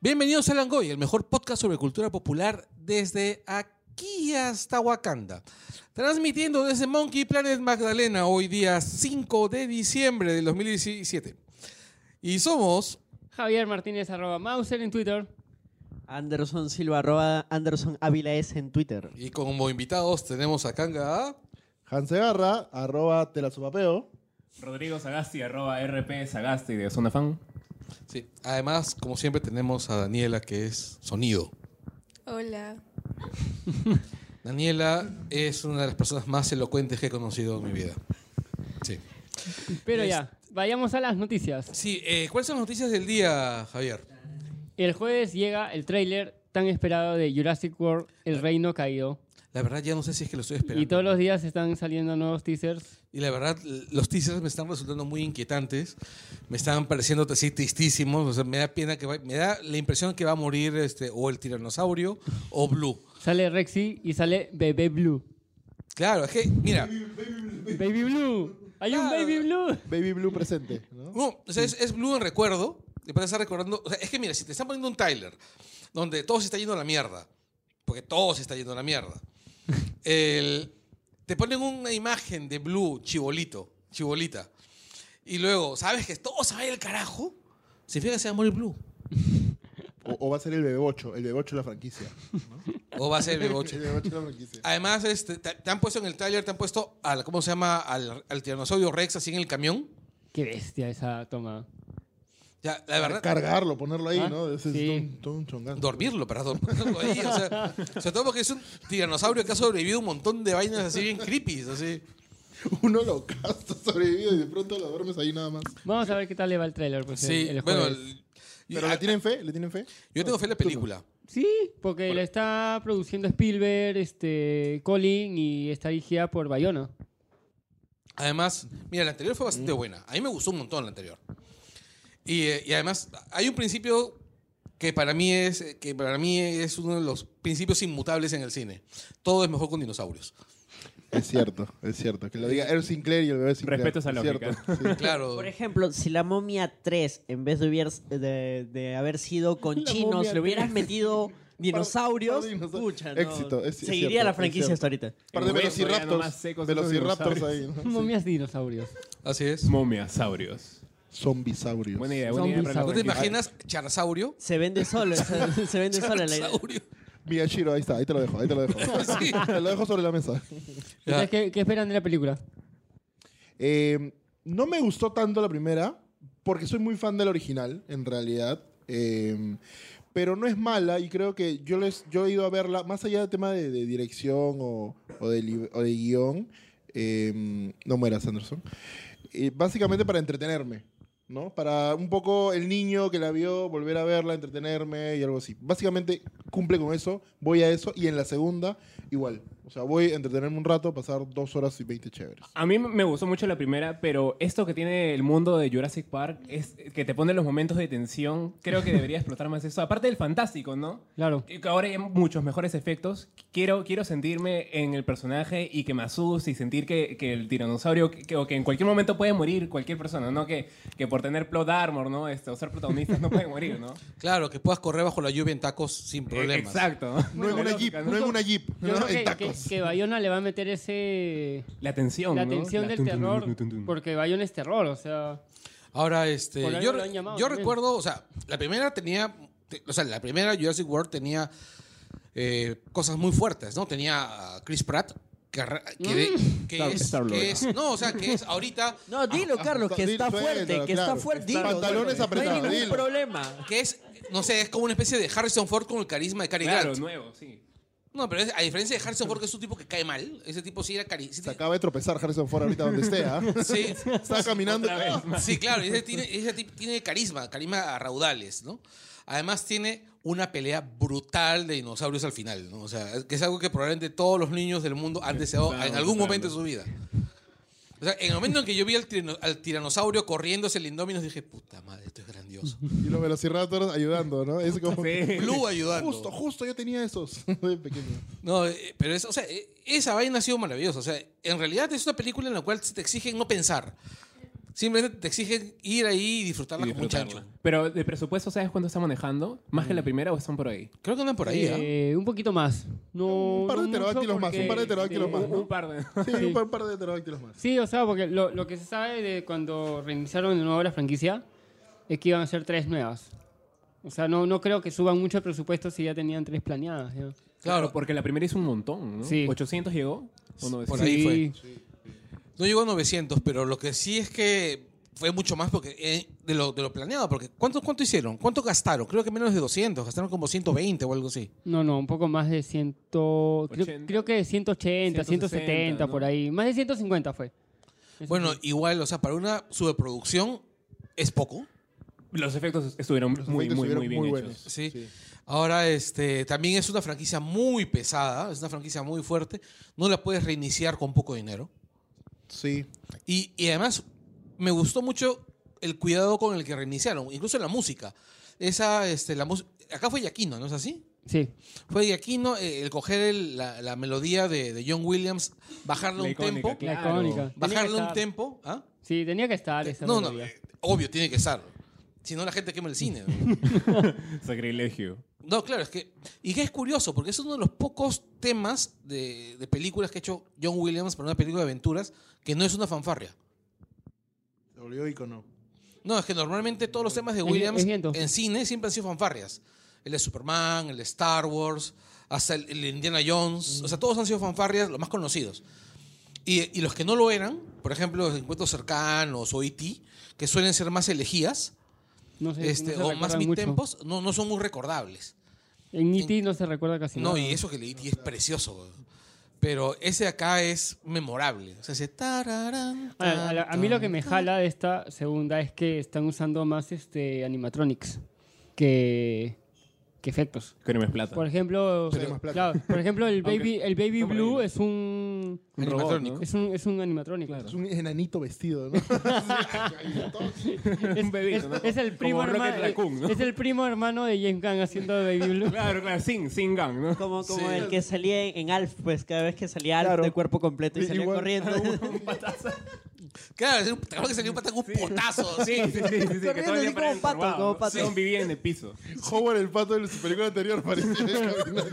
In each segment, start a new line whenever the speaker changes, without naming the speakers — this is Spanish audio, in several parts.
Bienvenidos a Langoy, el mejor podcast sobre cultura popular desde aquí hasta Wakanda. Transmitiendo desde Monkey Planet Magdalena hoy día 5 de diciembre del 2017. Y somos
Javier Martínez arroba Mauser en Twitter.
Anderson Silva, arroba Anderson Ávila S en Twitter.
y como invitados tenemos a Kanga
Hansegarra, arroba telazupapeo.
Rodrigo Sagasti, arroba RP Sagasti de Zona Fan.
Sí. Además, como siempre tenemos a Daniela que es sonido.
Hola.
Daniela es una de las personas más elocuentes que he conocido en mi vida. Sí.
Pero ya, vayamos a las noticias.
Sí, eh, ¿cuáles son las noticias del día, Javier?
El jueves llega el tráiler tan esperado de Jurassic World, El Reino Caído.
La verdad ya no sé si es que lo estoy esperando.
Y todos los días están saliendo nuevos teasers.
Y la verdad, l- los teasers me están resultando muy inquietantes. Me están pareciendo así tristísimos. O sea, me da pena que va- me da la impresión que va a morir este o el tiranosaurio o Blue.
Sale Rexy y sale Bebé Blue.
Claro, es que mira,
Baby Blue. Hay un
Claro.
Baby Blue.
Baby Blue presente. ¿no?
no, o sea, es, es Blue en recuerdo. Te puedes estar recordando. O sea, es que mira, si te están poniendo un Tyler donde todo se está yendo a la mierda, porque todo se está yendo a la mierda. el- te ponen una imagen de Blue chibolito, chibolita, y luego sabes que todo se va a ir al carajo. Significa que se va a morir Blue.
O, o va a ser el bebocho, el bebocho de la franquicia.
O va a ser el
El
B8.
bebocho de la
Ah,
franquicia.
Además, este, te, te han puesto en el trailer, te han puesto al, ¿cómo se llama? Al, al tiranosaurio Rex así en el camión.
Qué bestia esa toma.
Ya, la verdad,
Cargarlo, ponerlo ahí,
Ah,
¿no? Ese es
sí.
un- todo un chongazo.
dormirlo, para dormirlo ahí. O sea, sobre todo porque es un tiranosaurio que ha sobrevivido un montón de vainas así bien creepy. Así.
Un holocausto sobrevivido y de pronto lo duermes ahí nada más.
Vamos a ver qué tal le va el tráiler. Pues,
Sí,
el- el
bueno,
jueves.
el-
¿Pero
y-
le tienen fe? ¿Le tienen fe?
yo tengo fe en la película.
Sí, porque la está produciendo Spielberg, este, Colin y está dirigida por Bayona.
Además, mira, la anterior fue bastante buena. A mí me gustó un montón la anterior. Y, eh, y además, hay un principio que para mí es eh, que para mí es uno de los principios inmutables en el cine. Todo es mejor con dinosaurios.
Es cierto, es cierto. Que lo diga Earl Sinclair y el bebé Sinclair.
Respeto esa
Es
lógica.
cierto, sí.
Claro.
Por ejemplo, si la momia 3, en vez de, hubier- de, de haber sido con
La
chinos,
momia
le hubieras
3.
metidos dinosaurios,
Par- par dinosau-
pucha, no.
Éxito, es- es
Seguiría
cierto,
la
es
franquicia hasta ahorita.
Par de
El hueso ya nomás
velociraptors.
secos esos
Velociraptors ahí.
dinosaurios.
¿no? Sí.
Momias dinosaurios.
Así es.
Momiasaurios.
Zombisaurios.
Buena idea, buena idea.
Zombies
para la
¿No te
franquicia.
imaginas Charasaurio?
Se vende solo, se, se vende solo la idea.
Charasaurio.
Miyashiro, ahí está, ahí te lo dejo, ahí te lo dejo.
Sí.
Te lo dejo sobre la mesa.
Entonces, ¿qué, qué esperan de la película?
Eh, no me gustó tanto la primera, porque soy muy fan del original, en realidad. Eh, pero no es mala y creo que yo, les, yo he ido a verla, más allá del tema de, de dirección o, o de, li- o de guión, eh, no mueras, Anderson, Eh, básicamente para entretenerme, ¿no? Para un poco el niño que la vio volver a verla, entretenerme y algo así. Básicamente cumple con eso, voy a eso y en la segunda igual. O sea, voy a entretenerme un rato, pasar dos horas y veinte chéveres.
A mí me gustó mucho la primera, pero esto que tiene el mundo de Jurassic Park es que te pone los momentos de tensión. Creo que debería explotar más eso. Aparte del fantástico, ¿no?
Claro.
Que Ahora hay muchos mejores efectos. Quiero, quiero sentirme en el personaje y que me asuste y sentir que, que el tiranosaurio, que, o que en cualquier momento puede morir cualquier persona, ¿no? Que, que por tener plot armor, ¿no? Este, o ser protagonistas no puede morir, ¿no?
Eh,
Claro, que puedas correr bajo la lluvia en tacos
Eh,
sin problemas.
Exacto.
No en
La
una Jeep,
lógica,
no en una Jeep,
Yo
¿no?
creo
en
que, que,
tacos.
que Bayona le va a meter ese...
La tensión,
La
¿no?
tensión
La
del
tun, tun,
terror,
tun, tun, tun.
porque Bayona es terror, o sea...
Ahora, este,
Por algo
yo,
lo han llamado
yo
también.
recuerdo, o sea, la primera tenía, te- o sea, la primera Jurassic World tenía eh, cosas muy fuertes, ¿no? Tenía a Chris Pratt, que, arra- que, de-
Mm.
que
Star-
es,
Star-Lord.
que es- no, o sea, que es ahorita,
No, dilo, Carlos, que
Ah, dilo,
está
suéltalo,
fuerte, que está
claro.
fuerte.
Está-
Dilo,
pantalones
dilo. No
apretados,
hay ningún
dilo.
problema.
que es, no sé, es como una especie de Harrison Ford con el carisma de Cary
Claro,
Grant.
nuevo, sí.
No, pero es- a diferencia de Harrison Ford, que es un tipo que cae mal, ese tipo sí era
Se
carisma.
acaba de tropezar Harrison Ford ahorita donde esté, ¿ah?
Sí,
Estaba caminando. ¡ah!
Sí, claro, ese, tiene, ese tipo tiene carisma, carisma a raudales, ¿no? Además tiene una pelea brutal de dinosaurios al final, ¿no? O sea, es- que es algo que probablemente todos los niños del mundo han deseado en algún momento de su vida. O sea, en el momento en que yo vi al, tirano- al tiranosaurio corriendo hacia el Indominus, dije, puta madre, esto es grandioso.
Y los velociraptors ayudando, ¿no? Es como.
Sí.
Blue ayudando.
Justo, justo, yo tenía esos de pequeño.
No, eh, pero es, o sea, eh, esa vaina ha sido maravillosa. O sea, en realidad es una película en la cual se te exigen no pensar. Simplemente te exigen ir ahí y disfrutarla
Y
como un
disfrutarla.
chancho. Mm.
Pero de presupuesto, ¿sabes cuánto está manejando? ¿Más que la primera o están por ahí?
Creo que andan por ahí, ¿ah?
Eh, un poquito más. No,
Un par de
no mucho
pterodáctilos más,
porque-
un par de pterodáctilos
eh,
más, ¿no?
Un par de...
Sí, un par, par de pterodáctilos más.
Sí, o sea, porque lo, lo que se sabe de cuando reiniciaron de nuevo la franquicia es que iban a ser tres nuevas. O sea, no, no creo que suban mucho el presupuesto si ya tenían tres planeadas. ¿ya?
Claro,
porque la primera hizo un montón, ¿no?
Sí.
800 llegó. ¿O 900?
Por ahí no llegó a 900, pero lo que sí es que fue mucho más porque eh, de, lo, de lo planeado. Porque ¿cuánto, ¿Cuánto hicieron? ¿Cuánto gastaron? Creo que menos de 200. Gastaron como 120 o algo así.
No, no, un poco más de ciento... Creo,
80.
creo que de 180, 170,
¿no?
por ahí. Más de 150 fue. Eso
Bueno,
fue.
igual, o sea, para una superproducción es poco.
Los efectos estuvieron
Los
muy,
efectos
muy, muy
estuvieron
bien
muy
hechos.
buenos.
Sí.
Sí.
Ahora, este, también es una franquicia muy pesada, es una franquicia muy fuerte. No la puedes reiniciar con poco dinero.
Sí.
Y, y además, me gustó mucho el cuidado con el que reiniciaron, incluso en la música. Esa, este, la mus- acá fue Yaquino, ¿no es así?
Sí,
Fue Yaquino eh, el coger el- la, la melodía de, de John Williams, bajarle
La
un
icónica,
tempo,
claro.
la icónica.
bajarle
Tenía que
un
estar.
tempo, ¿ah?
Sí, tenía que estar esa
No, no,
melodía.
eh, obvio, tiene que estar. Si no, la gente quema el cine. ¿no?
Sacrilegio.
No, claro, es que. Y que es curioso, porque es uno de los pocos temas de, de películas que ha hecho John Williams para una película de aventuras que no es una fanfarria.
Se volvió ícono.
No, es que normalmente todos los temas de
Es bien-
Williams
es bien tosco.
en cine siempre han sido fanfarrias. El de Superman, el de Star Wars, hasta el, el de Indiana Jones. O sea,
Mm.
todos han sido fanfarrias, los más conocidos. Y, y los que no lo eran, por ejemplo, los encuentros cercanos o E.T., que suelen ser más elegías
No sé,
este,
no se
o más
recuerdan mucho.
mid-tempos, no, no son muy recordables.
En E.T. no se recuerda casi
No,
nada.
y eso que le di es precioso. weón. Pero ese de acá es memorable. O sea, se tararán,
A, a la- a mí lo que me
tan,
jala de esta segunda es que están usando más este animatronics que, que efectos.
Créeme es plata.
Por ejemplo,
Pero- más plata.
claro, por ejemplo el baby, el baby
no, pero
blue
dime.
es un
Un robot,
Animatrónico.
¿no?
es un es un animatronic.
Claro.
Es un enanito vestido, ¿no?
Es,
bebito,
es-
¿no?
es el
Como
primo
Rocket
hermano
Raccoon, ¿no?
es el primo hermano de James Gunn haciendo de baby blue.
Claro, claro, sin, sin gang, ¿no?
Como, como
Sí.
el que salía en, en Alf, pues cada vez que salía Alf
Claro.
de cuerpo completo y salía
Igual.
corriendo.
tan. Claro, es un- claro que salió un patán con un potazo.
Sí,
Sí.
sí, sí, sí, sí, que todo el
así
día
como
parecen
pato,
formados,
como
¿no?
pato.
Sí, un vivía en el piso.
Howard el pato de su película anterior parecía caminando.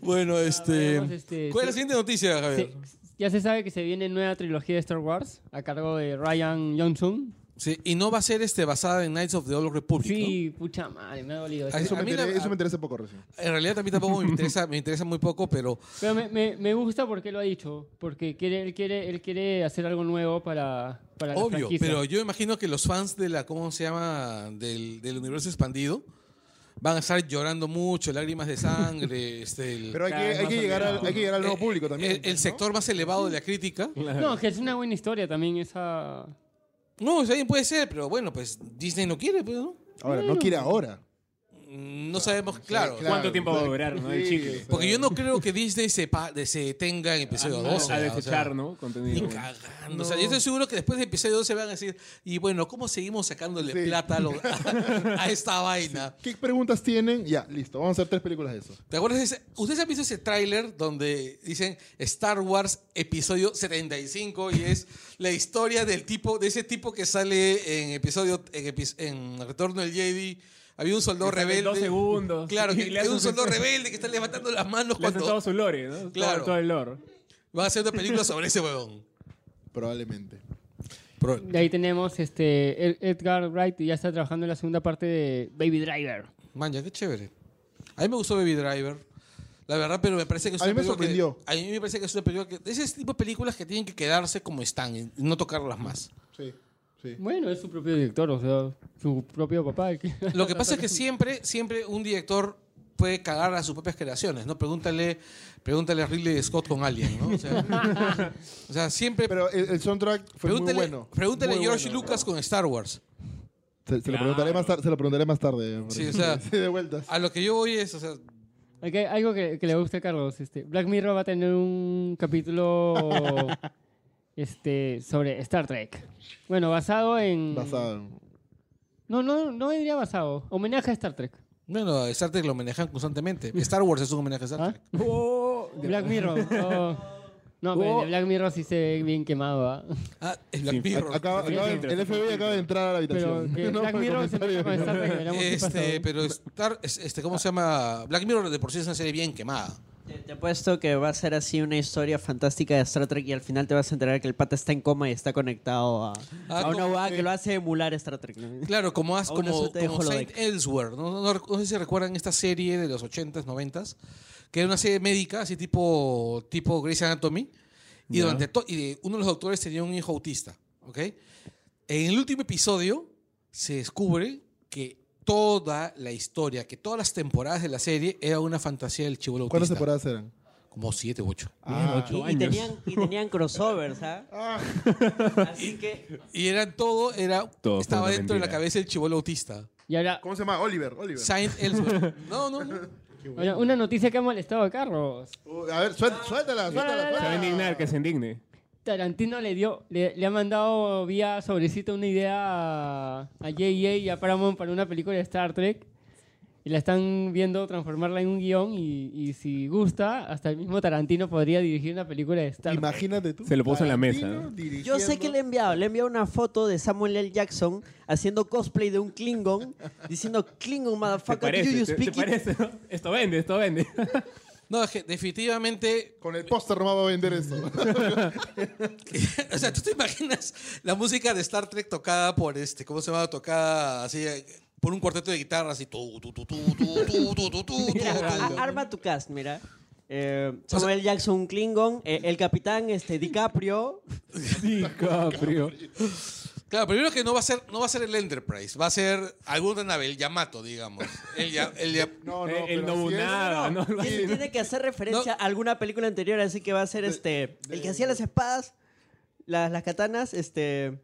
Bueno, este.
vamos, este,
¿Cuál es la
sí.
siguiente noticia, Javier?
Se- ya se sabe que se viene nueva trilogía de Star Wars a cargo de Ryan Johnson.
Sí, y no va a ser este basada en Knights of the Old Republic.
Sí, pucha madre, me ha dolido.
Ay,
esto.
Eso
A
me
mí la-
enteré, eso me enteré hace poco recién.
¿no? En realidad, a mí tampoco me interesa, me interesa muy poco, pero
Pero me, me- me gusta porque lo ha dicho, porque quiere, él, quiere, él quiere hacer algo nuevo para, para la
Obvio,
franquicia.
pero yo imagino que los fans de la, ¿cómo se llama? Del, del universo expandido van a estar llorando mucho, lágrimas de sangre. este, el,
Pero hay que,
Claro,
hay
más
que, llegar, al,
olvidado,
hay que llegar al nuevo
eh,
público también. pues,
el, el sector más elevado de la crítica.
No, que es una buena historia también esa...
No, o sea, bien puede ser, pero bueno, pues Disney no quiere, pues, ¿no?
Ahora, no quiere ahora.
Mm, No sabemos, claro.
claro.
¿Cuánto tiempo va a durar, no? El
Sí,
chicle.
sí.
Porque yo no creo que Disney se, pa- de- se tenga en episodio 12.
A
ya, o
desechar,
sea,
¿no?
Ni
Contenido.
cagando. O sea, yo estoy seguro que después de episodio 12 van a decir, y bueno, ¿cómo seguimos sacándole
Sí.
plata a, lo- a esta vaina?
¿Qué preguntas tienen? Ya, listo. Vamos a hacer tres películas de eso.
¿Te acuerdas de ese? ¿Ustedes han visto ese tráiler donde dicen Star Wars episodio 75 y es la historia del tipo, de ese tipo que sale en episodio, en, epi- en Retorno del Jedi? Había un soldado
Que sale en
rebelde.
dos segundos.
Claro,
Y
que hay
le hacen
un
su-
soldado rebelde que está levantando las manos
Le hacen
cuando
todo su lore, ¿no? Todo-
Claro.
Todo el lore.
va a hacer una película sobre ese huevón.
Probablemente.
De ahí tenemos este Ed- Edgar Wright, y ya está trabajando en la segunda parte de Baby Driver.
Manja, qué chévere. A mí me gustó Baby Driver. La verdad, pero me parece que es
A
una
mí me
película que-
sorprendió.
a mí me parece que es una película que. Ese tipo de películas que tienen que quedarse como están y no tocarlas más.
Sí, sí.
Bueno, es su propio director, o sea, su propio papá. el que-
Lo que pasa es que siempre, siempre un director puede cagar a sus propias creaciones, ¿no? Pregúntale, pregúntale a Ridley Scott con Alien, ¿no? O sea, o sea, siempre...
Pero el, el soundtrack fue muy
pregúntale
bueno.
pregúntale
Muy
a George
bueno.
Lucas con Star Wars.
Se, se lo
Claro.
preguntaré más tarde, se lo preguntaré más tarde. me
Sí,
parece.
o sea-
Sí, de vueltas.
A lo que yo voy es, o sea,
Aquí hay algo que, que le gusta a Carlos, este, Black Mirror va a tener un capítulo este, sobre Star Trek. Bueno, basado en...
Basado.
No, no, no diría basado. Homenaje a Star Trek.
bueno, a Star Trek
¿Ah?
lo manejan constantemente. Star Wars es un homenaje a Star
¿Ah?
Trek.
Oh,
Black Mirror. o- No, No, pero
Hubo-
el de Black Mirror sí se ve bien quemado, ¿ah?
Ah, el Black Mirror.
Acaba-
Sí,
acaba-
sí, sí,
el FBI acaba de entrar a la
Pero
habitación.
que
No,
Black
por el
Mirror se
comentario.
empieza con esta revelamos qué ¿eh? pasó.
Este, pero Star, es- este, ¿cómo se llama? Black Mirror de por sí es una serie bien quemada.
Te, te apuesto que va a ser así una historia fantástica de Star Trek y al final te vas a enterar que el pata está en coma y está conectado a,
Ah,
a una
no,
hueá
eh.
que lo hace emular Star Trek. ¿no?
Claro, como, as-
A una
como,
suerte de
como Saint
holodeck.
Elsewhere. ¿no? No- no rec- no sé si recuerdan esta serie de los 80s, 90s, que era una serie médica, así tipo, tipo Grey's Anatomy. Y,
Ya.
durante to- y de- uno de los doctores tenía un hijo autista. ¿ok? En el último episodio se descubre que toda la historia, que todas las temporadas de la serie era una fantasía del chivolo autista.
¿Cuántas temporadas eran?
Como siete u ocho.
Mierda,
Ah,
ocho.
Y, y
años.
tenían, y tenían crossovers, ¿ah?
Ah.
Así que
Y eran todo, era,
Todo fue
estaba
una
dentro de la
mentira.
cabeza del chivolo autista.
Y ahora,
¿Cómo se llama? Oliver. Oliver.
Saint Elsewhere. No, no, no.
ahora, una noticia que ha molestado a Carlos.
Uh, A ver, suelta- suéltala, suéltala.
Se va a
suéltala.
indignar, que se indigne.
Tarantino le dio, le, le ha mandado vía sobrecito una idea a, a JJ y a Paramount para una película de Star Trek. Y la están viendo transformarla en un guión y, y si gusta, hasta el mismo Tarantino podría dirigir una película de Star Trek.
Imagínate tú.
Se lo puso en la mesa.
Tarantino
yo sé que le he
dirigiendo.
enviado, le he enviado una foto de Samuel L. Jackson haciendo cosplay de un Klingon, diciendo Klingon
¿Te
motherfucker, do
parece?
you
¿Te-
speak
te
it?"
parece? Esto vende, esto vende.
No, es que definitivamente.
Con el póster nomás va a vender eso.
o sea, tú te imaginas la música de Star Trek tocada por este, ¿cómo se llama? Tocada así, eh, por un cuarteto de guitarra, así. Tu, tu, tu, tu, tu, tu, tu, tu, tu, tu,
Mira, a-
tu.
arma tu cast, mira. Eh, Samuel Jackson, un Klingon, eh, el capitán este, DiCaprio.
DiCaprio.
Claro, primero que no va a ser, no va a ser el Enterprise, va a ser alguna nave, el Yamato, digamos. El, ya- el ya-
No,
Eh, el
pero si es-
Nobunaga, ¿no? Algo así,
Tiene,
¿no?
tiene que hacer referencia
No.
a alguna película anterior, así que va a ser este. el que hacía las espadas, las, las katanas, este.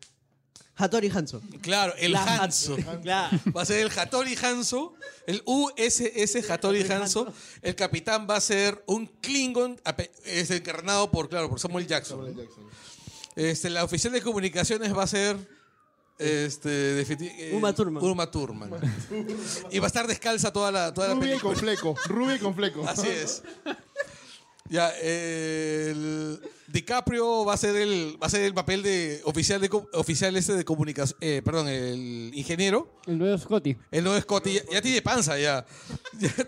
Hattori Hanzo.
claro, el
La-
Hanzo.
Claro.
Va a ser el Hattori Hanzo, el USS Hattori Hanzo. El capitán va a ser un Klingon ape- es encarnado por, claro, por Samuel Jackson.
Jackson.
Este, la oficial de comunicaciones va a ser. Este, defini- eh,
Uma Thurman.
Uma Thurman. y va a estar descalza toda la, toda la
Rubia y con
película.
fleco. Rubia y con fleco.
Así es. Ya, eh, el DiCaprio va a ser el, va a ser el papel de oficial de co- oficial este de comunicación, perdón, el ingeniero.
El nuevo Scotty.
El no es Scotty, ya, ya tiene panza ya.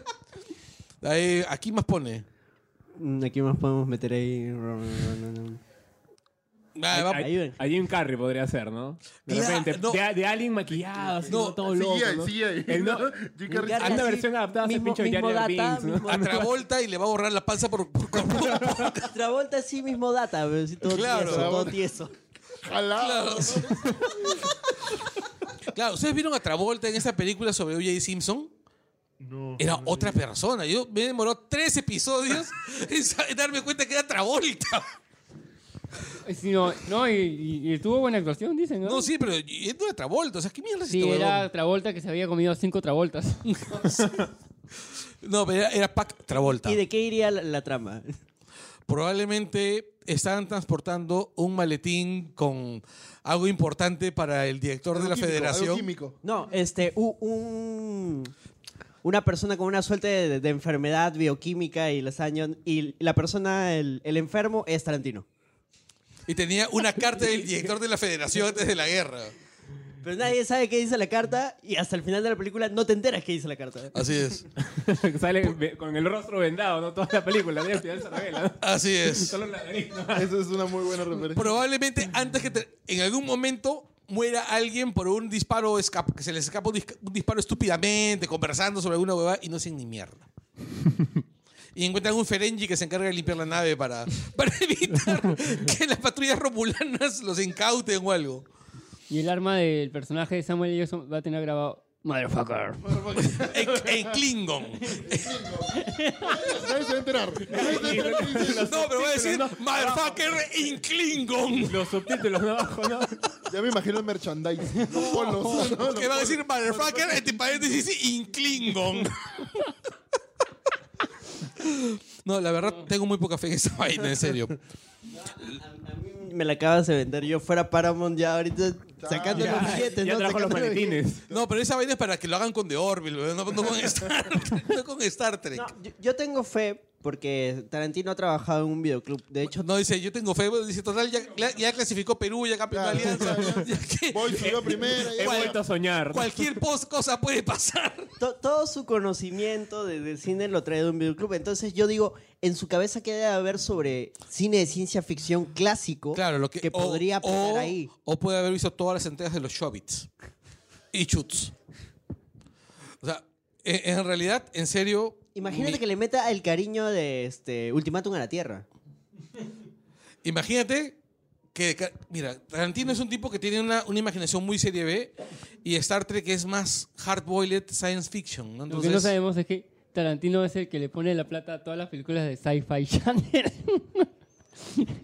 Ya. Ahí, aquí más pone.
Mm, Aquí más podemos meter ahí.
Ah, va-
A-
Ayuden.
A Jim Carrey podría ser, ¿no? De
Claro,
repente,
no.
de, de alguien maquillado, así,
No,
¿no? todo
CGI,
loco. ¿no?
CGI.
El no-
Jim Carrey.
Haz una versión adaptada a ese
Mismo-
pincho de
mismo
Jar Jar
data,
Binks, ¿no?
mismo-
a Travolta y le va a borrar la panza por, por- por-
Travolta sí mismo data, pero sí todo
Claro.
tieso, todo tieso.
Jalado.
Claro, ¿ustedes vieron a Travolta en esa película sobre O.J. Simpson? Era otra persona. Yo me demoró tres episodios en sa- en darme cuenta que era Travolta.
Eh, sí, no, no, y, y- y tuvo buena actuación, dicen, ¿no?
No, sí, pero y- no era Travolta. O sea, ¿qué mierda es
Sí,
este
era
huevón?
Travolta que se había comido cinco Travoltas.
No, pero era, era Pac Travolta.
¿Y de qué iría la, la trama?
Probablemente estaban transportando un maletín con algo importante para el director de la
Algo químico, algo
federación.
químico.
No, este, u- un, una persona con una suerte de, de enfermedad bioquímica y los años. Y la persona, el, el enfermo, es Tarantino.
Y tenía una carta del director de la federación antes de la guerra.
Pero nadie sabe qué dice la carta y hasta el final de la película no te enteras qué dice la carta.
Así es.
Sale ve- con el rostro vendado, ¿no? Toda la película, y al final se revela. ¿no?
Así es.
Solo la nariz, ¿no?
Eso es una muy buena referencia.
Probablemente antes que te- en algún momento muera alguien por un disparo escap- que se les escapa un, dis- un disparo estúpidamente, conversando sobre alguna huevada y no hacen ni mierda. Y encuentran un Ferengi que se encarga de limpiar la nave para, para evitar que las patrullas romulanas los incauten o algo.
Y el arma del personaje de Samuel L. Jackson va a tener grabado Motherfucker.
En, en Klingon.
Nadie se va a enterar. Nadie se va a enterar.
No, pero voy a decir
no.
Motherfucker in Klingon.
Los subtítulos, ¿no? Abajo, ¿no?
Ya me imagino el merchandising. Los polos. ¿no? Los
Que va a
polos.
decir Motherfucker entre paréntesis in Klingon. No, la verdad, tengo muy poca fe en esa vaina, en serio.
Me la acabas de vender. Yo fuera Paramount ya ahorita
Ah,
sacando los billetes.
Ya
¿no?
trajo los
Sacando los billetes.
maletines.
No, pero esa vaina es para que lo hagan con The Orville, no, no con Star, no con Star Trek.
No, yo, yo tengo fe porque Tarantino ha trabajado en un videoclub. De hecho,
No dice, yo tengo fe, dice, total, ya, ya clasificó Perú, ya campeón de
Claro,
alianza.
claro.
ya que
Voy subió primero.
He vuelto a soñar.
cualquier pos- cosa puede pasar.
to- todo su conocimiento de- del cine lo trae de un videoclub. Entonces yo digo, en su cabeza qué debe haber sobre cine de ciencia ficción clásico
Claro, lo que, o-
podría pasar
o-
ahí.
O puede haber visto todas las entregas de los Shobits y Chuts. O sea, e- en, realidad, en serio.
Imagínate
mi-
que le meta el cariño de este Ultimátum a la Tierra.
Imagínate que. ca- Mira, Tarantino es un tipo que tiene una, una imaginación muy serie B y Star Trek es más hard-boiled science fiction. ¿no?
Lo que no
Entonces,
sabemos es que Tarantino es el que le pone la plata a todas las películas de Sci-Fi Channel.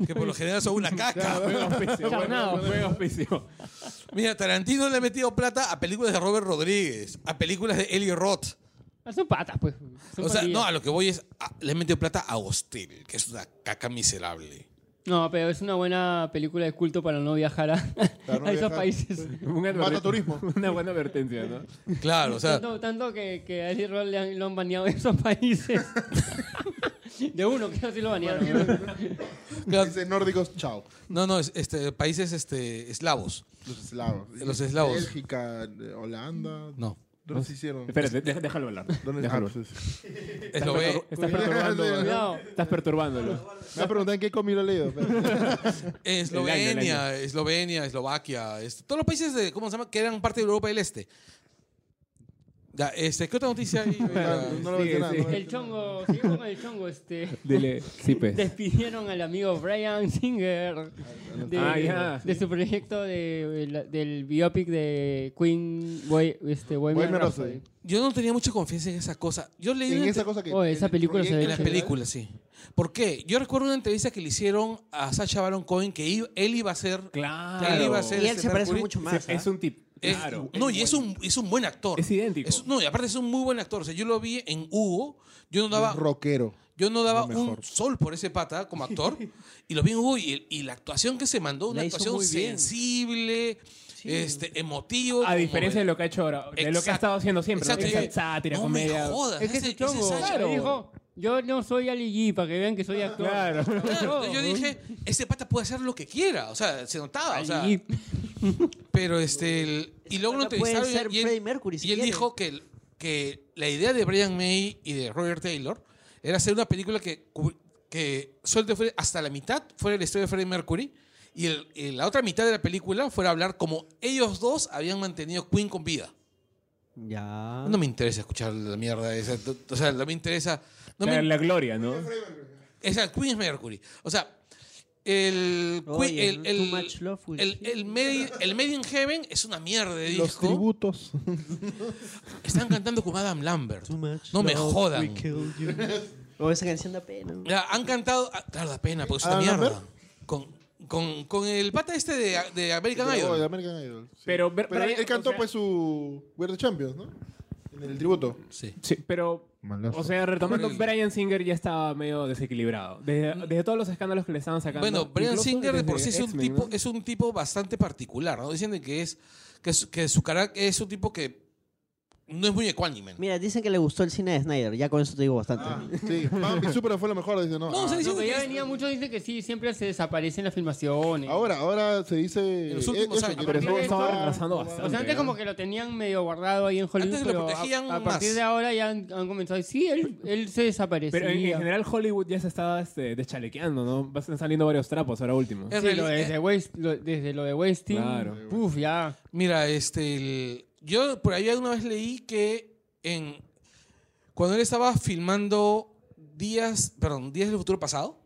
que por lo general son una caca.
Fue auspicio, fue-
Charnao.
fue auspicio.
Mira, Tarantino le ha metido plata a películas de Robert Rodríguez, a películas de Eli Roth.
Ah, Son patas, pues. Son
O sea,
pandillas.
no, a lo que voy es. a- le ha metido plata a Hostel, que es una caca miserable.
No, pero es una buena película de culto para no viajar a,
Claro, no
a esos
viajar.
países.
Un adver-
Mata turismo.
Una buena advertencia, ¿no?
Claro, o sea.
tanto, tanto que, que a Eli Roth le han- lo han baneado en esos países. de uno, que no sí lo banearon.
claro,
Dice nórdicos, chao.
No, no, es- este, países este, eslavos.
Los eslavos.
Los eslavos.
Bélgica, eh, Holanda.
No.
¿Dónde se hicieron?
Espérate, deja- déjalo hablar.
¿Dónde
Déjalo.
ah, pues, sí.
Eslo- pues,
Estás perturbándolo.
Cuidado.
Estás perturbándolo.
Me va a preguntar en qué comi lo he leído. pero-
Eslovenia,
El año, el año.
Eslovenia, Eslovaquia, este, todos los países de, ¿cómo se llama? que eran parte de Europa del Este. Ya, este, ¿Qué otra noticia hay?
no lo voy a decir
Sí,
nada, no voy
sí.
a
El
decir nada.
chongo, seguimos con el chongo, este.
Dile, sí, pues.
Despidieron al amigo Brian Singer de,
Ah, ya.
de su proyecto de- la- del biopic de Queen Boy, este, Bohemian
Bohemian
Rhapsody.
Rhapsody.
Yo no tenía mucha confianza en esa cosa. Yo leí
En
una
esa
entre-
cosa que.
Oh, esa
el
película se ve
en las
proyecto-
chévere.
películas, sí. ¿Por qué? Yo recuerdo una entrevista que le hicieron a Sacha Baron Cohen que iba- él iba a ser...
Claro.
Él iba a ser-
Y él se
Mercury
parece mucho más.
Es
¿ah?
un tip.
es-
Claro.
eh, no, y es un, es un buen actor.
Es idéntico.
Es- no, y aparte es un muy buen actor. O sea, yo lo vi en Hugo. Yo no daba
Un rockero.
Yo no daba
Lo mejor.
un sol por ese pata como actor. y lo vi en Hugo y, y la actuación que se mandó, una
La hizo
actuación
muy bien.
sensible, este, emotivo.
A diferencia de lo que ha hecho ahora, de lo que ha
Exacto.
estado haciendo siempre. ¿no? Que es sátira,
no
comedia.
Me jodas,
Es que
ese-
ese
ese
chongo
Sacha-
claro. dijo, yo no soy Ali G, para que vean que soy actor.
Claro.
Claro, yo dije, ese pata puede hacer lo que quiera. O sea, se notaba. O
Ali
sea,
G.
pero este. el- y luego lo
pata puede
entrevistaron.
ser
y él,
Freddie Mercury, si
y él
quiere.
dijo que, que la idea de Brian May y de Roger Taylor era hacer una película que, cu- que suelte fuera- hasta la mitad fuera la historia de Freddie Mercury y, el- y la otra mitad de la película fuera hablar como ellos dos habían mantenido Queen con vida.
Ya.
No me interesa escuchar la mierda esa. t- O sea, no me interesa. No me
La, la gloria, ¿no?
Exacto, Queen es Mercury. O sea, el, Queen-
Oye,
el,
too
el,
much love will
el- el Made, el Made in Heaven es una mierda de
Los
disco.
tributos.
Están cantando con Adam Lambert.
Too much
No me
love,
jodan.
we killed you. o esa canción da pena.
Ya, han cantado. ah, Claro, la pena, porque es una
¿Adam
mierda.
Lambert?
Con, con, con el pata este de, de American
Oh, de
Idol.
American Idol. sí.
Pero Ber-
él,
Brian-
él cantó
o sea-
pues su We're the Champions, ¿no? En el tributo.
Sí.
Sí, pero.
Malazo.
O sea, retomando,
Horrible.
Brian Singer ya estaba medio desequilibrado. Desde, desde todos los escándalos que le estaban sacando.
Mm. Bueno, Brian
incluso
Singer de
desde
por sí es un,
X-Men,
tipo,
¿no?
es un tipo bastante particular, ¿no? Dicen de que es que, su- que su carácter es un tipo que no es muy ecuánime.
Mira, dicen que le gustó el cine de Snyder. Ya con eso te digo bastante.
Ah, sí. Bambi Super fue lo mejor. Dice, no.
No,
ah.
se dice
No, pero ya
que-
venía mucho, dice que sí, siempre se desaparecen las filmaciones.
Ah. Ahora, ahora se dice.
En los últimos
eh, eso,
años.
que
Pero
le-
eso
Esto-
estaba retrasando bastante.
O sea, antes
¿no?
como que lo tenían medio guardado ahí en Hollywood,
Antes lo
pero
protegían
a, a partir
más.
de ahora ya han, han comenzado a decir, sí, él, él se desaparecía.
Pero en, en general Hollywood ya se estaba este, deschalequeando, ¿no? Van saliendo varios trapos ahora último.
Es- eh.
Sí, lo de- desde, West- lo- desde lo de Westing,
Claro.
puf, ya.
Mira, este, el- yo por ahí alguna vez leí que en cuando él estaba filmando días, perdón, días del futuro pasado,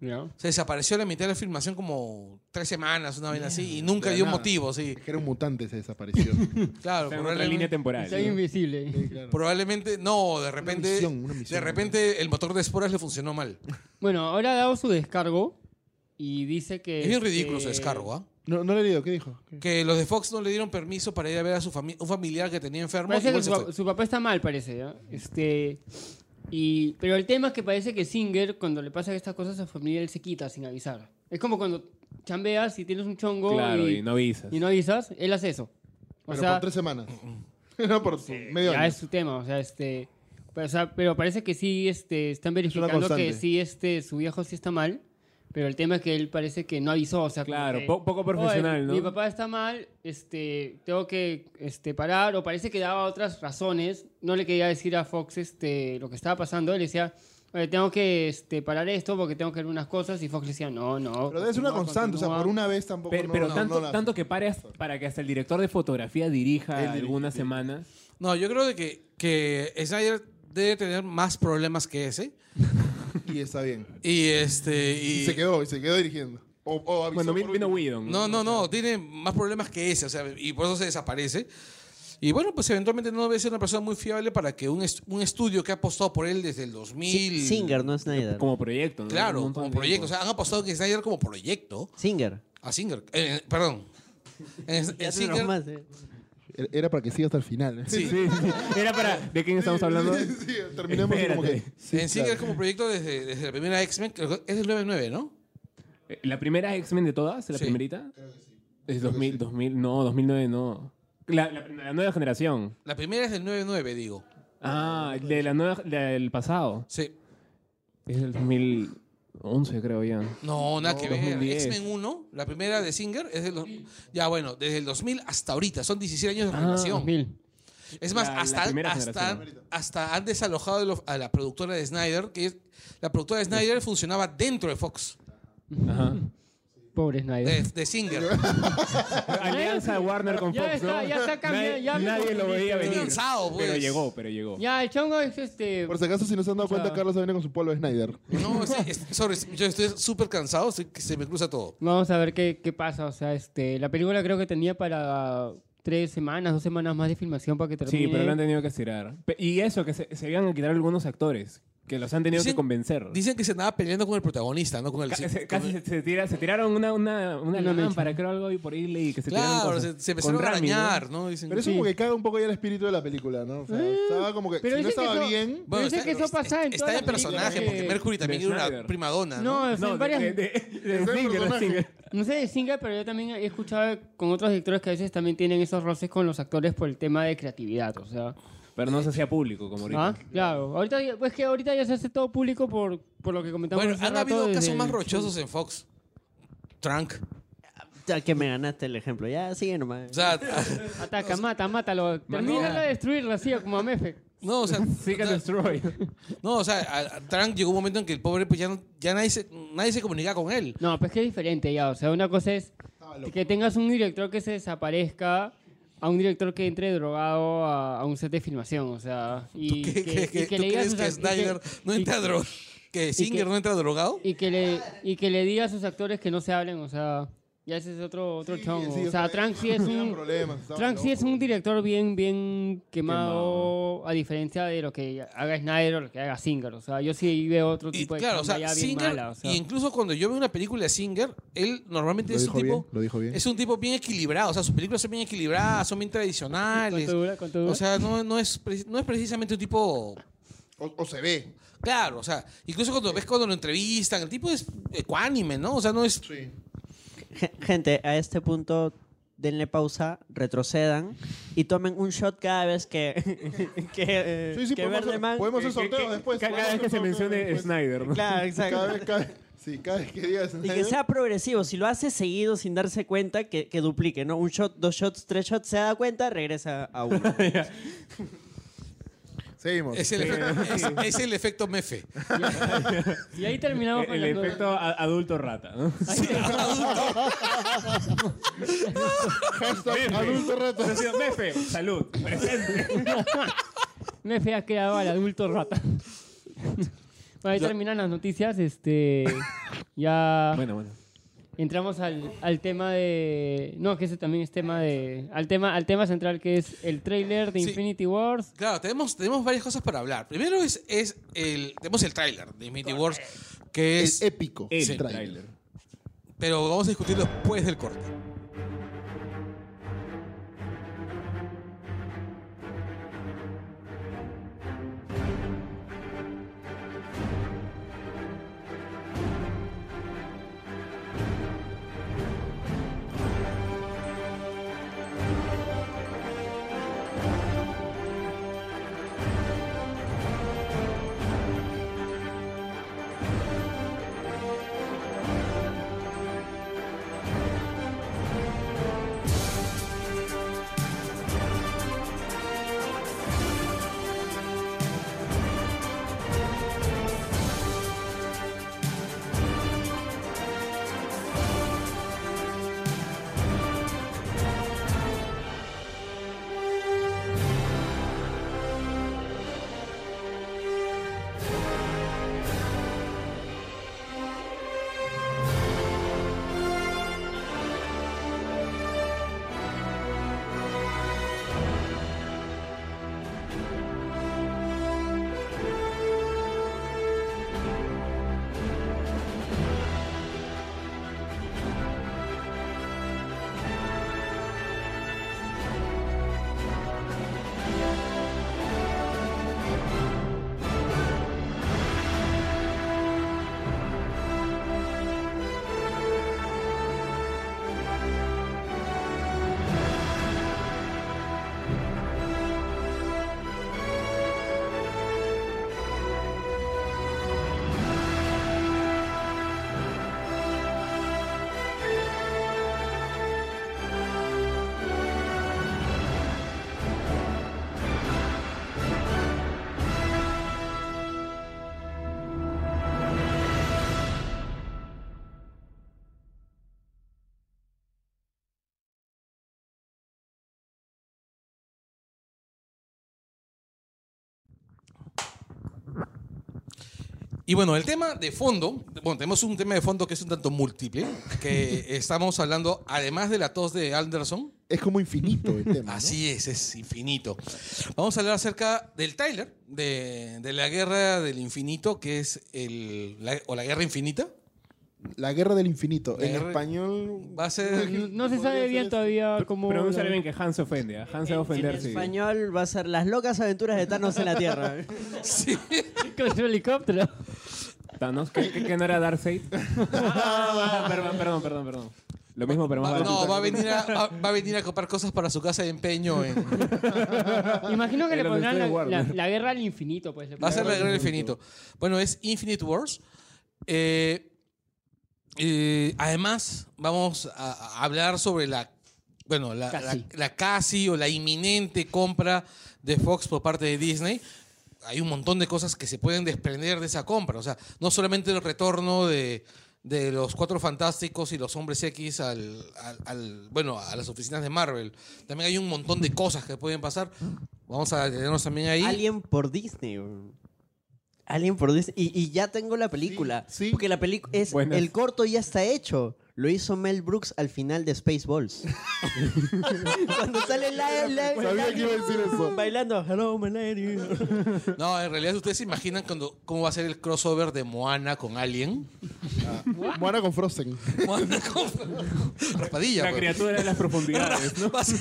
ya.
se desapareció la mitad de la filmación como tres semanas, una vez así, y
De
nunca
la
dio
nada.
motivo, sí.
que era un mutante, se desapareció.
Claro,
O sea, en otra
probablemente,
línea temporal.
Está
¿no?
invisible.
probablemente- no, de repente,
misión, una misión.
de repente el motor de esporas le funcionó mal.
Bueno, ahora ha dado su descargo y dice que...
Es bien ridículo su
este,
descargo, ¿ah?
No, no le he leído, ¿qué dijo? ¿Qué?
Que los de Fox no le dieron permiso para ir a ver a su fami- un familiar que tenía enfermo.
Parece que
igual
su,
se fue.
pa- su papá está mal, parece. ¿ya? Este, y, pero el tema es que parece que Singer, cuando le pasan estas cosas a su familia, él se quita sin avisar. Es como cuando chambeas y tienes un chongo
Claro,
y,
y no visas.
y no avisas, él hace eso. O
Pero
sea,
por tres semanas. no por medio
ya
año.
es su tema. O sea, este, Pero, o sea, pero parece que sí este, están verificando que
constante.
sí este, su viejo sí está mal. Pero el tema es que él parece que no avisó. O sea, como
Claro,
que,
po- poco profesional,
"Oye,
¿no?
Mi papá está mal, este, tengo que este, parar. O parece que daba otras razones. No le quería decir a Fox este, lo que estaba pasando. Él decía, "Oye, tengo que este, parar esto porque tengo que ver unas cosas. Y Fox le decía, no, no.
Pero debe ser una
continúa,
constante, o sea,
continúa".
por una vez tampoco.
Pero,
no-
pero
no-
tanto,
no la-
tanto que pares para que hasta el director de fotografía dirija
Él dirige,
algunas
dirige.
semanas.
No, yo creo de que, que Snyder debe tener más problemas que ese.
Y está bien.
Y este. Y,
Y se quedó, y se quedó dirigiendo. O, o avisó
Bueno, vi-
por
vino
último.
Whedon.
No, no, no, tiene más problemas que ese, o sea, y por eso se desaparece. Y bueno, pues eventualmente no debe ser una persona muy fiable para que un, est- un estudio que ha apostado por él desde el 2000.
Singer, no Snyder.
Como proyecto, ¿no? Un
Claro,
montón
como
de
proyecto. O
tiempo.
sea, han apostado que Snyder como proyecto
Singer.
a Singer. eh, perdón. En- en
Ya
Singer-
tenemos más, eh.
Era- Era para que siga hasta el final. ¿eh?
sí,
Sí, sí. Era para. ¿De quién estamos hablando?
Sí, sí, terminemos como que.
Espérate.
Sí,
en Singer
claro.
como proyecto desde, desde la primera X-Men, creo que es el 9-9, ¿no?
Eh, ¿La primera X-Men de todas? ¿La
Sí.
primerita? Es 2000, 2000, no, 2009 no. La, la- la nueva generación.
La primera es del 9-9, digo.
Ah, de la nueva, la del pasado.
Sí.
Es del 2011, creo ya.
No, nada
No,
que ver.
2010.
X-Men 1, la primera de Singer, es del. dos- Ya, bueno, desde el 2000 hasta ahorita. Son 17 años de
Ah,
relación.
2000.
Es más,
La- la
hasta,
primera
hasta,
generación.
hasta han desalojado lo- a la productora de Snyder, que es- la productora de
Pues
Snyder funcionaba dentro de Fox,
Ajá.
Pobre
¿Eh?
Snyder.
de,
Eh,
de Singer.
Alianza Warner con
Ya
Fox,
está,
¿no?
ya está cambiando,
Nadie,
ya me
nadie lo
confundiste,
veía
¿no?
venir.
Cansado, pues.
Pero llegó, pero llegó.
Ya, el chongo es este.
Por si acaso, si no se han dado cuenta, Carlos se viene con su polo de Snyder.
No, sí, es- sorry, yo estoy súper cansado, estoy- que se me cruza todo.
Vamos a ver qué, qué pasa. O sea, este, la película creo que tenía para tres semanas, dos semanas más de filmación para que termine.
Sí, pero lo han tenido que estirar. Pe- Y eso, que se, se iban a quitar algunos actores, que los han tenido
Dicen-
que convencer.
Dicen que se andaba peleando con el protagonista, no con el.
Ca-
con
se- casi
el-
se, se tira- se tiraron una, una, una
Una mecha.
lámpara, creo, algo ahí por ahí, y que se tiraron
claro,
cosas.
se, se
Con
empezaron a
Rami, ¿no?
arañar, ¿no? Dicen,
Pero eso
Sí.
como que caga un poco ya el espíritu de la película, ¿no? O sea, estaba como que.
pero
si no
dicen que
estaba
eso-
bien.
Yo sé que eso
está-
pasa en
Está
todas
de
las películas
personaje,
de-
porque Mercury también
de
era una
Snyder.
primadonna, ¿no?
No, es
No,
en
de,
varias.
de- de- de Singer, de
personaje.
Singer.
No sé de Singer, pero yo también he escuchado con otros directores que a veces también tienen esos roces con los actores por el tema de creatividad. O sea,
Pero no se hacía público, como ahorita.
¿Ah? claro. Ahorita, ya- pues que ahorita ya se hace todo público por, por lo que comentamos.
Bueno,
hace
han
rato
habido
desde
casos más
el-
rochosos en Fox. Trunk.
Ya que me ganaste el ejemplo. Ya, sigue nomás.
O sea,
Ataca, mata, mátalo. Termina de destruirlo así, como a Mefe.
no, o sea,
Seek
o sea,
and Destroy.
No, o sea, a- a Trump llegó un momento en que el pobre, pues ya, no- ya nadie, se, nadie se comunicaba con él.
No, pues que es diferente ya. O sea, una cosa es que tengas un director que se desaparezca a un director que entre drogado a, a un set de filmación. O sea, y
¿Qué-
que,
qué-
y
qué-
que
¿Tú
le digas
crees que Snyder no entra drogado? ¿Que Singer no entra drogado?
y que le y que le diga a sus actores que no se hablen. O sea, ya ese es otro otro
Sí,
chongo.
sí,
o sea, Trank sí es
tenían
un
problemas, estaban
Trank sí es un
locos.
director bien bien quemado a diferencia de lo que haga Snyder o lo que haga Singer. O sea, yo sí veo otro
Y
tipo de
claro, o
chamba
sea,
ya bien
Singer,
mala. O sea.
y incluso cuando yo veo una película de Singer, él normalmente
Lo
es un
dijo bien,
tipo...
lo dijo bien.
Es un tipo bien equilibrado, o sea, sus películas son bien equilibradas, son bien tradicionales.
¿Cuánto dura? ¿Cuánto dura?
O sea, no, no, es, pre- no es precisamente un tipo
O, o se ve.
Claro, o sea, incluso cuando ves cuando lo entrevistan, el tipo es ecuánime, ¿no? O sea, no es.
Sí.
Gen- Gente, a este punto denle pausa, retrocedan y tomen un shot cada vez que, que, eh,
Sí, sí,
que
podemos,
Verdeman...
hacer, podemos hacer
Que- que-
sorteo
que-
después.
Cada
podemos
vez que
hacer
se
sorteo
mencione
después.
Snyder. ¿no?
Claro, exacto.
Cada vez, cada, sí, cada vez que digas.
Y que sea progresivo, si lo hace seguido sin darse cuenta, que, que duplique, ¿no? Un shot, dos shots, tres shots, se da cuenta, regresa a uno.
Seguimos.
Es el, efecto, es, es el efecto mefe.
Y ahí terminamos con
E, El
las nueve.
efecto a- adulto rata, ¿no?
Hashtag adulto rato.
Ha sido, Mefe, salud, presente.
Mefe ha creado al adulto rata. bueno, ahí terminan las noticias. Este, ya
Bueno, bueno.
entramos al, al tema de... No, que ese también es tema de... Al tema, al tema central que es el trailer de
Sí.
Infinity Wars.
Claro, tenemos, tenemos varias cosas para hablar. Primero es, es el. Tenemos el tráiler de Infinity Wars, que
Es
es.
épico.
El
Sí.
trailer.
Pero vamos a discutirlo después del corte. Y bueno, el tema de fondo, bueno, tenemos un tema de fondo que es un tanto múltiple, que estamos hablando, además de la tos de Anderson,
Es como infinito el tema. ¿no?
Así es, es infinito. Vamos a hablar acerca del Tyler, de, de la guerra del infinito, que es el, la- o la guerra infinita.
La guerra del infinito.
La
en
guerra-
español.
Va a ser-
No, no se
podría
sabe
ser
bien
eso.
todavía cómo...
Pronúnciale bien que Hans se ofende. ¿ah? Hans se va a
En
ofender si-
español va a ser Las locas aventuras de Thanos en la Tierra.
Sí.
Con su helicóptero.
Thanos, ¿qué, qué, qué no era Darkseid? Ah, perdón, perdón, perdón, perdón. Lo mismo, pero más
Va-
barato.
no, va a, venir a, va, va a venir a comprar cosas para su casa de empeño. en-
Imagino que
En
le
los
pondrán la,
estudios Warner.
la- la guerra al infinito, pues. le
va a ser la
pondrán.
guerra del infinito. Bueno, es Infinite Wars. Eh, eh, además, vamos a, a hablar sobre la, bueno, la, la-
Casi.
la casi o la inminente compra de Fox por parte de Disney. Hay un montón de cosas que se pueden desprender de esa compra. O sea, no solamente el retorno de, de los Cuatro Fantásticos y los Hombres X al, al- al- bueno, a las oficinas de Marvel. También hay un montón de cosas que pueden pasar. Vamos a detenernos también ahí.
Alien por Disney. bro. Alien por Disney. Y, y ya tengo la película.
Sí, sí.
Porque la película es.
Buenas.
El corto ya está hecho. Lo hizo Mel Brooks al final de Spaceballs. Cuando sale la, la-
Sabía que iba a decir eso.
bailando Hello, my lady.
No, en realidad ustedes se imaginan cuando, cómo va a ser el crossover de Moana con Alien.
Moana con Frozen.
Moana con raspadilla.
La
pues.
criatura de las profundidades, ¿no?
Va, a ser,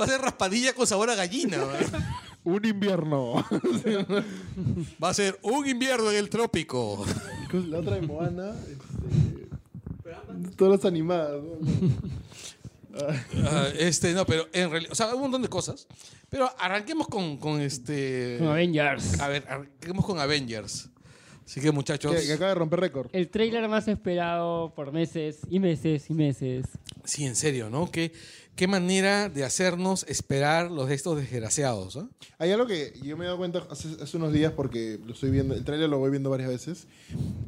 va a ser raspadilla con sabor a gallina. ¿verdad?
Un invierno.
Va a ser un invierno en el trópico.
la otra de Moana. este, todas las animadas. ¿no?
Ah, este, no, pero en realidad, o sea, un montón de cosas. Pero arranquemos con, con este.
Con Avengers.
A ver, arranquemos con Avengers. Así que muchachos,
Que, que acaba de romper récord.
El tráiler más esperado por meses y meses y meses.
sí, en serio, ¿no? ¿Qué, qué manera de hacernos esperar los de estos desgraciados, ¿ah?
Hay algo que yo me he dado cuenta hace, hace unos días porque lo estoy viendo, el tráiler lo voy viendo varias veces,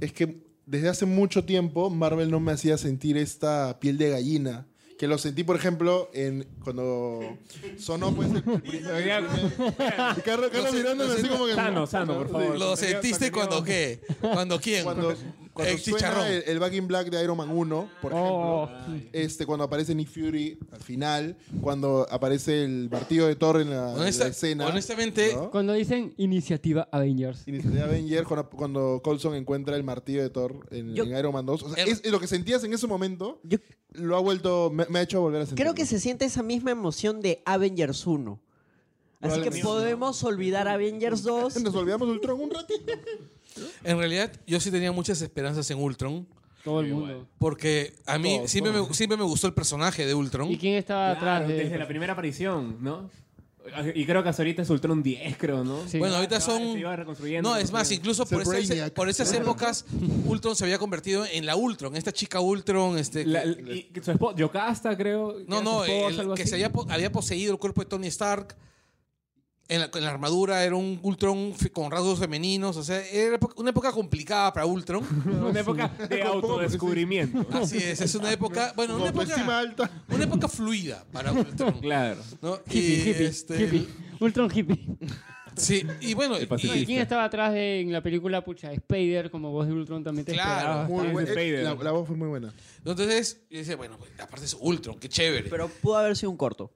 es que desde hace mucho tiempo Marvel no me hacía sentir esta piel de gallina. Que lo sentí, por ejemplo, en cuando sonó pues el primer-
Ya,
Y Carlos, Carlos mirándome así como que...
Sano, sano, por favor. Eh,
¿Lo
Sí,
sentiste cuando
cuando
qué? ¿Cuando quién?
Cuando, cuando
el chicharrón.
suena el, el Back in Black de Iron Man 1, por ejemplo,
Oh.
este, cuando aparece Nick Fury al final, cuando aparece el partido de Thor en la, en la
Honesta-
escena.
honestamente,
¿no?
Cuando dicen iniciativa Avengers.
Iniciativa Avenger cuando, cuando Colson encuentra el martillo de Thor en,
Yo-
en Iron Man 2. O sea,
El-
es, es lo que sentías en ese momento
Yo
lo ha vuelto, me, me ha hecho volver a sentir.
creo que se siente esa misma emoción de Avengers 1. Así que
Probablemente.
podemos olvidar Avengers 2.
Nos olvidamos de Ultron un ratito.
En realidad, yo sí tenía muchas esperanzas en Ultron.
Todo el mundo.
Porque a mí
Todo,
siempre, Me, siempre me gustó el personaje de Ultron.
¿Y quién estaba
Claro,
atrás de
desde la primera aparición, ¿no? Y creo que hasta ahorita es Ultron 10, creo, ¿no?
Sí.
Bueno, ahorita
Se iba-
son.
se iba reconstruyendo,
No, es más,
reconstruyendo.
incluso por,
Es el
esas-
Brainiac.
por esas épocas, Ultron se había convertido en la Ultron, esta chica Ultron. Este,
La-
que-
y- y su esposa, Yocasta, creo.
no,
era su
no,
esposa,
el
algo
que
así.
se había, po- había poseído el cuerpo de Tony Stark. En la, en la armadura era un Ultron fe- con rasgos femeninos. O sea, era epo- una época complicada para Ultron.
Una época de autodescubrimiento.
Así es, es una época. Bueno,
Con
una
autoestima
época,
alta.
una época fluida para Ultron.
Claro.
¿no?
hippie,
Y,
hippie,
este,
hippie. Ultron hippie.
Sí, y bueno,
El
y-
¿Y
pacifista.
quién estaba atrás de, en la película Pucha? Spider, como voz de Ultron también te
Claro, eh,
esperaba.
Muy
es
buen-
de Spider.
la, la voz fue muy buena.
entonces, yo decía, bueno, pues, aparte es Ultron, qué chévere.
Pero pudo haber sido un corto.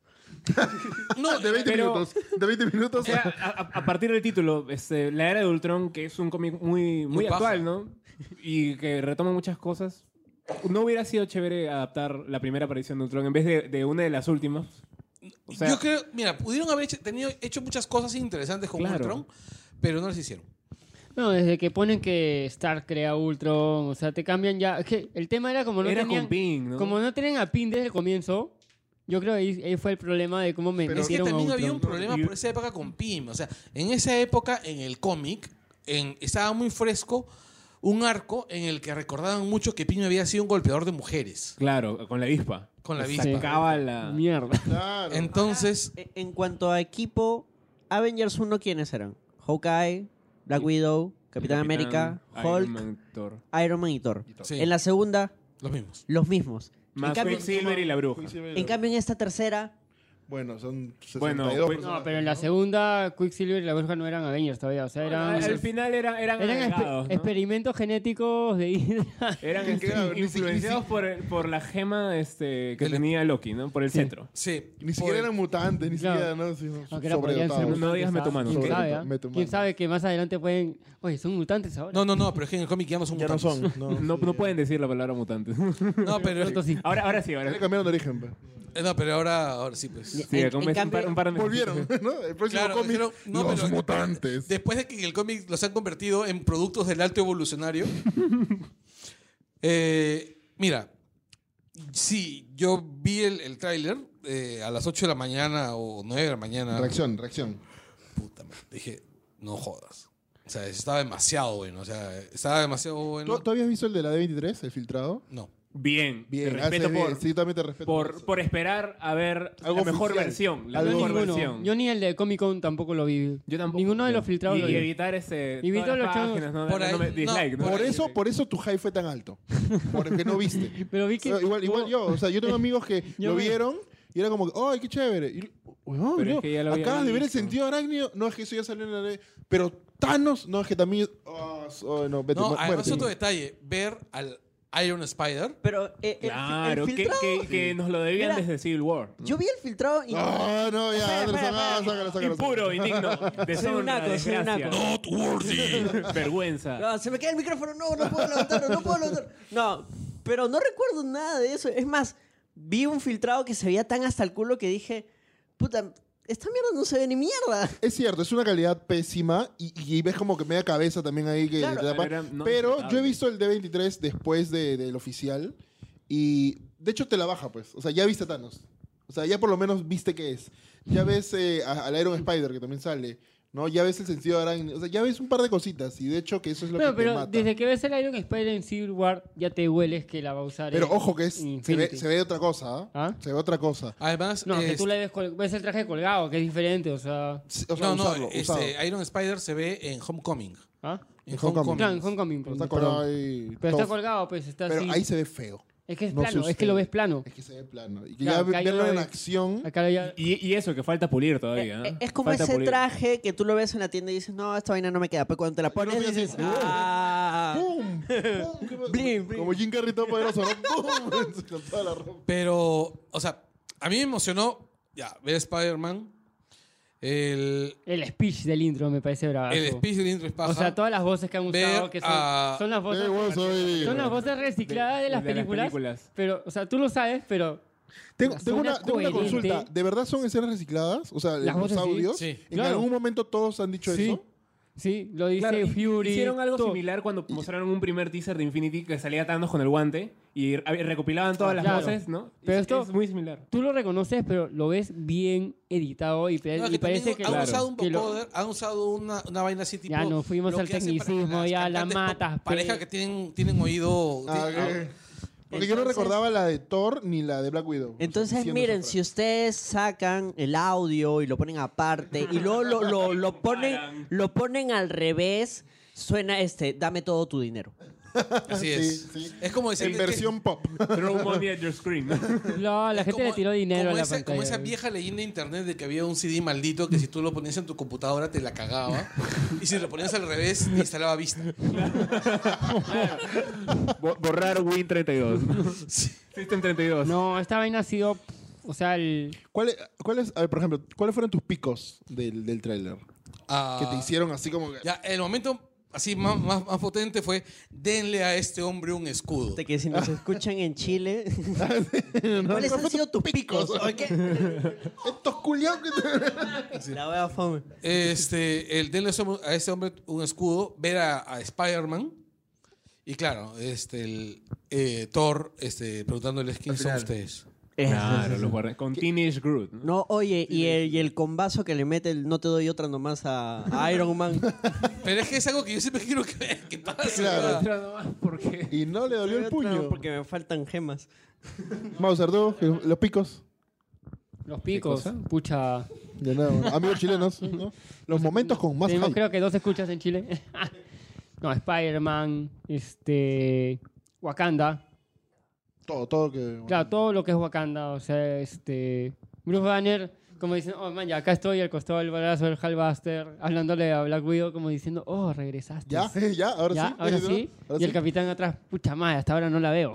no,
De 20
Pero-
minutos. De 20 minutos.
O sea, a, a- a partir del título, este, La Era de Ultron, que es un cómic muy, muy,
Muy paja.
actual, ¿no? Y que retoma muchas cosas. ¿No hubiera sido chévere adaptar la primera aparición de Ultron en vez de, de una de las últimas? O sea,
yo creo, mira, pudieron haber hecho, tenido, hecho muchas cosas interesantes con
Claro.
Ultron, pero no las hicieron.
No, desde que ponen que Stark crea Ultron, o sea, te cambian ya. Es que el tema era como no
era
tenían,
con Ping, ¿no?
como no tenían a Pin desde el comienzo. Yo creo que ahí, ahí fue el problema de cómo me
Pero-
es que
metieron a
también había
Ultron.
un problema
Y-
por esa época con Pym. O sea, en esa época, en el cómic, en- estaba muy fresco un arco en el que recordaban mucho que Pym había sido un golpeador de mujeres.
Claro, con la avispa.
Con la
Le
avispa.
Sacaba la...
Mierda.
Claro.
Entonces,
E- En cuanto a equipo, Avengers 1, ¿quiénes eran? Hawkeye, Black Widow, Capitán, América,
Iron
Hulk, Iron Man.
Man, Thor.
y Thor.
sí,
En la segunda,
los mismos.
los mismos. En
Más
cambio,
Quicksilver y la bruja.
Quicksilver y
en
la-
cambio, en esta tercera,
Bueno, son 62
Bueno, pues-
personajes,
No, pero en la segunda, Quicksilver y la bruja no eran Avengers todavía. O sea, eran.
al final eran, eran,
eran exper-
agregados, ¿no?
experimentos genéticos de Hydra.
Eran
Que
este,
claro, ni si-
influenciados por, el- por la gema este, que
Del-
tenía Loki, ¿no? Por el
Sí.
centro.
Sí.
Ni siquiera eran mutantes, ni
Claro.
siquiera, ¿no? Sí, no,
Aunque era podrían ser
sobredotados.
No digas
quién
metahumanos,
sabe,
¿ok?
¿quién sabe, ah?
Metahumanos.
¿Quién sabe que más adelante pueden. Oye, son mutantes ahora.
No, no, no, pero es que en el cómic ya no son
Ya no
mutantes.
son. No,
No,
sí,
no
ya.
pueden decir la palabra mutante.
No, pero,
Pronto sí.
ahora, ahora sí, ahora
Ya le
sí.
cambiaron de origen. pues. pe.
eh, no, pero ahora, ahora sí, pues.
Sí,
En-
acá un
en
mes- un
cambio-
par- un par de-
Volvieron, ¿no? El próximo
Claro,
cómic.
dijeron, no,
los
pero-
mutantes.
Después de que en el cómic los han convertido en productos del alto evolucionario. eh, mira, sí, yo vi el, el tráiler eh, a las 8 de la mañana o 9 de la mañana.
Reacción, reacción.
Puta madre. Dije, no jodas. O sea, estaba demasiado bueno. O sea, estaba demasiado
¿Tú,
bueno.
tú habías visto el de la D23, el filtrado?
No.
Bien,
Bien,
bien. respeto
haces
por,
bien. Sí, también te respeto.
por,
eso.
por esperar a ver
Algo
la mejor
oficial.
versión. La
Algo
mejor
oficial.
versión.
Yo ni el de Comic Con tampoco lo vi.
Yo tampoco.
Ninguno de los filtrados
y,
lo
y
vi.
evitar ese.
Evitó
todas las
los chavos.
páginas, no,
Por
no, no
ahí-
me- dislike,
no,
¿no?
Por
Ay,
eso, por eso tu hype fue tan alto. Porque no viste.
Pero vi
O
que.
sea, igual, igual yo. O sea, yo tengo amigos que
Yo
lo
vi-
vieron y era como, que, ¡ay, qué chévere! Y, weón,
Pero es
no,
que ya lo habían
acabas de ver el
visto.
sentido arácnido. No, es que eso ya salió en la ley. Pero Thanos, no, es que también. ah, oh, no, vete,
No,
mu-
además
muérete.
otro detalle. Ver al Iron Spider.
Pero eh, el fi-
Claro,
el
que,
filtrado...
que, que Ah. nos lo debían
Mira.
desde Civil War.
Yo vi el filtrado y...
No, no,
Espera,
ya, Andrés,
espera,
ah,
espera.
sácalo, sácalo.
Impuro, indigno. Deshonra,
naco, soy un
desgracia.
naco.
Not worthy.
Vergüenza.
No, se me cae el micrófono, no, no puedo levantarlo, no puedo levantarlo. No, pero no recuerdo nada de eso. Es más, vi un filtrado que se veía tan hasta el culo que dije, puta, esta mierda no se ve ni mierda.
Es cierto, es una calidad pésima y, y ves como que media cabeza también ahí que
Claro.
te tapa.
Pero era no
Pero yo he
disfrutable.
visto el D23 después de- del oficial y de hecho te la baja, pues. O sea, ya viste a Thanos. O sea, ya por lo menos viste qué es. Ya ves eh, a- al Iron Spider que también sale. ¿no? Ya ves el sentido de arácnido. O sea, ya ves un par de cositas y de hecho que eso es lo
Bueno,
que te
pero
mata.
desde que ves el Iron Spider en Civil War, ya te hueles que la va a usar.
Pero
en
ojo que es, se, ve,
Infinity.
se ve otra cosa. ¿ah?
¿Ah?
Se ve otra cosa.
Además,
No, que
este,
tú le ves, col- ves el traje colgado, que es diferente, o sea.
O sea,
no, no,
usarlo,
este,
usado.
Iron Spider se ve en Homecoming.
¿Ah?
En
En Homecoming.
Homecoming.
Claro, en Homecoming,
Pero
pero,
está
perdón.
colgado ahí.
Pero está
Tof.
colgado, pues está
Pero
así.
ahí se ve feo.
Es que es
No sé
plano, es que
usted.
lo ves plano.
Es que se ve plano. Y que
Claro,
ya
que ahí
verlo
lo
en
ves.
acción.
Acá ya.
Y, y eso, que falta pulir todavía. ¿eh?
Eh, Es como
Falta
ese
pulir.
traje que tú lo ves en la tienda y dices, no, esta vaina no me queda. Pero cuando te la pones,
no soy así.
dices,
No.
ah.
¡Pum! ¡Pum! ¿Qué pasa?
Blim, blim.
Como Jim Carrey todo poderoso, ¿no? ¡Pum! Con toda la ropa.
Pero, o sea, a mí me emocionó ya, ver Spider-Man. El,
El speech del intro me parece bravo.
el speech del intro es paja.
O sea, todas las voces que han usado,
Ver
que son,
a-
son las voces.
Hey, vos soy-
Son las voces recicladas de, las,
de las
películas,
películas.
Pero, o sea, tú lo sabes, pero.
Tengo,
Suena
tengo una, tengo una
coherente.
consulta. ¿De verdad son escenas recicladas? O sea,
Las
los
voces sí.
audios.
Sí.
¿En
Claro.
algún momento todos han dicho
Sí.
eso?
Sí, lo dice
Claro, y-
Fury.
Hicieron algo
todo.
similar cuando mostraron un primer teaser de Infinity que salía Thanos con el guante y re- eh, recopilaban todas las
Claro.
voces, ¿no? Y
Pero
es-
esto-
es muy similar.
Tú lo reconoces, pero lo ves bien editado y, pe-
No,
y
que
parece
también
que.
han
claro,
usado un
que
poco
lo-
de- han usado una, una vaina así tipo
Ya nos fuimos
lo
al
que hacen para
tecnicismo,
las
ya la
cantantes pop-
matas, pe.
Pareja que tienen, tienen oído.
Ah,
tienen-
ok. Porque yo no
Entonces-
recordaba la de Thor ni la de Black Widow.
Entonces, miren, si ustedes sacan el audio y lo ponen aparte y luego lo, lo, lo ponen,
Comparan.
lo ponen al revés, suena este, dame todo tu dinero.
así
Sí,
es.
sí.
Es como decir.
En
Pues que-
versión pop.
Throw money at your screen.
No, la
es
gente
como-
le tiró dinero
como
a la
esa,
pantalla.
Como esa vieja leyenda de internet de que había un CD maldito que si tú lo ponías en tu computadora te la cagaba. y si lo ponías al revés te instalaba Vista.
Bo- Borrar Win 32. System 32.
No, esta vaina ha sido. pff, O sea, el.
¿Cuál es- cuál es- a ver, por ejemplo, ¿cuáles fueron tus picos del, del tráiler?
Ah,
Que te hicieron así como que...
Ya, el momento así más, más, más potente fue denle a este hombre un escudo.
De que si nos escuchan en Chile, ¿cuáles han sido tus picos? ¿O qué?
Estos culiados que...
La wea fome.
Este, el denle a ese hombre- a este hombre un escudo, ver a, a Spider-Man. Y claro, este, el, eh, Thor este, preguntándoles quién son ustedes.
Claro, los guardé. Con Teenage Groot. ¿no?
Eh, No, oye, y el, y el combazo que le mete el no te doy otra nomás a, a Iron Man.
Pero es que es algo que yo siempre quiero que, que pase.
Claro.
¿verdad?
Otra nomás, porque-
Y no le dolió el puño.
Porque me faltan gemas.
Mauser, tú, los picos.
Los picos.
cosa?
Pucha.
De nuevo, amigos chilenos, ¿no? Los momentos con más
Tenemos
hype.
creo que dos escuchas en Chile. no, Spider-Man, este. Wakanda.
Todo, todo que...
Claro, todo lo que es Wakanda. O sea, este. Bruce Banner. como diciendo, oh man, ya acá estoy al costado del brazo del Hallbuster, hablándole a Black Widow, como diciendo, oh, regresaste.
¿Ya? ¿Ya? ¿Ahora
¿Ya?
sí?
ahora sí.
¿Ahora
y el capitán atrás, pucha madre, hasta ahora no la veo.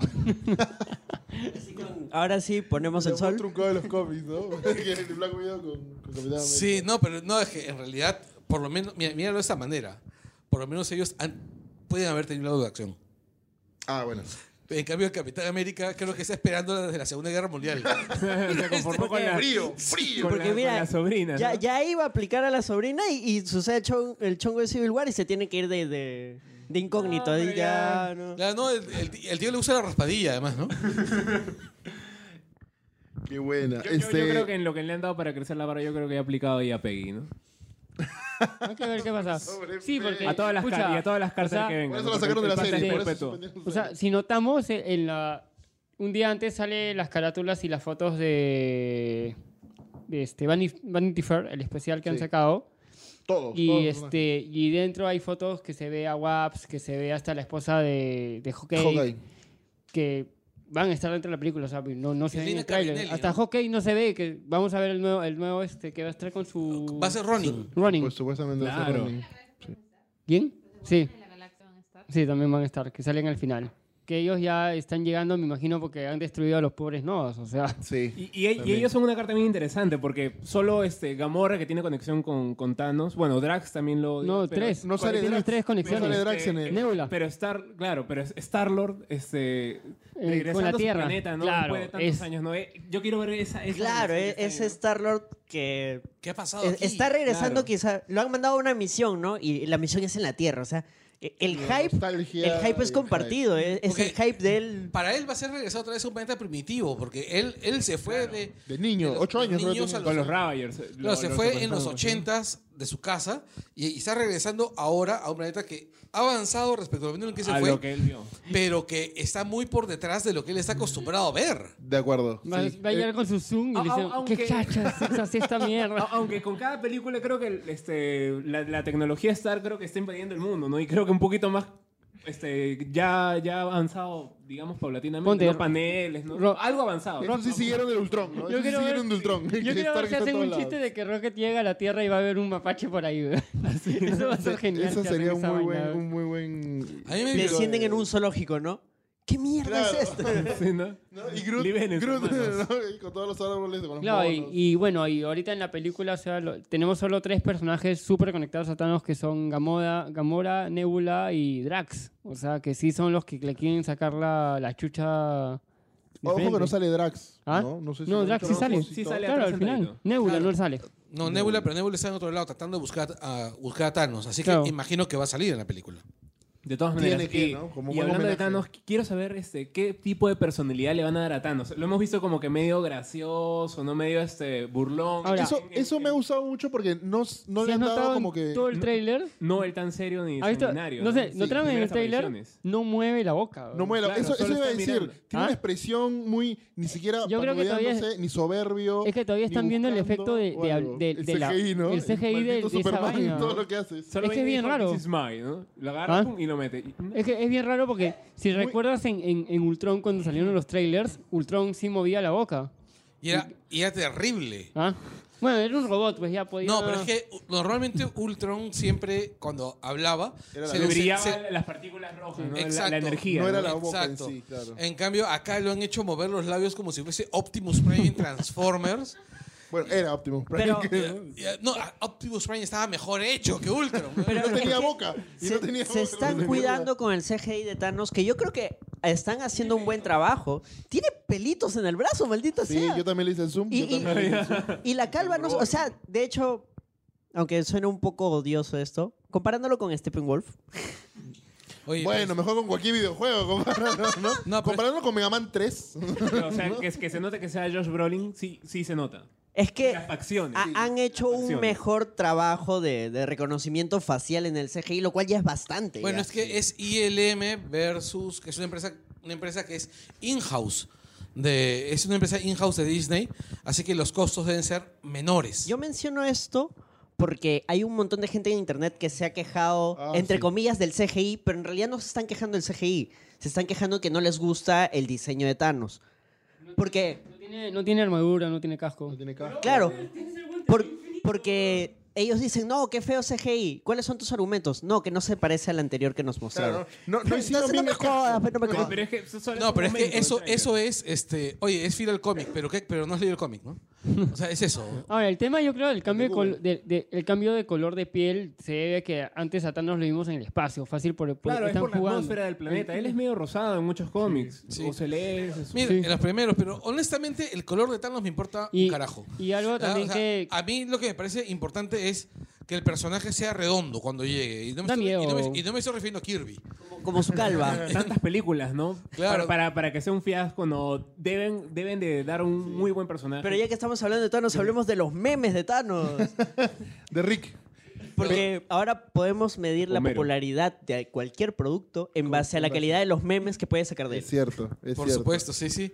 Ahora sí, ponemos el
Lo más
sol.
trucado de los cómics, ¿no? Que el Black Widow con, con Capitán
Sí, no, pero no, es que en realidad, por lo menos, mira- míralo de esta manera. Por lo menos ellos han- pueden haber tenido un lado de acción.
América. Ah, bueno.
En cambio, el Capitán América creo que está esperando desde la Segunda Guerra Mundial.
Se conformó con la,
Frío, frío.
con
Porque
la- con
mira,
la sobrina.
Ya,
¿no?
ya iba a aplicar a la sobrina y, y sucede chon- el chongo de Civil War y se tiene que ir de, de- de incógnito.
No,
y
pero ya.
ya, no.
Claro, no, el, el- el tío le usa la raspadilla, además, ¿no?
Qué buena.
Yo, yo- yo
este,
creo que en lo que le han dado para crecer la barba, yo creo que he aplicado ahí a Peggy, ¿no?
Hay que ver qué pasa.
Sobre
Sí, porque.
A todas las,
pucha,
car- y a todas las cárceles
o sea,
que vengan.
Por eso
¿no?
la sacaron de la
Porque el
serie.
pase
Por
es
eso
perpetuo.
suspendieron
O
la
sea,
serie.
si notamos, eh, en la, un día antes sale las carátulas y las fotos de, de este Vanif- Vanity Fair, el especial que han
Sí.
sacado.
Todos, todos
Y,
los personajes.
este, y dentro hay fotos que se ve a Waps, que se ve hasta la esposa de, de Hawkeye,
Hawkeye.
que van a estar dentro de la película, o sea, no, no se ve en
Lina
el tráiler.
Cardinelli,
Hasta
¿no?
Hawkeye no se ve, que vamos a ver el nuevo, el nuevo este, que va a estar con su...
Va a ser Ronin.
Running.
Pues supuestamente va a ser
Claro.
Ronin.
¿Quién? Sí.
la galaxia van a estar.
Sí, también van a estar, que salen al final. Que ellos ya están llegando, me imagino, porque han destruido a los pobres nodos, o sea.
Sí.
Y, e-, y- y ellos son una carta bien interesante porque solo este Gamora que tiene conexión con, con Thanos, bueno, Drax también lo...
No,
pero-
tres.
no sale
Tienen
Drax.
tres conexiones.
No sale Drax en
Este,
el-
Nebula. Eh,
Pero Star, claro, pero Star Lord, este,
con
regresando
la
a su
Tierra.
planeta, ¿no?
Claro,
Después de tantos
es-
años, ¿no? Eh, Yo quiero ver esa. esa
Claro, eh,
esa
es,
que está ahí,
Star-Lord que
¿Qué ha pasado
es-
aquí?
está regresando
Claro.
quizá. Lo han mandado a una misión, ¿no? Y la misión es en la Tierra, o sea, e- el
La
hype...
nostalgia
El hype
y
es compartido, es, es el
Ok.
hype del...
Para él va a ser regresar otra vez a un planeta primitivo, porque él, él se fue de...
De niño,
de los-
ocho años,
niños
¿no?
a
¿no? Con los Ravagers. eh,
Claro,
lo-
se
lo
fue en
secuestraron,
los
¿no?
80s de su casa y, y está regresando ahora a un planeta que ha avanzado respecto al momento en el que se
A
fue,
lo que él vio.
pero que está muy por detrás de lo que él está acostumbrado a ver.
De acuerdo.
Va,
sí.
va a llegar con su Zoom y le
au-
dicen,
au-
¿qué
aunque-
chachas es así esta
A-
mierda?
Aunque con cada película creo que el- este, la, la tecnología Star creo que está invadiendo el mundo, ¿no? Y creo que un poquito más este, ya, ya avanzado, digamos, paulatinamente.
Ponte-
¿no? paneles, ¿no?
Ro-
Algo
Ah,
avanzado.
Eso sí siguieron del Ultron, ¿no? Eso sí
ver-
siguieron de Ultron.
yo
Que
quiero ver
Stark
si
está
hacen
en
un
todos
chiste
lados.
de que Rocket llega a la Tierra y va a haber un mapache por ahí. ¿verdad? Eso va a ser genial.
Eso
que hacen
sería un
esa
muy,
vaina,
buen,
¿verdad?
un muy buen...
A mí me
Descienden en un zoológico, ¿no? ¿Qué mierda es esto?
Sí, ¿no?
¿no? Y Groot,
Liberen,
Groot,
hermanos.
¿no? Y con todos los árboles, con los
Claro, y,
monos.
y bueno, y ahorita en la película o sea, lo- tenemos solo tres personajes súper conectados a Thanos que son Gamora, Gamora, Nebula y Drax. O sea, que sí son los que le quieren sacar la, la chucha.
Ojo
diferente.
que no sale Drax,
¿Ah?
¿no? No, sé si
No,
lo
Drax sí
han hecho a
sale.
propósito.
Sí sale.
Claro,
atrás
al final.
sentadito.
Nebula
Claro.
no sale.
No,
Mm.
Nebula, pero Nebula está en otro lado tratando de buscar a, buscar a Thanos, así
Claro.
que imagino que va a salir en la película.
De todas
Tiene
maneras.
que,
y,
¿no? Como
y
buen
hablando de
homenaje.
Thanos, qu- quiero saber este, qué tipo de personalidad le van a dar a Thanos. Lo hemos visto como que medio gracioso, no medio este, burlón.
Ahora-
Eso,
En- en-
eso me ha gustado mucho porque no, no
¿Sí
le
has
han dado
notado
como
en
que...
todo el tráiler?
No el tan serio ni
¿Has visto?
sanguinario.
No sé,
Sí,
notaron en el
primeras
trailer,
apariciones.
no mueve la boca.
No mueve la-
Claro,
eso, eso
solo
iba a
está
decir.
mirando.
Tiene
¿Ah?
una expresión muy. Ni siquiera.
Yo creo que todavía-
parodiándose, Ni soberbio.
Es que todavía
ni
están viendo el efecto
buscando
de-
o
de-
algo.
de-
el
de la-
CGI, ¿no?
el CGI de-
maldito
de esa
Superman y
vaina.
todo lo que haces.
Solo
Es que
ahí
es bien
dijo,
raro.
"This is mine", ¿no? Lo agarra
¿Ah?
pum, y lo mete.
Mm.
Es que es bien raro porque si recuerdas en, en- en Ultron cuando salieron los trailers, Ultron sí movía la boca.
Y era, y era terrible.
¿Ah? Bueno, era un robot, pues ya podía...
No, pero es que normalmente Ultron siempre, cuando hablaba,
Era la-
Le
se-
brillaban
se-
las partículas rojas, ¿no? La- la,
Exacto.
energía.
No
¿no?
era la boca
Exacto.
en sí, claro.
En cambio, acá lo han hecho mover los labios como si fuese Optimus Prime en Transformers.
Bueno, era Optimus Prime.
Pero-
que
Y, eh, no, a- Optimus Prime estaba mejor hecho que Ultron.
no tenía boca. y
Se,
no tenía
se
boca.
están cuidando con el CGI de Thanos, que yo creo que están haciendo un buen trabajo. Tiene pelitos en el brazo, maldito
Sí,
sea.
yo también le hice el zoom.
Y,
yo también le
y-
hice el zoom.
y la calva no. O sea, de hecho, aunque suene un poco odioso esto, comparándolo con Steppenwolf,
Oye,
Bueno, mejor con cualquier videojuego. comparado, pues. ¿no?
pero-
Comparándolo con Mega Man 3.
Pero, o sea, que, que se note que sea Josh Brolin, sí, sí se nota.
es que
Las facciones.
ha-
sí.
han hecho
Las
un
facciones.
mejor trabajo de, de reconocimiento facial en el CGI, lo cual ya es bastante.
Bueno,
ya.
es que es ILM versus, que es una empresa, una empresa que es in-house. De, es una empresa in-house de Disney, así que los costos deben ser menores.
Yo menciono esto porque hay un montón de gente en internet que se ha quejado,
Ah,
entre
sí.
comillas, del CGI, pero en realidad no se están quejando del CGI. Se están quejando que no les gusta el diseño de Thanos. Porque,
No tiene, no tiene armadura, no tiene casco.
No tiene caja.
claro, Por- porque ellos dicen, no, qué feo CGI. ¿Cuáles son tus argumentos? No, que no se parece al anterior que nos mostraron.
Claro, no, no, no hicieron
Entonces,
bien
no me
el casting.
jodas, pues, no me jodas.
pero es que eso solo
No,
un
pero es que
momento,
eso,
tranquilo.
eso es, este, oye, es fiel al cómic, pero, ¿qué? pero no has leído el cómic, ¿no? O sea, es eso.
Ahora, el tema yo creo del cambio de, col- de- de- el cambio de color de piel se debe a que antes a Thanos lo vimos en el espacio, fácil por, por
Claro, es
están
por la
jugando.
atmósfera del planeta. Él es medio rosado en muchos cómics.
Sí.
O se lee. se su-
Mira,
Sí.
en los primeros, pero honestamente el color de Thanos me importa
Y-
un carajo.
y algo
Ah, o
también
sea,
que-
A mí lo que me parece importante es que el personaje sea redondo cuando llegue. Y no me,
Da
estoy, y no me-
miedo.
y no me estoy refiriendo a Kirby.
Como su calva.
Tantas películas, ¿no?
Claro.
Para, para, para que sea un fiasco, no. Deben, deben de dar un muy buen personaje.
Pero ya que estamos hablando de Thanos, hablemos de los memes de Thanos.
De Rick.
Porque ahora podemos medir la
Homero.
popularidad de cualquier producto en base a la calidad de los memes que puedes sacar de él.
Es cierto, es
Por
cierto.
supuesto, sí, sí.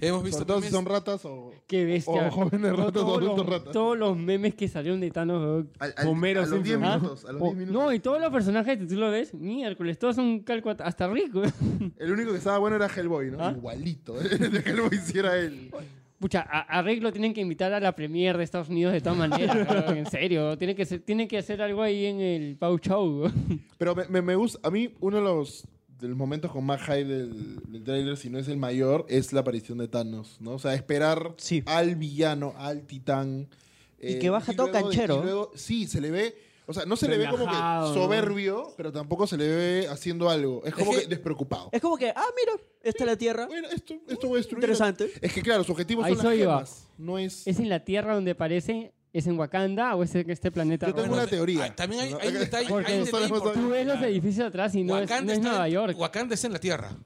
Hemos visto
Sobre todo si
memes-
son ratas o...
Qué bestia.
O jóvenes
No,
ratas o
todos
adultos
los-
ratas.
Todos los memes que salieron de Thanos. weón.
Al-
Homero
a los
Simpson.
10
¿Ah?
minutos. A los
O-
Oh,
10 minutos.
No, y todos los personajes, tú lo ves, miércoles, todos son calco at- hasta rico.
El único que estaba bueno era Hellboy, ¿no?
¿Ah?
Igualito. ¿eh? De Hellboy hiciera él.
Pucha, a, a Rick lo tienen que invitar a la premiere de Estados Unidos de todas maneras, weón, en serio. Tiene que, ser- tiene que hacer algo ahí en el Pau Chau. weón.
Pero me, me- me gusta. A mí, uno de los, de los momentos con más hype del, del trailer, si no es el mayor, es la aparición de Thanos, ¿no? O sea, esperar
Sí.
al villano, al titán.
Y que baja todo
luego de-
canchero.
y luego- sí, se le ve. O sea, no se le ve como
Relajado,
que
¿no?
soberbio, pero tampoco se le ve haciendo algo. Es como
que-
que despreocupado.
Es como que, ah, mira, esta es la Tierra.
Bueno, esto, esto voy a destruir.
Interesante.
Es que claro, su objetivo
Ahí
son las
soy yo.
gemas. No es...
¿Es en la Tierra donde aparece? ¿Es en Wakanda o es en este planeta?
Yo tengo
rojo?
una teoría.
Ah, también hay,
¿No?
hay un detalle,
Porque
hay un
no
detalle
sabemos
importante.
Tú ves los edificios atrás y no es, no
Wakanda
es
está en-
Nueva York.
Wakanda está en la Tierra.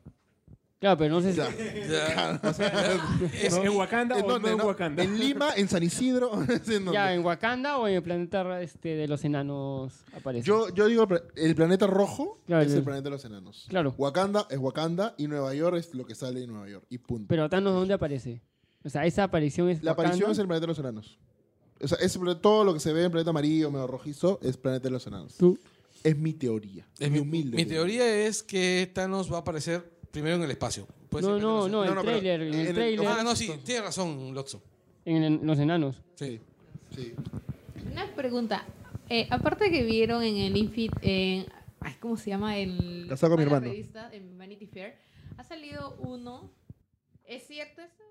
Claro, pero no sé si...
Ya.
Ya.
¿Es en Wakanda
¿En
o no
dónde,
en
no?
Wakanda?
¿En Lima? ¿En San Isidro? ¿Es en dónde?
Ya, en Wakanda o en el planeta este, de los enanos aparece.
Yo, yo digo, el planeta rojo
Claro,
es
yo-
el planeta de los enanos.
Claro.
Wakanda es Wakanda y Nueva York es lo que sale de Nueva York. Y punto.
Pero Thanos, ¿dónde aparece? O sea, esa aparición es
la
Wakanda.
aparición es el planeta de los enanos. O sea, es todo lo que se ve en planeta amarillo, medio rojizo, es planeta de los enanos.
Tú.
Es mi teoría. Es mi humilde.
Mi teoría es que Thanos va a aparecer primero en el espacio. Puede
No,
ser que
no,
sea-
no, el
Pues no, pero
trailer, en
en
el
el-
trailer,
Ah, no, sí, tiene razón, Lotso.
en, en los enanos.
Sí.
Sí.
Una pregunta. Eh, aparte que vieron en el Infit, en- ay, ¿cómo se llama? El,
Casado con mi
la
hermano.
revista, en Vanity Fair, ha salido uno. ¿Es cierto eso?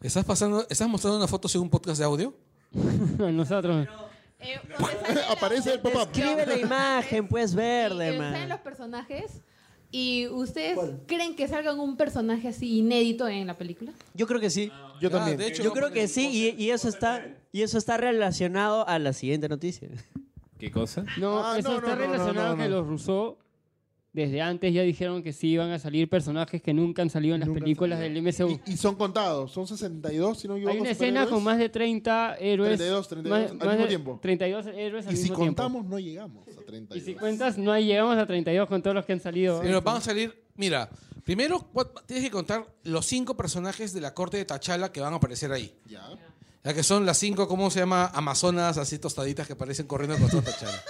¿Estás, pasando, ¿Estás mostrando una foto según un podcast de audio?
Nosotros.
Eh, donde sale la-
Aparece el pop-up.
Describe
Escribe la imagen, puedes
y
verla,
donde salen los
man.
personajes. ¿Y ustedes creen que salgan un personaje así inédito en la película?
Yo creo que sí.
Yo
Ah,
también.
de hecho-
Yo creo que sí, y, y eso está y eso está relacionado a la siguiente noticia.
¿Qué cosa?
No,
Ah,
eso
no,
está
no, no, no,
relacionado
no, no.
que los Rousseau desde antes ya dijeron que sí iban a salir personajes que nunca han salido en las
Nunca han
películas
salido.
del MCU.
y, y son contados. Son 62, si no me equivoco.
Hay una escena
superhéroes.
con más de 30 héroes.
32, 32
más-
al
más
mismo
de
tiempo.
32 héroes al
Y si
mismo tiempo.
contamos, no llegamos a 32.
Y si cuentas, no hay- llegamos a 32 con todos los que han salido.
Pero van a salir. Mira, primero what- tienes que contar los cinco personajes de la corte de Tachala que van a aparecer ahí.
Ya.
Ya que son las cinco, ¿cómo se llama? Amazonas así tostaditas que aparecen corriendo con todo Tachala.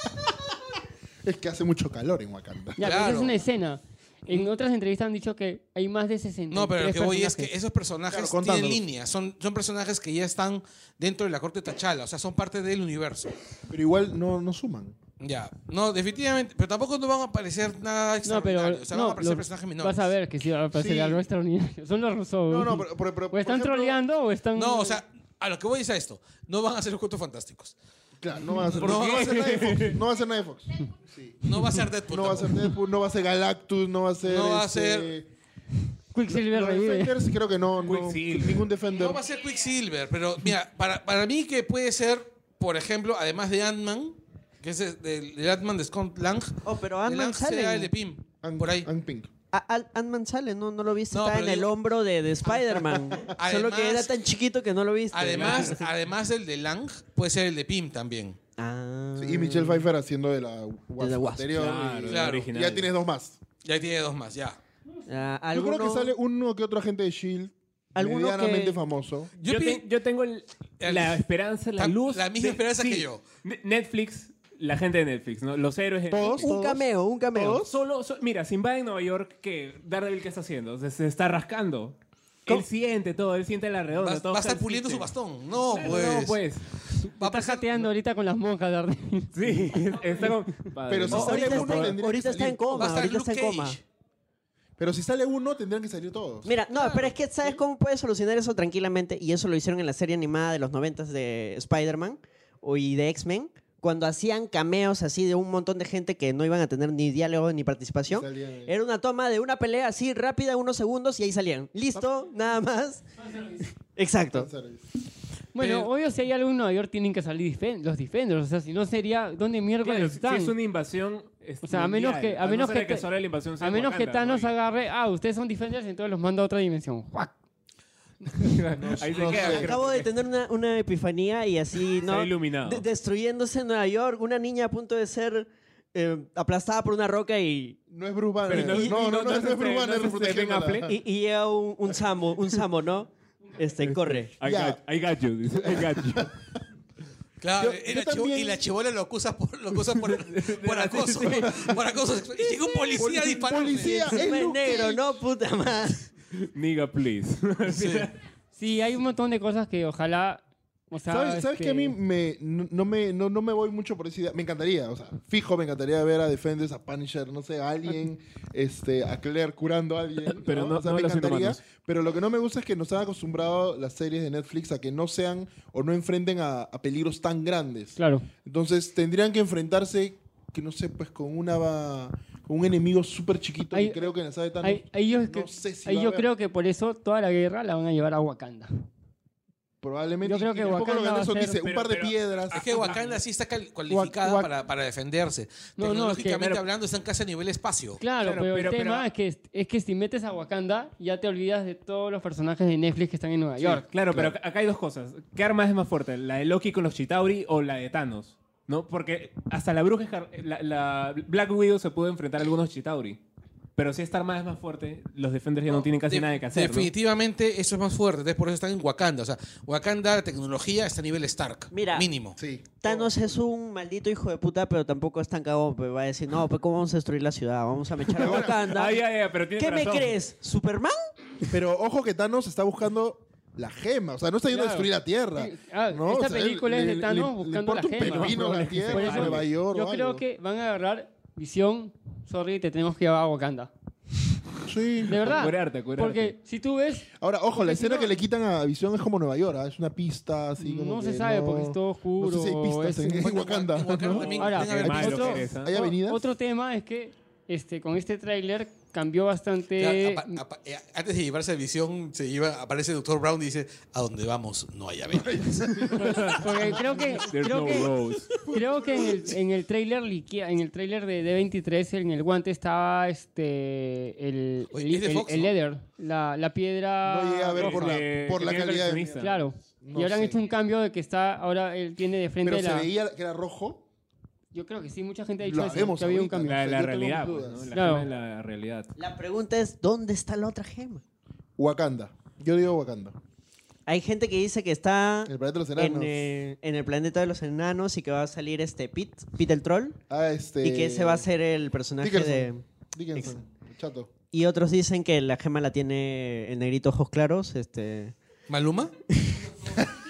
Es que hace mucho calor en Wakanda.
Ya,
Claro.
pero esa es una escena. En otras entrevistas han dicho que hay más de 60.
No, pero lo que voy es que esos personajes
Claro, contándolos.
tienen líneas. Son, son personajes que ya están dentro de la corte de Tachala. O sea, son parte del universo.
Pero igual no, no suman.
Ya. No, definitivamente. Pero tampoco no van a aparecer nada
No,
extraordinario.
pero
o sea, van a aparecer
los-
personajes menores.
Vas a ver que sí va a aparecer
Sí.
algo extraordinario. Son los rusos.
No, no, pero. pero- pero,
o
por
Pues están
ejemplo-
troleando o están.
No, o sea, a lo que voy es a esto. No van a ser los cuentos fantásticos.
Claro, no va a ser,
¿Por
no
qué?
va a ser nada de Fox. No va a ser nada de Fox.
No va a ser Deadpool.
No va a ser
tampoco.
Deadpool, no va a ser Galactus, no va a ser.
No va a
este,
ser-
Quicksilver
Los
revive.
Defenders creo que no. no
Quicksilver.
ningún Defender.
No va a ser Quicksilver, pero mira, para, para mí que puede ser, por ejemplo, además de Ant-Man, que es el- del del Ant-Man de Scott Lang,
Oh, pero
el
Ant-Man
Lang sea el de
sale.
Pim,
Ant-
por ahí.
Ant Pink.
A- Al- Ant-Man sale, no, no lo viste,
No,
está
pero
en el
digo-
hombro de, de Spider-Man. Solo que
Además-
era tan chiquito que Este, no lo viste.
Además, adbién. el de Lang, puede ser el de Pim también.
Ah.
Sí, y Michelle Pfeiffer haciendo de la Wasp,
Wasp.
anterior.
Claro,
y-
Claro.
el
y
original.
ya tienes dos más.
Ya tiene dos más, ya.
Ah,
Yo
¿alguno,
creo que sale uno que otro agente de Shield.
Alguno
E medianamente
que-
famoso.
Yo,
Yo,
pi-
te- yo tengo el-
El-
la esperanza, la
la-
luz.
la misma esperanza que yo.
Ne- Netflix, la gente de Netflix, ¿no? Los héroes. de
Todos.
Netflix.
un cameo, un cameo.
Solo, so- mira, si invade Nueva York, que Daredevil, ¿qué está haciendo? Se, se está rascando. Él siente todo, él siente la redonda.
va,
todo
va a estar
salsicha.
puliendo su bastón. No,
Claro,
pues.
No, pues.
Va a
Está
pasar-
jateando ahorita con las monjas de Arden.
Sí, está como... Padre,
Pero si
no.
O-
sale
ahorita
uno,
está en-
tendría que
ahorita está
salir.
en coma,
Va a estar
ahorita está
Luke
en coma.
Cage.
Pero si sale uno, tendrían que salir todos.
Mira, no, pero es que ¿sabes cómo puedes solucionar eso tranquilamente? Y eso lo hicieron en la serie animada de los noventas de Spider-Man o- y de X-Men, cuando hacían cameos así de un montón de gente que no iban a tener ni diálogo ni participación.
Salían ahí.
Era una toma de una pelea así rápida, unos segundos, y ahí salían. Listo, nada más. Exacto.
Bueno,
Pero-
obvio, si hay algo en Nueva York, tienen que salir difen- los Defenders. O sea, si no sería. ¿Dónde
Claro,
miércoles
si
están?
es una invasión.
O sea, a menos que- a menos que te-
solo la invasión sea
A
en
menos que
Wakanda, ¿no?
Thanos agarre. Ah, ustedes son Defenders, entonces los manda a otra dimensión. ¡Juac!
Ahí se
no
queda,
sé.
creo
Acabo
que-
de tener una, una epifanía y así, ¿no?
Está iluminado.
De- destruyéndose en Nueva York, una niña a punto de ser eh, aplastada por una roca y,
No es Bruce Banner.
Pero no-
No,
y-
no, no,
y no
no es
se-
Bruce
no
Banner
se- Ben
protegiéndola.
Affleck.
Ajá.
y, y llega un, un samo, un samo, ¿no? Este, corre.
I
Ya.
got, I got you, dice, I got you.
Claro,
Yo-
y
yo
la chivo-
también-
y la chivola lo acusa por, lo acusa por, por acoso. Por acoso. sexual. Y llega un policía a
Policía,
dispararle.
policía. Es
Encima es
Luke
negro,
Cage.
¿no? Puta madre.
Nigga, please.
Sí.
Sí, hay un montón de cosas que ojalá. O sea,
¿Sabes, sabes
este,
que a mí me, no, no me, no, no me voy mucho por esa idea? Me encantaría, o sea, fijo, me encantaría ver a Defenders, a Punisher, no sé, a alguien, este, a Claire curando a alguien.
Pero no-
O sea,
no
me
los
encantaría.
inhumanos.
Pero lo que no me gusta es que nos han acostumbrado las series de Netflix a que no sean o no enfrenten a, a peligros tan grandes.
Claro.
Entonces tendrírían que enfrentarse, que no sé, pues con una va- con un enemigo súper chiquito
Ahí-
que creo que en la sabe tan
Ahí, ahí yo,
no sé si
ahí
va a
yo
haber.
creo que por eso toda la guerra la van a llevar a Wakanda.
probablemente.
yo creo que
y tampoco
Wakanda
lo
va a
eso
ser-
dice, un
Pero-
par de
pero-
piedras.
Es que Wakanda sí está cal- cualificada
Wak-
para, para defenderse.
No, no, es que-
Tecnológicamente
pero-
hablando, están casi a nivel espacio.
Claro,
Claro,
pero,
pero-
el tema
pero-
es, que, es que si metes a Wakanda, ya te olvidas de todos los personajes de Netflix que están en Nueva York.
Claro, pero acá- acá hay dos cosas. ¿Qué arma es más fuerte? ¿La de Loki con los Chitauri o la de Thanos? ¿No? Porque hasta la bruja escar- la, la Black Widow se pudo enfrentar a algunos Chitauri. Pero si esta arma es más fuerte, los Defenders ya no, tienen casi
De-
nada que hacer. ¿no?
Definitivamente eso es más fuerte. Entonces, por eso están en Wakanda. O sea, Wakanda, la tecnología está a nivel Stark.
Mira.
Mínimo.
Sí.
Thanos es un maldito hijo de puta, pero tampoco es tan cagón. Pues va a decir, no, pues ¿cómo vamos a destruir la ciudad? Vamos a mechar a Wakanda.
Ah, ya, ya, pero tienes
¿Qué me
razón.
crees? ¿Superman?
Pero ojo que Thanos está buscando la gema. O sea, no está yendo a
Claro.
destruir la Tierra.
Sí, ah,
¿no?
esta
O sea,
película es de Thanos
le-
buscando
le importa
la gema.
un pepino la
Por
Tierra,
eso
Nueva York o
yo creo
algo.
que van a agarrar visión. Sorry, te tenemos que llevar a Wakanda.
Sí.
De verdad.
Curarte, curarte.
Porque si tú ves,
Ahora, ojo,
Porque
la
si
escena
no-
que le quitan a Visión es como Nueva York. ¿ah? Es una pista así como
no se
que
sabe
no-
porque es todo oscuro.
No sé si hay pistas
es-
en, en
Bueno,
Wakanda.
en Wakanda
¿no?
también
Ahora,
deben haber
Malo
pistas.
otro-
que eres, ¿ah?
¿Hay avenidas?
Otro tema es que este, con este tráiler cambió
Claro,
bastante.
apa- apa- eh, antes de llevarse a visión, se lleva, aparece el Dr. Brown y dice, a dónde vamos no hay avenidas.
Porque creo que,
There's
creo
no
que,
roads.
creo que en el, en el tráiler liquea- en el tráiler de D23 en el guante estaba este el,
Oye,
el,
es de
el-
Fox,
el
¿no?
leather, la, la piedra.
No llegué a ver por la,
Eh,
por la
que viene
calidad. de-
coleccionista.
Claro.
No
y ahora han
sé.
hecho un cambio de que está ahora él tiene de frente
Pero se
la.
veía que era rojo.
Yo creo que sí, mucha gente ha dicho
Lo
eso,
vemos
que había un
ahorita,
cambio.
La,
O
la
sea, yo tengo
realidad,
mis
pues, ¿no?
dudas.
La,
Claro.
gema es la realidad.
La pregunta es, ¿dónde está la otra gema?
Wakanda. Yo digo Wakanda.
Hay gente que dice que está
El planeta de los enanos.
en, eh, en el planeta de los enanos y que va a salir este Pit, Pit el troll,
Ah, este...
y que ese va a ser el personaje
Dickerson.
de...
Dickinson. Chato.
Y otros dicen que la gema la tiene el negrito ojos claros, este...
¿Maluma?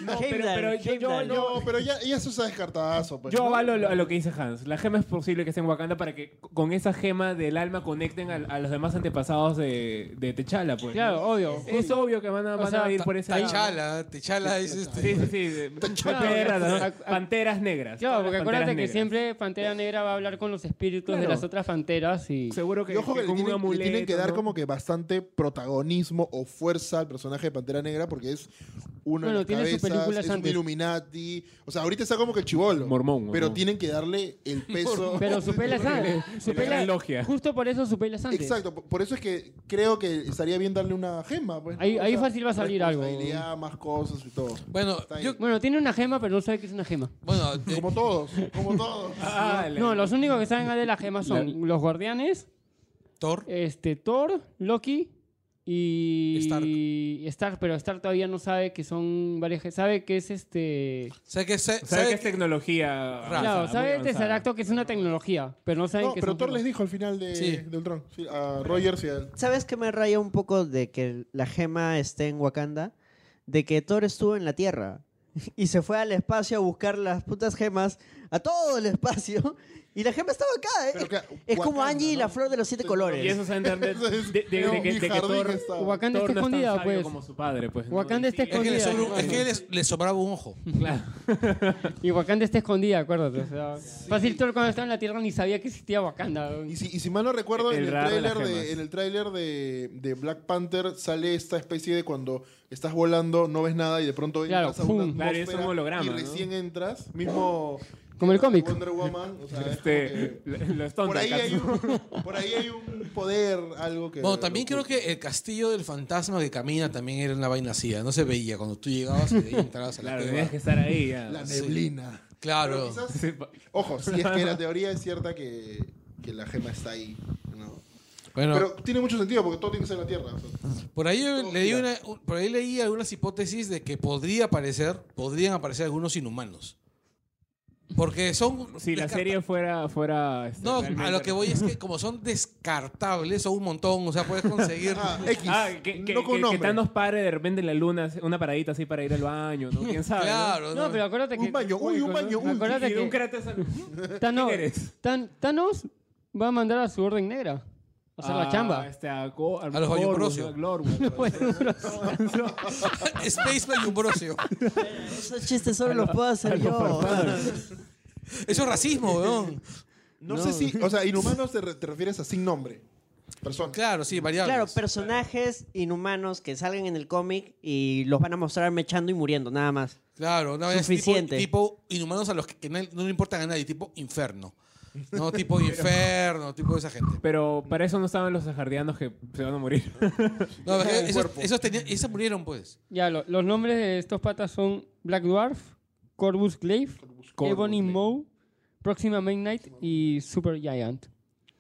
No, pero,
Heimdall,
pero yo, yo-
Heimdall.
yo-
No, pero ya, ya eso está descartadazo. Pues,
yo
¿no?
avalo lo, a lo que dice Hans. La gema es posible que esté en Wakanda para que c- con esa gema del alma conecten al- a, los demás antepasados de, de T'Challa, pues.
Claro, obvio.
Es obvio que van a, van a
sea,
ir por ese lado.
T'Challa, T'Challa es
Sí,
este...
sí, sí. de- Panteras, ¿no?
Ac- ac-
Panteras negras.
Claro, porque
Panteras
acuérdate que
negras.
siempre Pantera Negra va a hablar con los espíritus de
Claro.
las otras panteras y.
Seguro que,
Y ojo que,
que
le,
con
tienen,
un amuleto.
le tienen que dar
¿no?
como que bastante protagonismo o fuerza al personaje de Pantera Negra porque es
Bueno,
una de las
tiene sus
cabezas,
películas
es un
antes.
Illuminati. O sea, ahorita está como que chivolo.
Mormón, mormón.
Pero tienen que darle el peso.
Pero su pela es antes. Su
Le
pela-
dan logia.
Justo por eso su pela es antes.
Exacto, por- por eso es que creo que estaría bien darle una gema. Pues, ¿no?
Ahí-
O
ahí
sea,
fácil va a salir algo.
responsabilidad, más cosas y todo.
Bueno,
Está ahí.
yo,
Bueno, tiene una gema, pero no sabe que es una gema.
bueno, eh,
Como todos, como todos.
Ah, la-
No, los únicos que saben de las gemas son los guardianes,
Thor,
este, Thor, Loki y
Stark.
y Stark, pero Stark todavía no sabe que son varias. ge- Sabe que es este.
¿sabe qué? Sa-
¿Sabe
sabe
qué es
qué-
tecnología? avanzada,
Claro,
muy
sabe el
avanzada?
tesseracto que es una tecnología, pero no saben
No,
que
pero
son
Thor
gemas.
les dijo al final de,
Sí.
de Ultron. Sí, a Rogers y al...
¿Sabes qué me raya un poco de que la gema esté en Wakanda? De que Thor estuvo en la Tierra. y se fue al espacio a buscar las putas gemas a todo el espacio. Y la gema estaba acá, ¿eh?
Pero claro,
es como
Wakanda,
Angie y
¿no?
la flor de los siete
Y
colores.
eso se va a entender de,
Entonces,
de- de- de que, de
mi
que
jardín
Thor,
estaba.
Wakanda
Thor
está
no es tan
escondida,
sabio
pues.
como su padre, pues. ¿no?
Wakanda
Y-
está
y-
Es que, le,
escondida.
sobra- es que le- le sobraba un ojo.
Claro.
Y Wakanda está escondida, acuérdate. o sea, Fácil Thor cuando estaba en la Tierra ni sabía que existía Wakanda. weón.
Y si, y si mal no recuerdo,
El
en, el
raro de las
tráiler de,
gemas.
en el tráiler de, de Black Panther sale esta especie de cuando estás volando, no ves nada y de pronto
Claro,
entras a una
¡fum!
Claro, es un
atmósfera
holograma,
y
¿no?
recién entras, mismo...
Como el cómic.
Wonder Woman, o sea, es
Este,
como que
lo- los
por, ahí hay
Thundercats, ¿no?
un, por ahí hay un poder, algo que...
Bueno, también
lo
creo
oculta.
que el castillo del fantasma que camina también era una vaina así. ¿ah? No se veía. Cuando tú llegabas, y entrabas a la
Claro,
cueva.
tenías que estar ahí. ya.
La neblina. Pero
eh, Claro.
quizás-
Sí, pa-
ojo, si es que la teoría es cierta que, que la gema está ahí, ¿no?
Bueno,
Pero tiene mucho sentido porque todo tiene que ser en la Tierra. o sea.
por, ahí yo
todo
leí
gira.
una- un- por ahí leí algunas hipótesis de que podría aparecer, podrían aparecer algunos inhumanos. Porque son...
Si la
descarta-
serie fuera... fuera este,
No,
realmente-
a lo que voy es que como son descartables, son un montón, o sea, puedes conseguir...
Ah, X.
Ah, que, que,
no con
que- que
nombre.
Thanos pare de repente en la luna, una paradita así para ir al baño, ¿no? ¿Quién sabe?
Claro,
No,
no.
pero acuérdate que.
Un baño, uy, un baño, uy.
¿no?
Acuérdate
Y de un
que
cráter sal-
Thanos,
¿Quién eres?
Tan- Thanos va a mandar a su orden negra. A hacer la
Ah,
chamba.
Este, a, Go-
A los Bayumbrosio.
Gorgus, ¿no? A pues. Glorwyn.
Space Bayumbrosio.
Esos chistes solo los puedo hacer yo.
Eso es racismo, weón.
No, sé si, o sea, inhumanos te, re- te refieres a sin nombre. Persona.
Claro, sí, variables.
Claro, personajes inhumanos que salgan en el cómic y los van a mostrar mechando y muriendo, nada más.
Claro, no, es
Suficiente.
Tipo, tipo inhumanos a los que, que no, no le importan a nadie, tipo inferno. No, tipo inferno, tipo esa gente.
Pero para eso no estaban los sajardianos que se van a morir.
No, pero esos,
cuerpo.
esos tenían- esos murieron, pues.
Ya, lo- los nombres de estos patas son Black Dwarf, Corvus Glaive, Ebony Maw, Próxima Main Knight y Super Giant.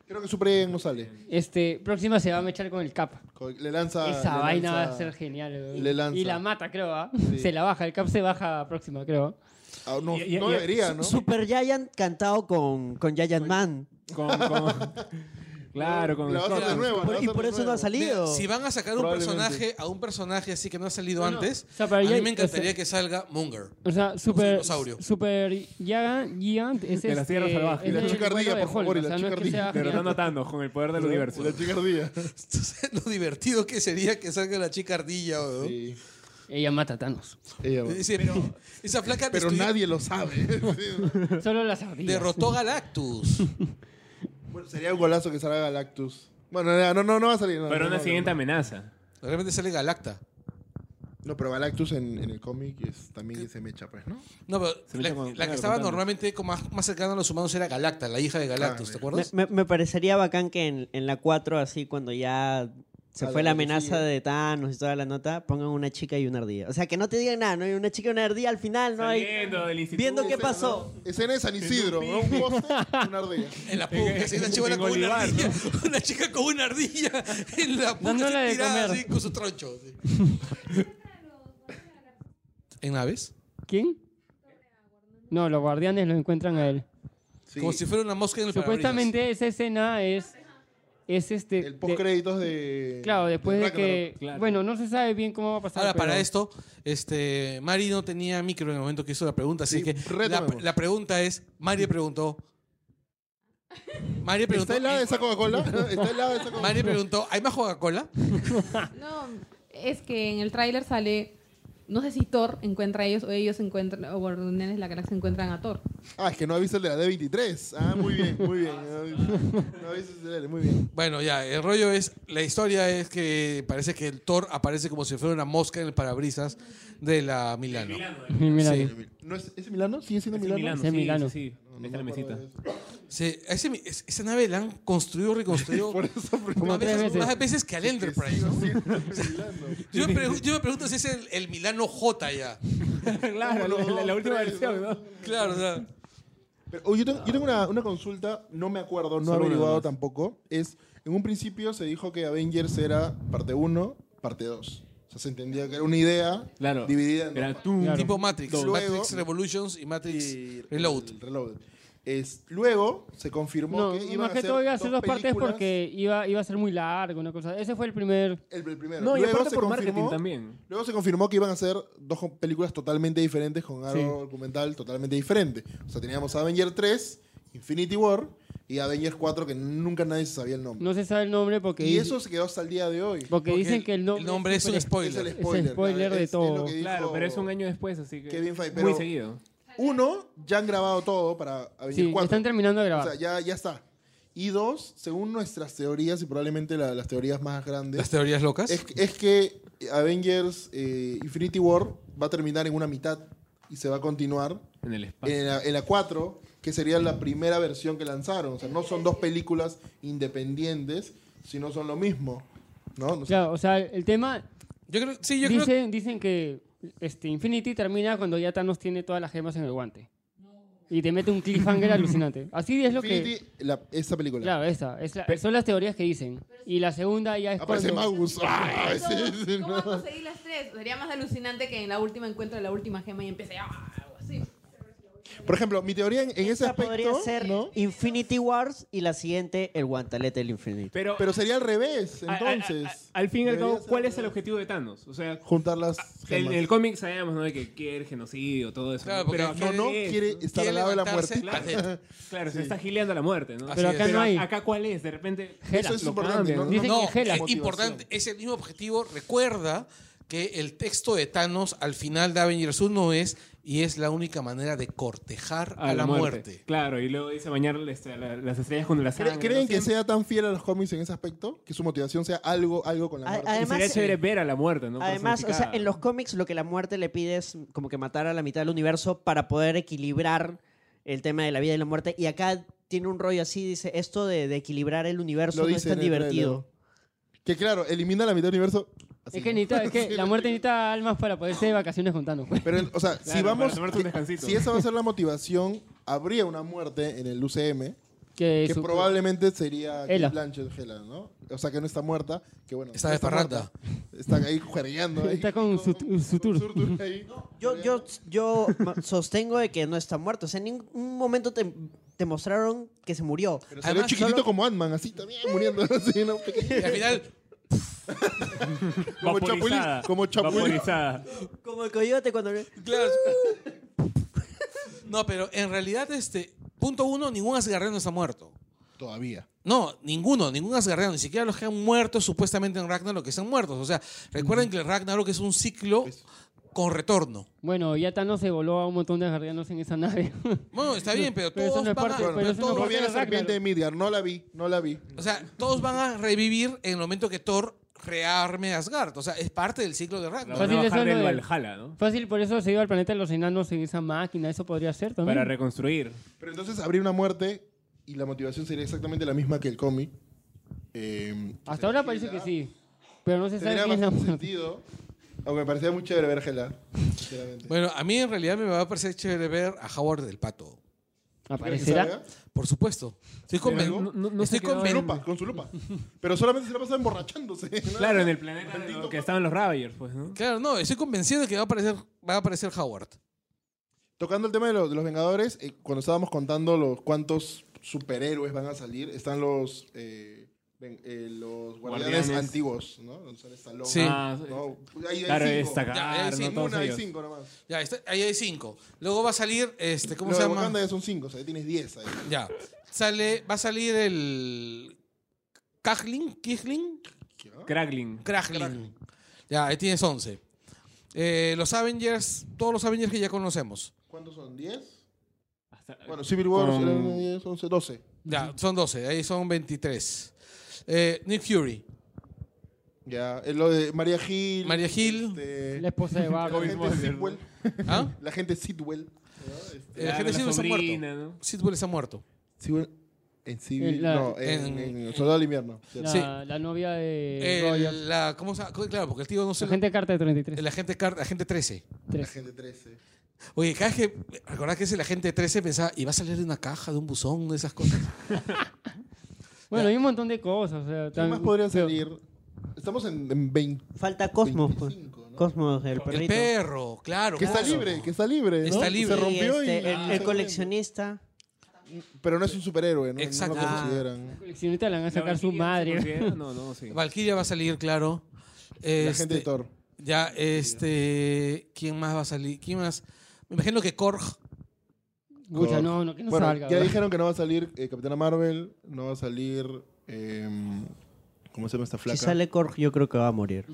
Creo que Supreme no sale.
Este, Próxima se va a mechar con el Cap.
Co- Ah, Le lanza.
Esa
le
vaina va
lanza-
a ser genial. weón.
le lanza.
Y la mata, creo, ¿ah?
Sí.
Se la baja, el Cap se baja a Próxima, creo.
Ah, no,
Y- y-
no
y-
debería, ¿no?
Super Giant cantado con, con Giant Man.
Con, con- claro, con
La vas a
Scott.
hacer de nuevo.
Por-
la vas a
y
hacer
por
de
eso no
nuevo.
ha salido.
Mira, si van a sacar un
Probablemente.
personaje a un personaje así que no ha salido antes,
O sea, pero
a
ya-
mí me encantaría
ese-
que salga Munger.
O sea, Super,
dinosaurio.
super Giant, Giant es
De las
este,
tierras salvajes.
es
Y la
el
chicardía,
bueno de
por favor, y
Hulk,
la
o sea, no es que
chicardía.
sea gigante.
Derrotando a Thanos con el poder del universo.
La chica ardilla.
Entonces, lo divertido que sería que salga la chica ardilla, weón.
Sí,
Ella mata a Thanos.
ella va.
Dice, pero, esa flaca
Pero
destruyó-
nadie lo sabe. Sí.
Solo las ardillas.
derrotó Galactus.
Bueno, sería un golazo que salga Galactus. Bueno, no, no, no, no va a salir. no,
Pero
no,
una
no,
siguiente
no.
amenaza.
Realmente sale Galacta.
No, pero Galactus en, en el cómic es, también se mecha, pues, ¿no?
No, pero
Se me
la,
llama-
la
claro,
que estaba
contando.
normalmente como más, más cercana a los humanos era Galacta, la hija de Galactus,
Ah,
¿te
mira.
Me,
acuerdas?
me- me parecería bacán que en, en la 4, así cuando ya se
A
fue la
la que
amenaza
sigue.
de Thanos y toda la nota, pongan una chica y una ardilla. O sea, que no te digan nada, no hay una chica y una ardilla al final, no hay...
Saliendo del instituto.
Viendo qué pasó.
Escena de San Isidro, ¿no? Un poste, una ardilla.
En la pugna, así, una chica
en
con una
Olivar,
ardilla. Una chica con una ardilla en la pugna
Dándole
así
de
tirada,
comer.
así, con su troncho. así. ¿En naves?
¿Quién? No, los guardianes lo encuentran a él.
Sí.
Como si fuera una mosca en el
Supuestamente esa escena es. Es este.
El
de-
post-créditos de.
claro, después de
Ragnarok.
que.
claro.
Bueno, no se sabe bien cómo va a pasar.
Ahora, para
pero-
esto, este, Mari no tenía micro en el momento que hizo la pregunta, así
Sí,
que la,
retomemos.
la pregunta es, Mari preguntó... Mari preguntó...
¿Está helada esa Coca-Cola? ¿Está helada esa Coca-Cola?
Mari preguntó, ¿hay más Coca-Cola?
No, es que en el tráiler sale. No sé si Thor encuentra a ellos o ellos encuentran, o Guardianes de la Galaxia encuentran a Thor.
Ah, es que no avisa el de la D23. Ah, muy bien, muy bien. No avisa el de la muy bien.
Bueno, ya, el rollo es, la historia es que parece que el Thor aparece como si fuera una mosca en el parabrisas de la Milano.
Mira,
Sí.
¿No es, ¿Es Milano? ¿Sigue siendo
Es en
Milano?
Milano,
Es en
sí,
Milano.
sí, sí.
No, no
Está la
me acuerdo
mesita.
de eso.
Sí, ese mi- es- esa nave la han construido, reconstruido
Por eso, porque
Como
más,
tres
veces,
veces.
más veces que al Enterprise. ¿no?
sigue siendo Milano.
Yo, me pregun- yo me pregunto si es el, el Milano J ya.
Claro,
Uno,
la, la- la
dos,
última
tres,
versión,
¿no?
¿no?
Claro, o sea,
Pero, oh, yo tengo, yo tengo una, una consulta, no me acuerdo, no he
Solo una
averiguado
nomás.
tampoco. Es, en un principio se dijo que Avengers era parte 1, parte 2. O sea, se entendía que era una idea
Claro.
dividida en dos
Era
partes.
tú.
Claro.
tipo Matrix.
Luego-
Matrix Revolutions y Matrix
Y-
Reload.
el Reload. Es, luego se confirmó
No,
que iban
más
a
que
hacer
todo iba a ser dos partes
películas.
porque iba, iba a ser muy largo, una cosa. Ese fue el primer.
El, el primero.
No, y
luego
aparte
se
por
confirmó,
marketing también.
Luego se confirmó que iban a ser dos co- películas totalmente diferentes con algo
Sí.
documental totalmente diferente. O sea, teníamos Avenger 3, Infinity War y Avengers 4 que nunca nadie se sabía el nombre.
No se sabe el nombre porque.
y
dice-
eso se quedó hasta el día de hoy.
porque dicen que el nombre.
es un
súper-
Es
spoiler.
el spoiler.
Es spoiler
claro,
de
es- es lo
todo.
que dijo-
Claro, pero es un año después, así que.
Kevin Feige,
Muy
pero-
seguido.
Uno, ya han grabado todo para Avengers
Sí,
4.
están terminando de
o
grabar.
sea, ya, ya está. Y dos, según nuestras teorías y probablemente la- las teorías más grandes,
Las teorías locas.
es, es que Avengers eh, Infinity War va a terminar en una mitad y se va a continuar
En el espacio.
en la, en la 4, que sería la primera versión que lanzaron. O sea, no son dos películas independientes, sino son lo mismo. ¿No? No sé.
Claro, o sea, el tema.
Yo creo, sí, yo creo que
Dicen, dicen que este, Infinity termina cuando ya Thanos tiene todas las gemas en el guante. Y te mete un cliffhanger alucinante. Así es lo que.
Infinity, la- esa película.
Claro, esa. es la-
Pe-
son las teorías que dicen. Y la segunda ya es
Aparece
cuando-
Magus. Ah,
¿Cómo,
sí, sí,
cómo
no.
conseguí las tres? Sería más alucinante que en la última encuentre la última gema y empiece a... algo así.
Por ejemplo, mi teoría en, en ese
Esta
aspecto.
podría ser
¿no?
Infinity Wars y la siguiente, el guantelete del infinito.
Pero,
Pero sería al revés,
Ah,
a- a- a-
entonces.
al fin y al cabo,
Debería ser
¿cuál
al
es el
revés.
objetivo de Thanos? O sea,
Juntar las
Ah,
en
gemas.
el cómic sabemos, ¿no? De que quiere genocidio, todo eso.
Claro,
¿no?
porque
Pero
quiere-
no, no,
Quiere
quiere.
estar
quiere
al lado de la
levantarse Ah,
muerte.
pared.
Claro, se está gileando a la muerte, ¿no?
Así
Pero acá
es.
no
a-
hay.
Acá cuál es, de repente.
Hela.
Eso es
lo
importante,
cambian,
¿no?
¿no?
Dicen
No,
que Hela.
es importante, es el mismo objetivo. Recuerda que el texto de Thanos al final de Avengers 1 es y es la única manera de cortejar a, la muerte.
Claro, y luego dice bañar este, la- las estrellas con la
¿Cre-
sangre.
¿Creen
¿no?
que
Siempre-
sea tan fiel a los cómics en ese aspecto? Que su motivación sea algo, algo con la
A-
muerte.
Y
Además,
sería chévere ver a la muerte, ¿no?
Además, o sea,
Personificada.
en los cómics lo que la muerte le pide es como que matar a la mitad del universo para poder equilibrar el tema de la vida y la muerte. Y acá tiene un rollo así, dice, esto de, de equilibrar el universo
Lo
no es
dice
tan
en el
divertido.
que claro, elimina la mitad del universo. así,
Es que,
¿no?
necesita, es que
Sí,
la muerte necesita almas para poderse de vacaciones pues. contando.
Pero, o sea, si
Claro,
vamos.
para tomarte un descansito.
Si esa va a ser la motivación, habría una muerte en el UCM.
Que,
Que
Eh, su-
probablemente sería Kate
Hela.
Blanchett Hela, ¿no? O sea, que no está muerta, que bueno.
Está
no
de
muerta.
parranda.
Está ahí juergueando. ahí,
Está con su- su tour.
tour ahí.
Yo, yo, yo ma- sostengo de que no está muerto. O sea, en ningún momento te, te mostraron que se murió.
Pero salió chiquitito como Ant-Man, así también muriendo. Así, ¿no? Pequeño.
Y al final,
como
Vaporizada,
Chapulín, como Chapulín.
vaporizada.
Como el coyote cuando...
claro. No, pero en realidad, este, punto uno, ningún asgarreano está muerto.
Todavía.
No, ninguno, ningún asgarreano, ni siquiera los que han muerto supuestamente en Ragnarok, que están muertos. O sea, recuerden que el Ragnarok es un ciclo con retorno.
Bueno, ya Thanos se voló a un montón de guardianes en esa nave.
Bueno, está bien, pero
Pero eso
todos
no es
van
parte-
a-
pero eso no
todos-
es
No
parte
vi a
de
la
Ragnarok.
serpiente de Midgar, no la vi, no la vi.
O sea, todos van a revivir en el momento que Thor rearme a Asgard. O sea, es parte del ciclo de
La
Ragnarok.
van
Fácil
a
eso
bajar
no
del
es.
Valhalla, ¿no?
Fácil, por eso se iba al planeta de los enanos en esa máquina. Eso podría ser también.
Para reconstruir.
Pero entonces habría una muerte y la motivación sería exactamente la misma que el cómic. Eh,
Hasta ahora parece que sí. Pero no se sabe
Tendría
quién es la
bastante
muerte.
sentido. Aunque me parecía muy chévere ver Hela, sinceramente.
Bueno, a mí en realidad me va a parecer chévere ver a Howard del Pato.
¿Quieres que
¿Aparecerá?
salga?
Por supuesto. Estoy
¿Con
conven-
No- no- no
estoy
se quedó
su
conven-
lupa, con su lupa. Pero solamente se la pasa emborrachándose. ¿no?
Claro, en el planeta de lo que estaban los Ravagers, pues, ¿no?
Claro, no, estoy convencido de que va a aparecer, va a aparecer Howard.
Tocando el tema de, lo- de los Vengadores, eh, cuando estábamos contando los cuántos superhéroes van a salir, están los eh, ven- eh, los guardianes,
Guardianes.
antiguos, ¿no? González Stallone,
Sí.
Ah,
¿no? Ahí hay
Claro,
cinco.
destacar,
Ya, ahí sí,
¿no?
Ninguna,
Todos
hay
ellos.
cinco nomás.
Ya, está- ahí hay cinco. Luego va a salir, este, ¿cómo
Lo
se
de
llama?
Wakanda ya son cinco, o sea, ahí tienes diez ahí.
Ya. Sale, va a salir el Kajlin, Kijlin,
¿Qué?
Crackling.
Krajlin. Ya, ahí tienes 11. Eh, los Avengers, todos los Avengers que ya conocemos.
¿Cuántos son? ¿Diez?
Hasta-
Bueno, Civil War,
Con-
eran diez, once, doce.
Ya, son 12, ahí son 23. Eh, Nick Fury,
Ya, eh, lo de María Gil.
Maria Hill.
este,
La esposa de
la
Barry.
gente
Bosner, ¿no?
Sidwell.
¿ah?
La gente Sidwell. ¿no? Este,
Eh, la gente sí no se ha
sobrina, ¿no?
Sidwell está muerto.
Sidwell en Civil,
En la-
no, en, en el Soldado del Invierno.
La,
Sí.
la novia de
El-
Rogers.
la, ¿Cómo se llama? Claro, porque el tío no se.
Eh, La gente carta de 33.
El agente, Car- agente 13.
La
Tres.
gente 13.
Oye, cada vez que. Recordad que es el agente 13, pensaba, y va a salir de una caja, de un buzón, de esas cosas.
Bueno, hay un montón de cosas. O sea,
¿Quién
tan-
más podría
pero-
salir? Estamos en, en 20.
Falta Cosmos. pues.
25, ¿no?
Cosmos, el
El
perrito.
perro, claro.
Que está
claro.
libre, que está libre. ¿no?
Está libre.
Se rompió
Y, este,
y-
el, el coleccionista.
Pero no es un superhéroe, ¿no?
Exacto.
No lo consideran.
Coleccionista la van a
¿La
sacar su
Valkyria se
madre.
considera? No, no, sí.
Valkyria va a salir, claro.
La
Este,
gente de Thor.
Ya, este. ¿Quién más va a salir? ¿Quién más? Me imagino que Korg.
Escucha, no, no, que no
bueno,
salga.
ya
bro.
dijeron que no va a salir eh, Capitana Marvel, no va a salir... em, ¿Cómo se llama esta flaca?
Si sale este- Korg, yo creo que va a morir.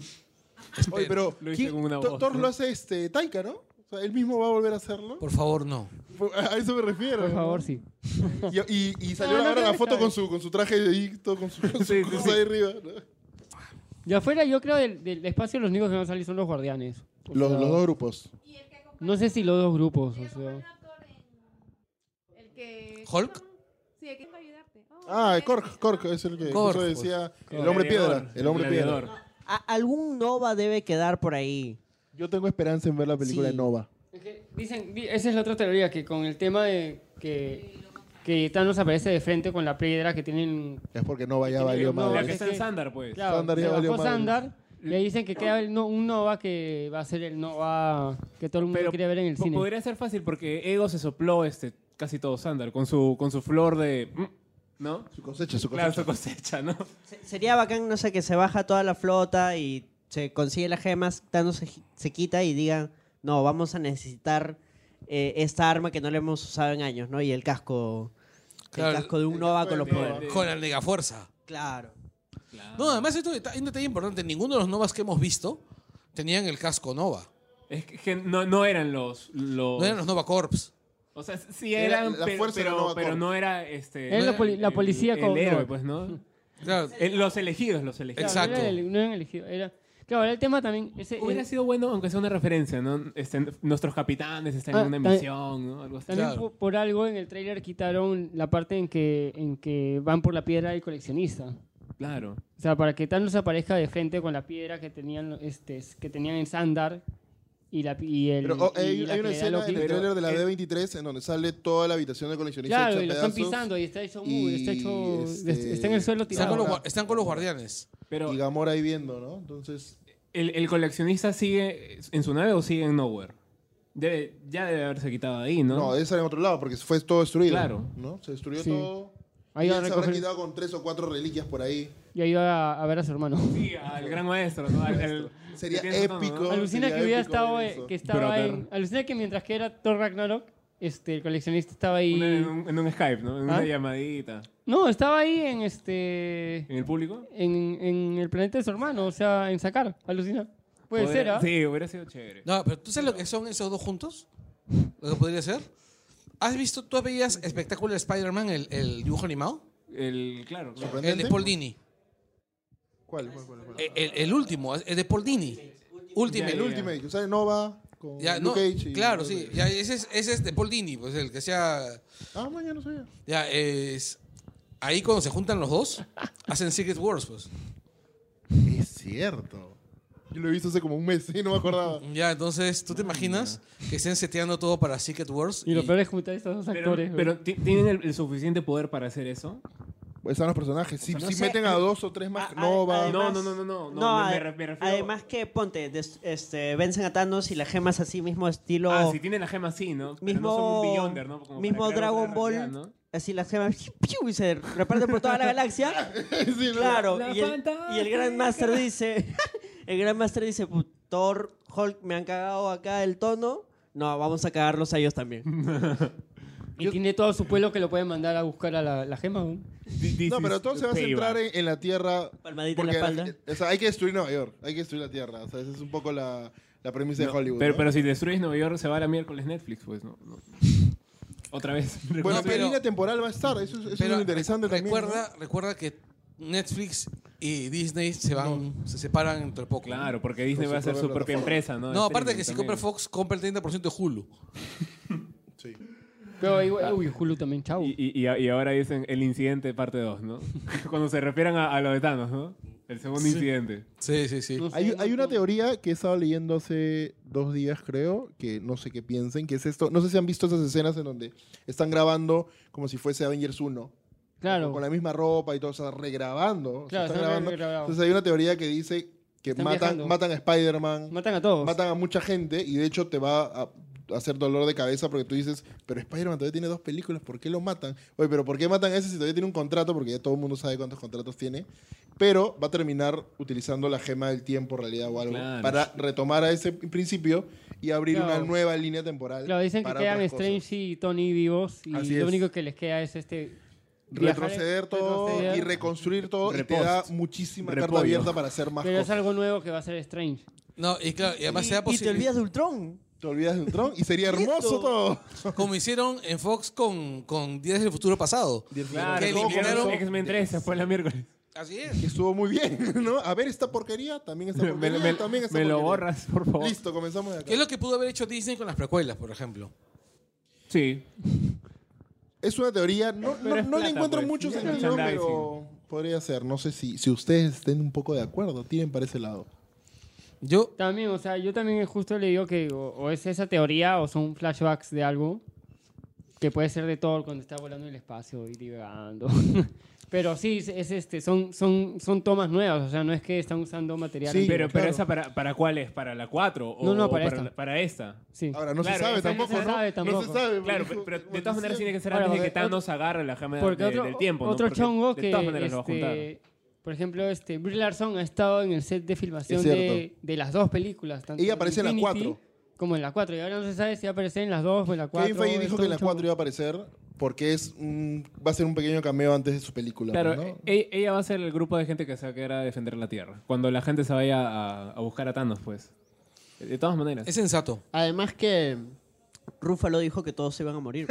Oye, pero
Lo hice
¿quién-
con una
To-
voz,
Thor
¿no?
lo hace este, Taika, ¿no? O sea, él mismo va a volver a hacerlo.
Por favor, no.
A eso me refiero.
Por
¿no?
favor, sí.
Y, y- y salió
No, no
ahora
creo
la
que
foto
salga.
con su, con su traje de dicto, con su, con su
Sí, sí,
cosa
sí.
ahí arriba. ¿no?
De afuera, yo creo del, del espacio los únicos que van a salir son los guardianes. O
Los,
sea,
los dos grupos.
No sé si los dos grupos. O sea.
El que...
¿Hulk?
Sí, el que va a ayudarte. Oh,
Ah,
ok.
Cork, Cork es el que
Korg,
justo
pues.
decía el hombre
Gladiador,
piedra, el hombre
gladiador.
piedra.
A- algún Nova debe quedar por ahí.
Yo tengo esperanza en ver la película
Sí.
de Nova.
Es que Dicen, di- esa es la otra teoría, que con el tema de que, que Thanos aparece de frente con la piedra que tienen...
Es porque Nova ya
Tiene
valió
Nova,
madre.
La que está en
que-
Sandar, pues.
Claro,
Sandar ya
se
valió
bajó
madre.
Sandar, le dicen que queda el no- un Nova que va a ser el Nova que todo el mundo quiere ver en el
po-
cine.
Podría ser fácil porque Ego se sopló este, casi todo Sandar con su, con su flor de. mm, ¿No?
Su cosecha, su
Claro,
cosecha.
su cosecha, ¿no?
Se- sería bacán, no sé, que se baja toda la flota y se consigue las gemas, Thanos se, se quita y diga, no, vamos a necesitar eh, esta arma que no le hemos usado en años, ¿no? Y el casco,
Claro,
el casco de un
el
Nova
casco
con
de
los
Nova.
poderes.
Con la negafuerza.
Claro.
No, además esto deta- hay un detalle importante. Ninguno de los Novas que hemos visto tenían el casco Nova.
Es que- que no, no eran los, los.
No eran los Nova Corps.
O sea, sí
Era
eran,
la
pe-
fuerza de
pero,
Nova
pero
Corps.
no era. Este,
Era
no
la poli- la
el-
policía
el,
con
héroe,
Nova.
pues, ¿no?
Claro,
El- los elegidos, los elegidos.
Claro, no
exacto.
era el- no eran elegidos, era- claro, era el tema también... Ese,
Hubiera
el-
sido bueno, aunque sea una referencia, ¿no? Este, nuestros capitanes están
Ah,
en una
también-
misión, ¿no? Algo así.
También
Claro.
po- por, algo en el tráiler quitaron la parte en que, en que van por la piedra del coleccionista.
Claro.
O sea, para que Thanos aparezca de frente con la piedra que tenían, este, que tenían en Sandar y la pi- y el
Pero oh,
y
hay,
la
hay
que le
una
da
escena
Loki.
en el
pero-
trailer de la
eh,
D23 en donde sale toda la habitación de coleccionistas
Claro,
hecha
y lo están
pedazos,
pisando y está hecho
y,
mugre, está hecho
este,
está en el suelo
Están con, los,
tirado.
gua- están con los guardianes.
Pero,
Y Gamora ahí viendo, ¿no? Entonces,
¿el, el coleccionista sigue en su nave o sigue en Nowhere? Debe- ya debe haberse quitado de ahí, ¿no?
no, debe estar en otro lado porque fue todo destruido.
Claro.
¿no? Se destruyó
Sí.
todo.
Ahí
y
va a
él se habrá
recoger-
quitado con tres o cuatro reliquias por ahí.
Y ahí va a, a ver a su hermano.
Sí, al gran maestro, ¿no? Al- al-
Sería
que tiene su tono,
épico.
¿no?
Alucina
sería
que hubiera
épico
estado
ver
eh,
eso.
que estaba
Brotar.
en, alucina que mientras que era Thor Ragnarok, este el coleccionista estaba ahí.
Una- en, un, en un Skype, ¿no? En una
¿Ah?
llamadita.
No, estaba ahí en este
¿En el público?
en, en el planeta de su hermano, o sea, en sacar, alucina. Puede ser,
Podría-
¿ah?
Sí, hubiera sido chévere.
No, pero ¿tú sabes lo que son esos dos juntos? Lo que podría ser. ¿Has visto, tú veías espectáculo de Spider-Man, el, el dibujo animado?
El, claro, claro.
El de
¿Sorprendente?
Paul Dini.
¿Cuál? ¿Cuál, cuál, cuál?
El, el- el último, el de Paul Dini. Ultimate.
Eh,
El
Ya, ya,
último, que sale Nova con
Ya,
Luke
no,
Cage. y-
claro, sí. Ya, ese, es, ese es de Paul Dini, pues el que sea.
Ah, man, ya no sabía.
Ya, es. Ahí cuando se juntan los dos, hacen Secret Wars, pues.
Es cierto. Yo lo he visto hace como un mes y no me acordaba.
Ya, entonces,
Mm,
¿tú te imaginas que estén seteando todo para Secret Wars?
Y lo peor es juntar a estos dos
Pero,
actores.
pero ti- ¿tienen el, el suficiente poder para hacer eso?
Pues, Están los personajes. Si,
no Ah,
si
sé.
meten a dos o tres más,
A- a-
Nova.
además-
no, no, no, no, no,
No,
me-
ade-
me re- me refiero-
Además que, ponte, des- este, vencen a Thanos y las gemas así mismo estilo...
Ah, si tienen la gema sí, ¿no? Pero no son
Mismo-
un Beyonder, ¿no? Como para
mismo
crear otra
Dragon Ball.
realidad, ¿no?
Así las gemas ¡piu! y se reparten por toda la galaxia.
Sí, ¿no?
Claro,
La
y el, y el Grand Master dice, el Grand Master dice, "Pu- Thor, Hulk, me han cagado acá el tono. No, vamos a cagarlos a ellos también.
y tiene todo su pueblo que lo puede mandar a buscar a la, la gema. ¿no?
Th- this
No, pero
is
todo se va a
payback.
centrar en, en la Tierra.
Palmadita en la espalda.
o sea, hay que destruir Nueva York. Hay que destruir la Tierra. O sea, esa es un poco la, la premisa de Hollywood.
Pero,
¿no?
pero si destruyes Nueva York, se va a la miércoles Netflix, pues, ¿no? no. Otra vez.
bueno,
No,
pero
pero-
línea temporal va a estar. Eso, es- eso es lo interesante
re-
también.
recuerda,
¿no?
recuerda que Netflix y Disney se van, se separan entre poco. ¿no?
Claro, porque Disney
Con su
va a ser su
propia
propia
plataforma.
empresa, ¿no?
No,
De
aparte que si
streaming
compra
también.
Fox, compra el 30% de Hulu.
Sí.
Pero igual, uy, Hulu también, chau.
Y, y- y- y ahora dicen el incidente parte 2, ¿no? Cuando se refieran a, a los etanos, ¿no? El segundo incidente.
Sí, sí, sí.
No sé,
Hay,
no
hay una
sé.
teoría que he estado leyendo hace dos días, creo, que no sé qué piensen, que es esto. No sé si han visto esas escenas en donde están grabando como si fuese Avengers 1.
Claro.
Con la misma ropa y todo, o sea, regrabando. o
Claro,
sea, están
están
grabando.
regrabando.
Entonces hay una teoría que dice que
Están
matan,
viajando.
matan a Spider-Man,
Matan a todos.
matan a mucha gente y de hecho te va a- hacer dolor de cabeza porque tú dices, pero Spider-Man todavía tiene dos películas, ¿por qué lo matan? Oye, pero ¿por qué matan a ese si todavía tiene un contrato? Porque ya todo el mundo sabe cuántos contratos tiene. Pero va a terminar utilizando la gema del tiempo, realidad o algo,
Claro.
para retomar a ese principio y abrir
Claro.
una nueva línea temporal.
Claro, dicen que
para
quedan
otras cosas.
Strange y Tony vivos y
Así
lo
es.
único que les queda es este... viajar-
Retroceder todo
retroceder,
y reconstruir todo y te
Repost.
da muchísima carta
Repollo.
abierta para hacer más
Pero es
cosas.
algo nuevo que va a ser Strange.
No, y claro, y además
y,
se da
y te
posibilidad.
olvidas de Ultron.
Te olvidas del tron y sería
Listo.
hermoso todo.
Como hicieron en Fox con, con Días del Futuro Pasado.
Claro,
Que
como
eliminaron-
X-Men 3 se fue la miércoles.
Así es.
Que estuvo muy bien, ¿no? A ver, esta porquería, también esta
Me, me-
porquería,
me-
también esta
me lo
porquería.
borras, por favor.
Listo, comenzamos de acá.
¿Qué es lo que pudo haber hecho Disney con las precuelas, por ejemplo?
Sí.
Es una teoría, no, no,
Pero es
no le
plata,
encuentro
pues.
mucho
Ya,
sentido,
merchandising.
pero podría ser. No sé si, si ustedes estén un poco de acuerdo, tiren para ese lado.
Yo,
También, o sea, yo también justo le digo que o, o es esa teoría o son flashbacks de algo que puede ser de todo cuando está volando en el espacio y divagando. Pero sí, es, es este, son, son, son tomas nuevas, o sea, no es que están usando material.
Sí,
antiguo.
Pero,
claro.
pero esa para, para cuál es, para la 4 o
No, no,
o
para esta.
la- para esta.
Sí.
Ahora, no se
Claro,
sabe
esa-
tampoco,
no se
¿no?
sabe
No
tampoco.
se sabe. pues,
Claro,
porque-
pero, pero de todas maneras tiene que ser
Ahora,
antes de que
porque
Thanos agarre la gema
Porque
de-
otro,
del tiempo. ¿no?
otro
Porque
chongo
De
que,
todas maneras lo va a juntar.
este, por ejemplo, este, Brie Larson ha estado en el set de filmación
Es cierto.
de, de las dos películas. Tanto
Ella aparece en la
Infinity
cuatro.
Como en la 4, y ahora no se sabe si va a aparecer en las dos o en la 4.
Kevin Feige dijo que en la 4 iba a aparecer porque es un- va a ser un pequeño cameo antes de su película. pues,
Claro,
¿no?
e- ella va a ser el grupo de gente que se va a quedar a defender la Tierra. Cuando la gente se vaya a, a buscar a Thanos, pues. De todas maneras.
es sensato.
Además que Rúfalo dijo que todos se iban a morir.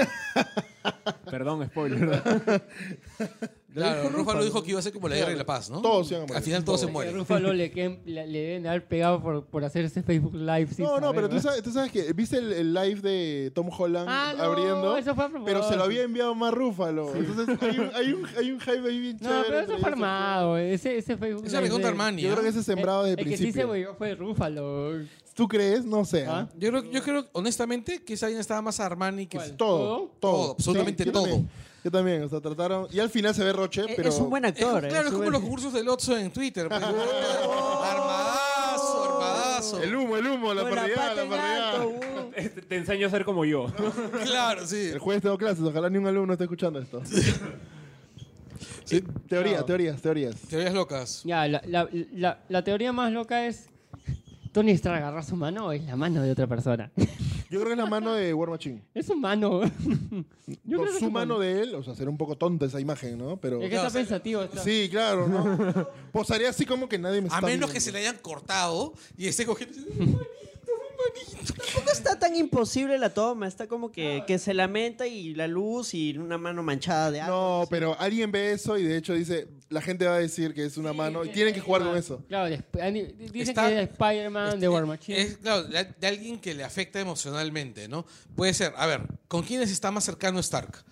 Perdón, spoiler. ¿verdad?
Claro, Rúfalo dijo que iba a ser como la guerra y la paz, ¿no?
Todos se van a morir.
Al final todos se
A
mueren.
Rúfalo le, queden- le- le deben haber pegado por, por hacer ese Facebook Live. sin
No, no,
saber,
pero tú
¿verdad?
sabes, tú sabes que viste el, el live de Tom Holland
Ah, no,
abriendo,
eso fue a propósito.
pero se lo había enviado más Rúfalo. Entonces hay un, hay un, hay un hype ahí bien
No,
chévere
pero
entre
eso fue
ellos.
armado. Ese, ese Facebook
Esa pregunta
de- Eh,
Armani.
Yo
¿ah?
creo que ese es sembrado desde
el
el
que sí se
principio.
movió fue Rúfalo.
¿Tú crees? No sé. ¿eh?
¿Ah?
Yo creo, yo creo, honestamente, que esa vaina estaba más Armani que...
¿Cuál?
Todo, todo,
Todo, absolutamente
yo
todo.
también, yo también, o sea, trataron. Y al final se ve Roche,
Es-
pero.
Eh, es un buen
Es como-
actor.
claro, es
es
eh,
un
como
buen-
los cursos del Otso en Twitter. pues. armadazo, armadazo.
El humo, el humo, la
Con la
parrillada,
pata
la
en
parrillada.
alto, uh.
Te- Te enseño a ser como yo.
Claro, sí.
El jueves tengo clases, ojalá ni un alumno esté escuchando esto. Sí, teoría,
Claro.
teorías, teorías.
Teorías locas.
Ya, la, la- la- la teoría más loca es. Tony Stark agarra su mano o es la mano de otra persona.
Yo creo que es la mano de War Machine.
Es su mano. Yo
No,
creo que
su
es
mano de él, o sea, será un poco tonta esa imagen, ¿no? Pero.
Es que está pensativo. está-
Sí, claro, ¿no? Posaría así como que nadie me está
A menos
viendo.
que se le hayan cortado y esté cogiendo.
Tampoco está tan imposible la toma, está como que, que se lamenta y la luz y una mano manchada de algo.
pues,
No, pero alguien ve eso y de hecho dice, la gente va a decir que es una mano y tienen que jugar con eso.
Claro, de Sp- Andy- dicen
Está-
que es de Spider-Man, de War Machine.
Este, Es, claro, de, de alguien que le afecta emocionalmente, ¿no? Puede ser, a ver, ¿con quiénes está más cercano Stark?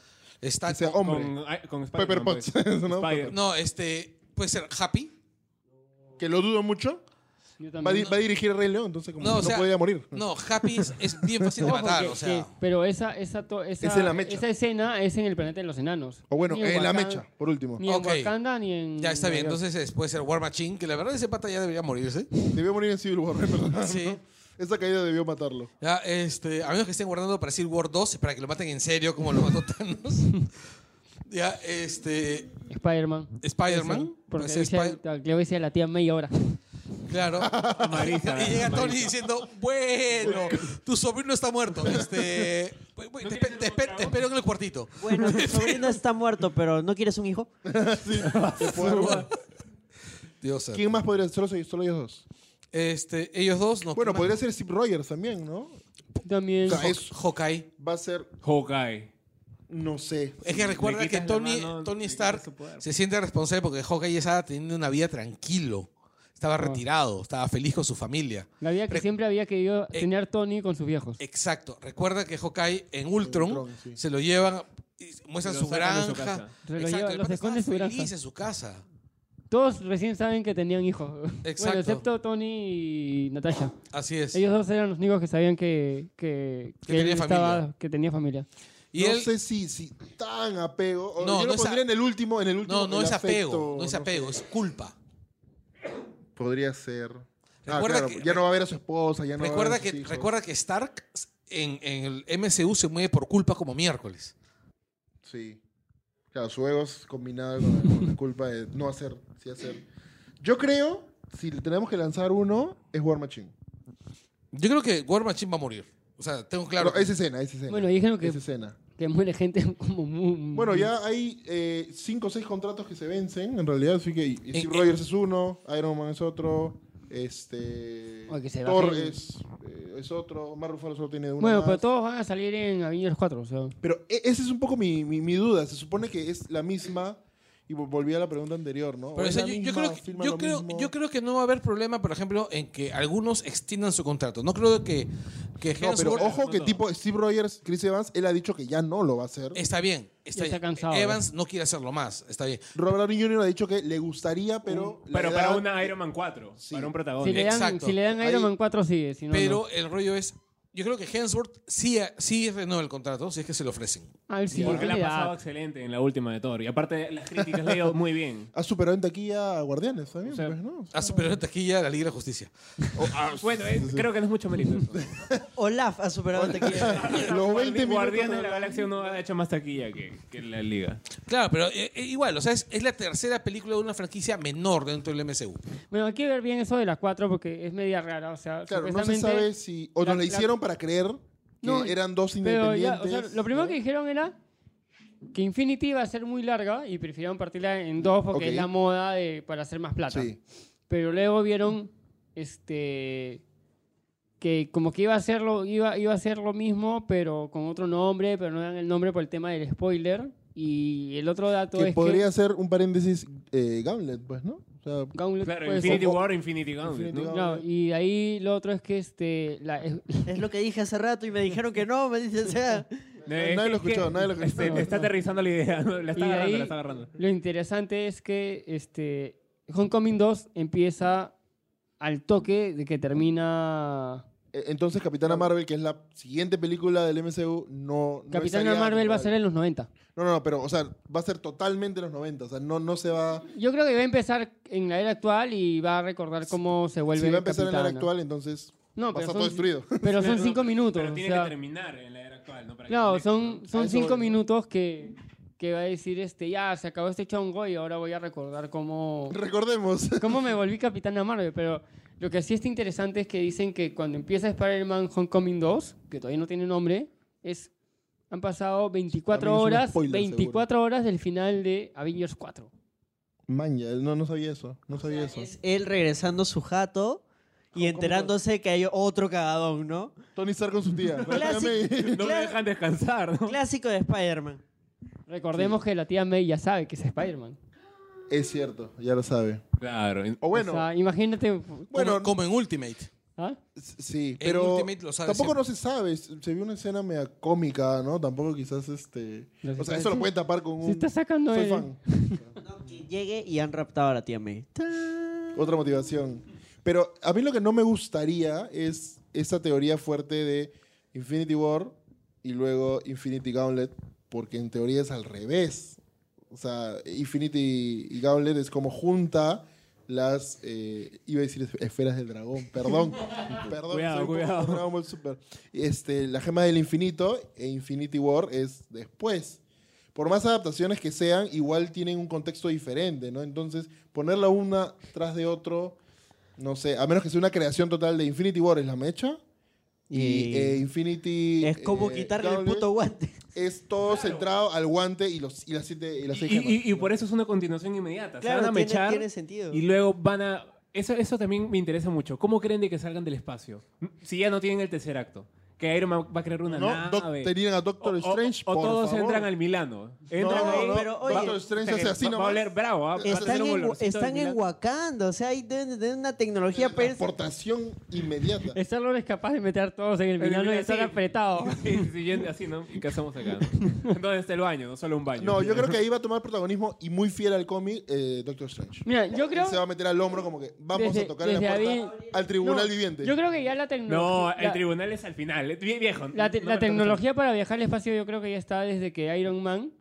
Está
O sea,
con-
Este hombre,
Con, ay, con Spider-Man,
Pepper Potts,
pues.
¿no?
Spider-
No, este. Puede ser Happy.
que lo dudo mucho,
Yo
va a, di-
también.
va a dirigir el Rey León, entonces como
No,
que no,
o sea,
podía morir.
No, Happy es, es bien fácil de
Ojo,
matar,
que-
o sea.
que- pero esa, esa, to- esa,
Es en la mecha.
esa escena es en el planeta de los enanos.
O bueno,
Ni
en la
Wakanda-
mecha, por último.
Ni en
Ok.
Wakanda, ni en.
Ya está bien,
Nueva York.
entonces es- puede ser War Machine, que la verdad ese pata ya debería morirse.
Debió morir en Civil War, es ¿verdad?
Sí.
Esa caída debió matarlo.
Ya, este, a menos que estén guardando para Civil War 2, para que lo maten en serio, como lo mató Thanos. ya, este.
Spider-Man.
Spider-Man.
Porque
puede
le
ser
dice,
Spider-
a- le dice a la tía May ahora.
Claro.
Marisa,
y llega Tony
Marisa.
diciendo, bueno, tu sobrino está muerto. Este, pues, bueno, te, espe- te espe- te espero en el cuartito.
Bueno, tu sobrino está muerto, pero ¿no quieres un hijo?
Se fue a-
Dios santo.
¿Quién más podría ser? Solo, soy- solo ellos dos.
Este, ellos dos no.
Bueno,
¿quién
podría
más?
ser Steve Rogers también, ¿no?
También.
Claro.
Hawk- Hawkeye.
Va a ser,
Hawkeye.
no sé.
Es que recuerda
Le
que
quitas la
Tony,
mano,
Tony
le
Stark
quitas su poder.
se siente responsable porque Hawkeye estaba teniendo una vida tranquilo. Estaba retirado, estaba feliz con su familia.
La vida que
Re-
siempre había querido
Eh,
tener Tony con sus viejos.
Exacto. Recuerda que Hawkeye en Ultron,
Ultron, sí.
se lo llevan, y muestran
Lo
su
sacan de
granja.
su casa.
Se lo
Exacto,
llevan,
el
los
pata estaba
esconde en su granja.
feliz en su casa.
Todos recién saben que tenían hijos.
Exacto.
Bueno, excepto Tony y Natasha.
Así es.
Ellos dos eran los únicos que sabían que, que,
Que tenía familia.
que tenía familia.
y
no
él,
sé si, si tan apego. o
No,
yo
no
lo
es
pondría
a-
en el último, en el último.
No, no
el
es apego,
afecto,
no es
sé.
apego, es culpa.
Podría ser. Ah,
Recuerda
claro,
que-
ya no va a ver a su esposa, ya no va a
Recuerda
ver a sus
que,
hijos.
recuerda que Stark en, en el MCU se mueve por culpa como miércoles.
Sí. Claro, su ego es combinado con, con la culpa de no hacer, sí hacer. Yo creo, si tenemos que lanzar uno, es War Machine.
Yo creo que War Machine va a morir. O sea, tengo claro.
Pero es escena, es escena.
Bueno, dijeron que-
Es escena.
Que muere gente como muy...
Bueno, ya hay eh, cinco o seis contratos que se vencen, en realidad. Así que y- y Steve
eh.
Rogers es uno, Iron Man es otro, este...
Oye, que se
Thor
bajen.
es, eh, es otro, Mark Ruffalo solo tiene uno
Bueno,
más.
pero todos van a salir en Avengers 4, o sea...
Pero e- esa es un poco mi, mi- mi duda. Se supone que es la misma. Y vol- volví a la pregunta anterior, ¿no?
Pero,
¿Es
o sea,
la
yo, yo
misma?
creo que,
¿Firman
yo,
lo
creo,
mismo?
yo creo que no va a haber problema, por ejemplo, en que algunos extiendan su contrato. No creo que, que
No, pero
Hemsworth-
ojo que tipo Steve Rogers, Chris Evans, él ha dicho que ya no lo va a hacer.
Está bien, está,
Ya está
bien.
cansado. ¿eh?
Evans no quiere hacerlo más, está bien.
Robert Downey Jr. ha dicho que le gustaría, pero. la
Pero
edad-
para una Iron Man 4,
Sí.
para un
Si
protagonista.
le, dan,
Exacto.
si le dan
Ahí-
Iron Man 4, sigue. Si no,
pero
no.
el rollo es, yo creo que Hemsworth sí, sí renueva el contrato si es que se lo ofrecen.
Al
Porque
siguiente
la ha
le da.
pasado excelente en la última de Thor. Y aparte, las críticas le han ido muy bien.
Ha superado en taquilla a Guardianes también,
O sea,
pues, ¿no?
Ha superado en taquilla a la Liga de la Justicia.
Oh, ah,
Bueno, eh, creo que no es mucho mérito eso.
Olaf ha superado el tequila.
Los 20 minutos.
Guardianes de la Galaxia no ha hecho más taquilla que, que la Liga.
Claro, pero eh, eh, igual, o sea, es, es la tercera película de una franquicia menor dentro del MCU.
Bueno, hay que ver bien eso de las 4 porque es media rara. O sea,
Claro, no se
supuestamente-
sabe si. O nos
la-
la hicieron para creer que
No,
eran dos
Pero
independientes.
ya, o sea, lo primero que dijeron era que Infinity iba a ser muy larga y prefirieron partirla en dos porque
Ok.
es la moda de, para hacer más plata.
Sí.
Pero luego vieron este que como que iba a ser lo, iba, iba a ser lo mismo, pero con otro nombre, pero no dan el nombre por el tema del spoiler. Y el otro dato
Que
es
podría
que
ser un paréntesis eh, Gauntlet, pues, ¿no? O sea,
Gauntlet
Claro,
puede
Infinity
ser-
War, Infinity Gauntlet.
Infinity
¿no?
Gauntlet.
Claro, y de ahí lo otro es que este la- es-
es lo que dije hace rato y me dijeron que no. Me dicen, o sea,
Eh,
Nadie lo
es que-
escuchó, nadie lo escuchó.
este, está aterrizando la idea. ¿no? La está
Y de
agarrando,
ahí-
la está agarrando.
Lo interesante es que este, Homecoming 2 empieza al toque de que termina...
eh, entonces Capitana Marvel, que es la siguiente película del MCU, no. no
Capitana
estaría
Marvel va a ser
actual.
en los 90.
No, no, no, pero, o sea, va a ser totalmente los 90. O sea, no, no se va.
Yo creo que va a empezar en la era actual y va a recordar cómo se vuelve
si va a empezar en la
Capitana.
era actual, entonces
No,
va a
pero
estar todo
son,
destruido.
pero son cinco minutos.
Pero
o
tiene
sea,
que terminar en la era actual, ¿no? Para que
claro,
conecte,
son,
¿no?
son
A eso
cinco
voy, ¿no?
minutos que, que va a decir, este, ya, se acabó este chongo y ahora voy a recordar cómo...
Recordemos.
¿Cómo me volví Capitana Marvel? Pero lo que sí está interesante es que dicen que cuando empieza Spider-Man Homecoming 2, que todavía no tiene nombre, es han pasado 24
También es un
horas,
spoiler,
24 horas del final de Avengers 4.
Manja, no, no sabía eso. No sabía eso.
es él regresando a su jato y enterándose que hay otro cagadón, ¿no?
Tony Stark con su tía.
Clásico.
No me
Claro.
dejan descansar, ¿no?
Clásico de Spider-Man.
Recordemos que la tía May ya sabe que es Spider-Man.
es cierto, ya lo sabe.
Claro.
O bueno,
O sea, imagínate.
Bueno,
Bueno,
como, en Ultimate.
¿ah?
s- sí,
en
pero
Ultimate lo sabe
tampoco
siempre.
no se sabe. Se se vio una escena media cómica, ¿no? Tampoco quizás este...
No, se
O sea,
está-
eso lo
sí.
pueden tapar con un...
Se está sacando
Soy
el-
fan.
Que llegue y han raptado a la tía May.
Otra motivación. Pero a mí lo que no me gustaría es esa teoría fuerte de Infinity War y luego Infinity Gauntlet, porque en teoría es al revés. O sea, Infinity y Gauntlet es como junta las. eh, iba a decir esferas del dragón, perdón. perdón, soy un
Cuidado,
poco
cuidado.
Dragon Ball Super. Este, la gema del infinito e Infinity War es después. Por más adaptaciones que sean, igual tienen un contexto diferente, ¿no? Entonces, ponerla una tras de otro, no sé, a menos que sea una creación total de Infinity War es la mecha. Y,
Y-
eh, Infinity.
Es como
eh,
quitarle el
Gauntlet
puto guante.
Es todo centrado al guante y, los, y las siete y pues, las seis
Y,
gemas.
y- y por eso es una continuación inmediata. Se
Claro,
van a
tiene,
mechar
tiene sentido.
y luego van a... Eso, eso también me interesa mucho. ¿Cómo creen de que salgan del espacio? Si ya no tienen el tercer acto. Que Iron Man va a crear una
no, Doc-
nave.
tenían a Doctor
O- o-
Strange.
O,
por
todos
favor.
entran al Milano. Entran
No,
ahí.
no,
pero, oye,
Doctor Strange hace así
va, va a
nomás.
oler bravo. ¿ah? Va a
Están
tener un
en,
olorcito
están
de
en
Milano.
Wakanda, o sea, ahí deben tener una tecnología pues,
La
pero es-
Transportación inmediata.
Star-Lord es capaz de meter todos en el
En el
milano y
Milano,
estar
sí.
apretado.
Sí, sí, sí, yendo así, ¿no? ¿Y qué hacemos acá? no? Entonces está el baño, no solo un baño.
No, yo creo que ahí va a tomar protagonismo y muy fiel al cómic eh, Doctor Strange.
Mira, yo creo.
Él se va a meter al hombro como que vamos
Desde-
a tocar en la
desde
puerta
ahí-
al tribunal
no,
viviente.
Yo creo que ya la
No,
tecnología.
el tribunal es al final. eh, vie- Viejo.
La, te-
no
la
me toques.
tecnología para viajar al espacio yo creo que ya está desde que Iron Man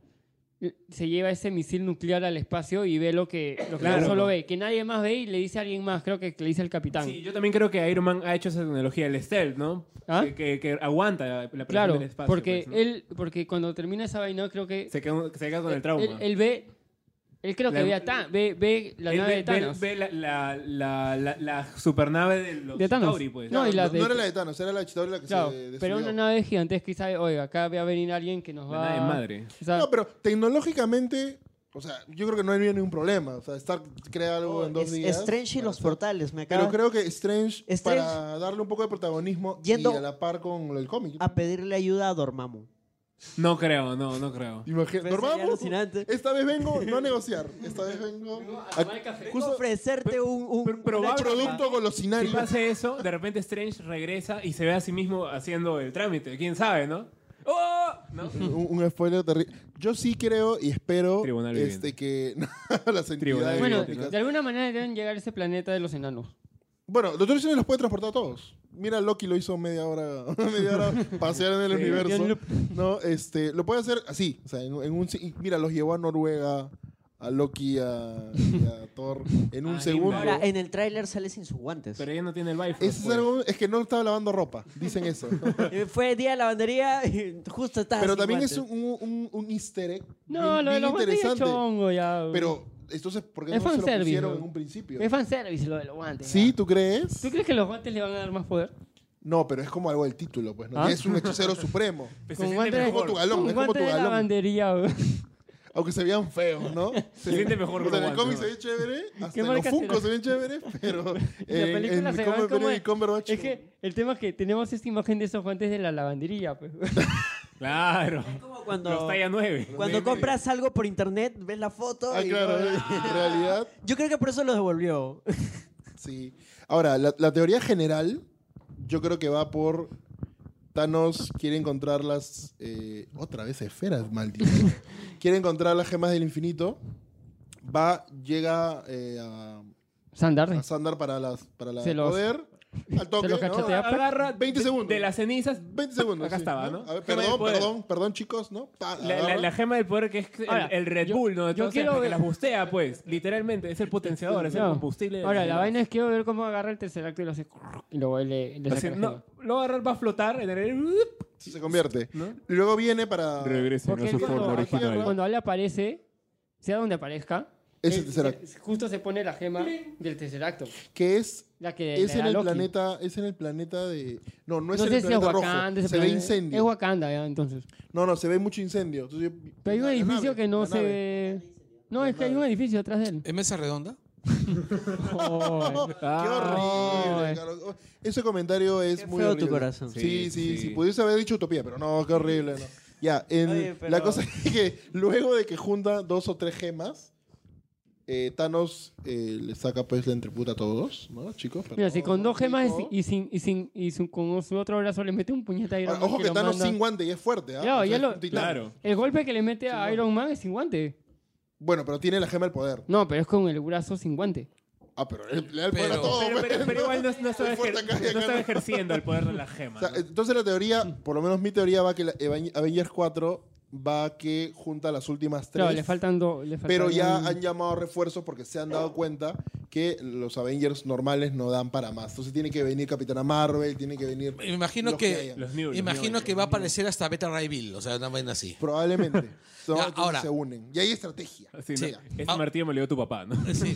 eh, se lleva ese misil nuclear al espacio y ve lo que, lo que
Claro.
él solo ve, que nadie más ve y le dice a alguien más, creo que le dice al capitán.
Sí, yo también creo que Iron Man ha hecho esa tecnología del stealth, ¿no?
¿Ah?
Que, que- que aguanta la presión
claro,
del espacio.
porque
pues, ¿no?
él porque cuando termina esa vaina creo que
se queda, se queda con el trauma.
él, él ve él creo que
La- em-,
ve a Ta- ve, ve la
Él
nave
ve,
de Thanos.
ve- ve la, la, la, la- la supernave de los
De Thanos.
Chitauri, pues.
No, y la
no,
de-
no era la de Thanos, era la de Chitauri la que
Claro,
se destruyó.
pero una nave gigantesca y sabe, oiga, acá va a venir alguien que nos
La
va
nave madre.
O sea,
No, pero tecnológicamente, o sea, yo creo que no había ningún problema. O sea, Stark crea algo en dos
Es-
días.
Strange y
para
los
hacer.
portales, me acaba
Pero creo que Strange,
Strange-
para darle un poco de protagonismo
Yendo-
y a la par con el cómic.
a pedirle ayuda a Dormammu.
No creo, no, no creo.
Pero
Imagina-
sería
Dormammu,
alucinante.
Esta vez vengo no a negociar. Esta vez vengo a Ah, justo
Ofrecerte un, un-
pero- pero
un
va-
producto
Si
golosinario.
pasa eso, de repente Strange regresa y se ve a sí mismo haciendo el trámite. ¿Quién sabe, no? ¡Oh! ¿No?
Un, un spoiler terrible. Yo sí creo y espero
Tribunal
este,
viviente.
que las
Tribunal
entidades
bueno,
evidente, ¿no?
nórdicas-
de alguna manera deben llegar a ese planeta de los enanos.
Bueno, los Doctor Strange los puede transportar a todos. Mira, Loki lo hizo media hora, media hora pasear en el universo. No, este, lo puede hacer así, o sea, en, en un si- y mira, los llevó a Noruega, a Loki, a, y a Thor en un
Ah,
segundo.
Claro.
Ahora, en el tráiler sale sin sus guantes.
Pero ella no tiene el Bifrost.
Ese es
pues.
algo, es que no estaba lavando ropa, dicen eso.
Eh, Fue día de la lavandería y justo estaba
Pero
sin
también
guantes.
es un, un, un easter egg.
No,
bien-
lo de
bien
los guantes ya es chongo ya.
Pero entonces, ¿por qué
Es
no se lo
fanservice,
pusieron
¿no?
en un principio?
es fanservice lo de los guantes.
¿Sí?
ya.
¿Tú crees?
¿Tú crees que los guantes le van a dar más poder?
No, pero es como algo del título, pues. ¿no?
¿Ah?
Es un hechicero supremo.
Pues se
Con
siente
guantes de-
Es como tu
mejor.
galón,
Con
es como tu
guantes de
galón.
lavandería, weón.
Aunque se vean feos, ¿no?
Se siente mejor
O sea, en el
con
cómic
guantes,
se ve chévere, hasta
¿Qué
en los
marca será?
Funko se ven chéveres, pero en,
película
en
se van
Cumberbatch
como-
y Cumberbatch-
Es que el tema es que tenemos esta imagen de esos guantes de la lavandería, pues.
Claro.
Como cuando,
Los talla 9.
cuando compras algo por internet, ves la foto.
Ah,
y-
claro, en realidad,
Yo creo que por eso lo devolvió.
sí. Ahora, la, la teoría general, yo creo que va por Thanos quiere encontrar las... eh, otra vez esferas, maldito. quiere encontrar las gemas del infinito. Va, llega eh, a,
Sandarre.
a Sandar para las para la
Se los-
poder. Al toque,
Se lo
¿no?
cachetea.
Agarra
20 segundos.
de las cenizas
20 segundos.
Acá
sí,
estaba, ¿no?
A ver,
Gema
perdón,
del poder.
perdón, perdón, chicos, ¿no? Pa,
La, la-
agarra.
la gema del poder que es el,
Ahora,
el Red
yo-
Bull, ¿no?
yo
Entonces,
quiero
porque
ver-
la bustea, pues, literalmente, es el potenciador, es el
No.
combustible.
Ahora, la vaina es que quiero ver cómo agarra el tercer acto y lo hace. Y luego él le, le saca
Así,
la
no,
gema.
lo va a agarrar, va a flotar en el...
se convierte.
¿No?
Y Luego viene para.
Porque él cuando,
original.
cuando él aparece, sea donde aparezca,
Es el
él
tercer
se-
acto.
justo se pone la gema del tercer acto.
Que es.
La que Eh, le
Es
da
en el
Loki.
planeta. Es en el planeta de. No, no
No
es en
sé
el
si es
planeta
Wakanda.
rojo.
ese
Se ve
planeta. Es
incendio.
Wakanda, ya, entonces.
No, no, se ve mucho incendio. Entonces yo-
Pero hay un
la- la
edificio
nave,
que no
la
se
nave.
ve. No, es que hay un edificio atrás de él.
¿Es mesa redonda?
Oh,
Joder.
¡Qué horrible! Carlos. Oh, Ese comentario es
Qué
muy.
feo tu
horrible.
corazón.
Sí, sí, sí,
Sí, sí.
Pudiese haber dicho utopía, pero no, qué horrible. no. Ya, en-
Oye, pero-
la cosa es que luego de que junta dos o tres gemas, eh, Thanos eh, le saca pues la entreputa a todos, ¿no, chicos?
Mira, si con dos gemas
chico.
y, sin, y, sin, y sin- con su otro brazo le mete un puñetazo
Ahora, Ah, ojo que Thanos sin guante y es fuerte, ¿ah?
Ya,
O sea,
ya
es
lo-
un titán.
Claro.
El golpe que le mete a Iron Man es sin guante.
Bueno, pero tiene la gema del poder.
No, pero es con el brazo sin guante.
Ah, pero él le da el poder a pues.
Pero-
todo.
Pero, pero- pero igual no, no estaba,
Es fuerte
ejer-
acá y acá,
no estaba
¿no?
ejerciendo el poder de la gema.
O sea,
¿no?
entonces la teoría, por lo menos mi teoría va que la Evan- Avengers 4 va que junta las últimas tres.
Claro, le faltan dos. le faltan
Pero ya
un-
han llamado refuerzos porque se han dado cuenta que los Avengers normales no dan para más. Entonces tiene que venir Capitana Marvel, tiene que venir.
Eh, Me imagino
los
que,
hayan.
Los New, los
imagino
New.
que va a aparecer hasta Beta Ray Bill, o sea, una vaina así.
Probablemente. So,
Ya,
entonces
ahora.
se unen. Y hay estrategia.
Así, ¿no?
sí.
Este
Ah.
martillo me lo dio tu papá, ¿no?
Eh, Sí.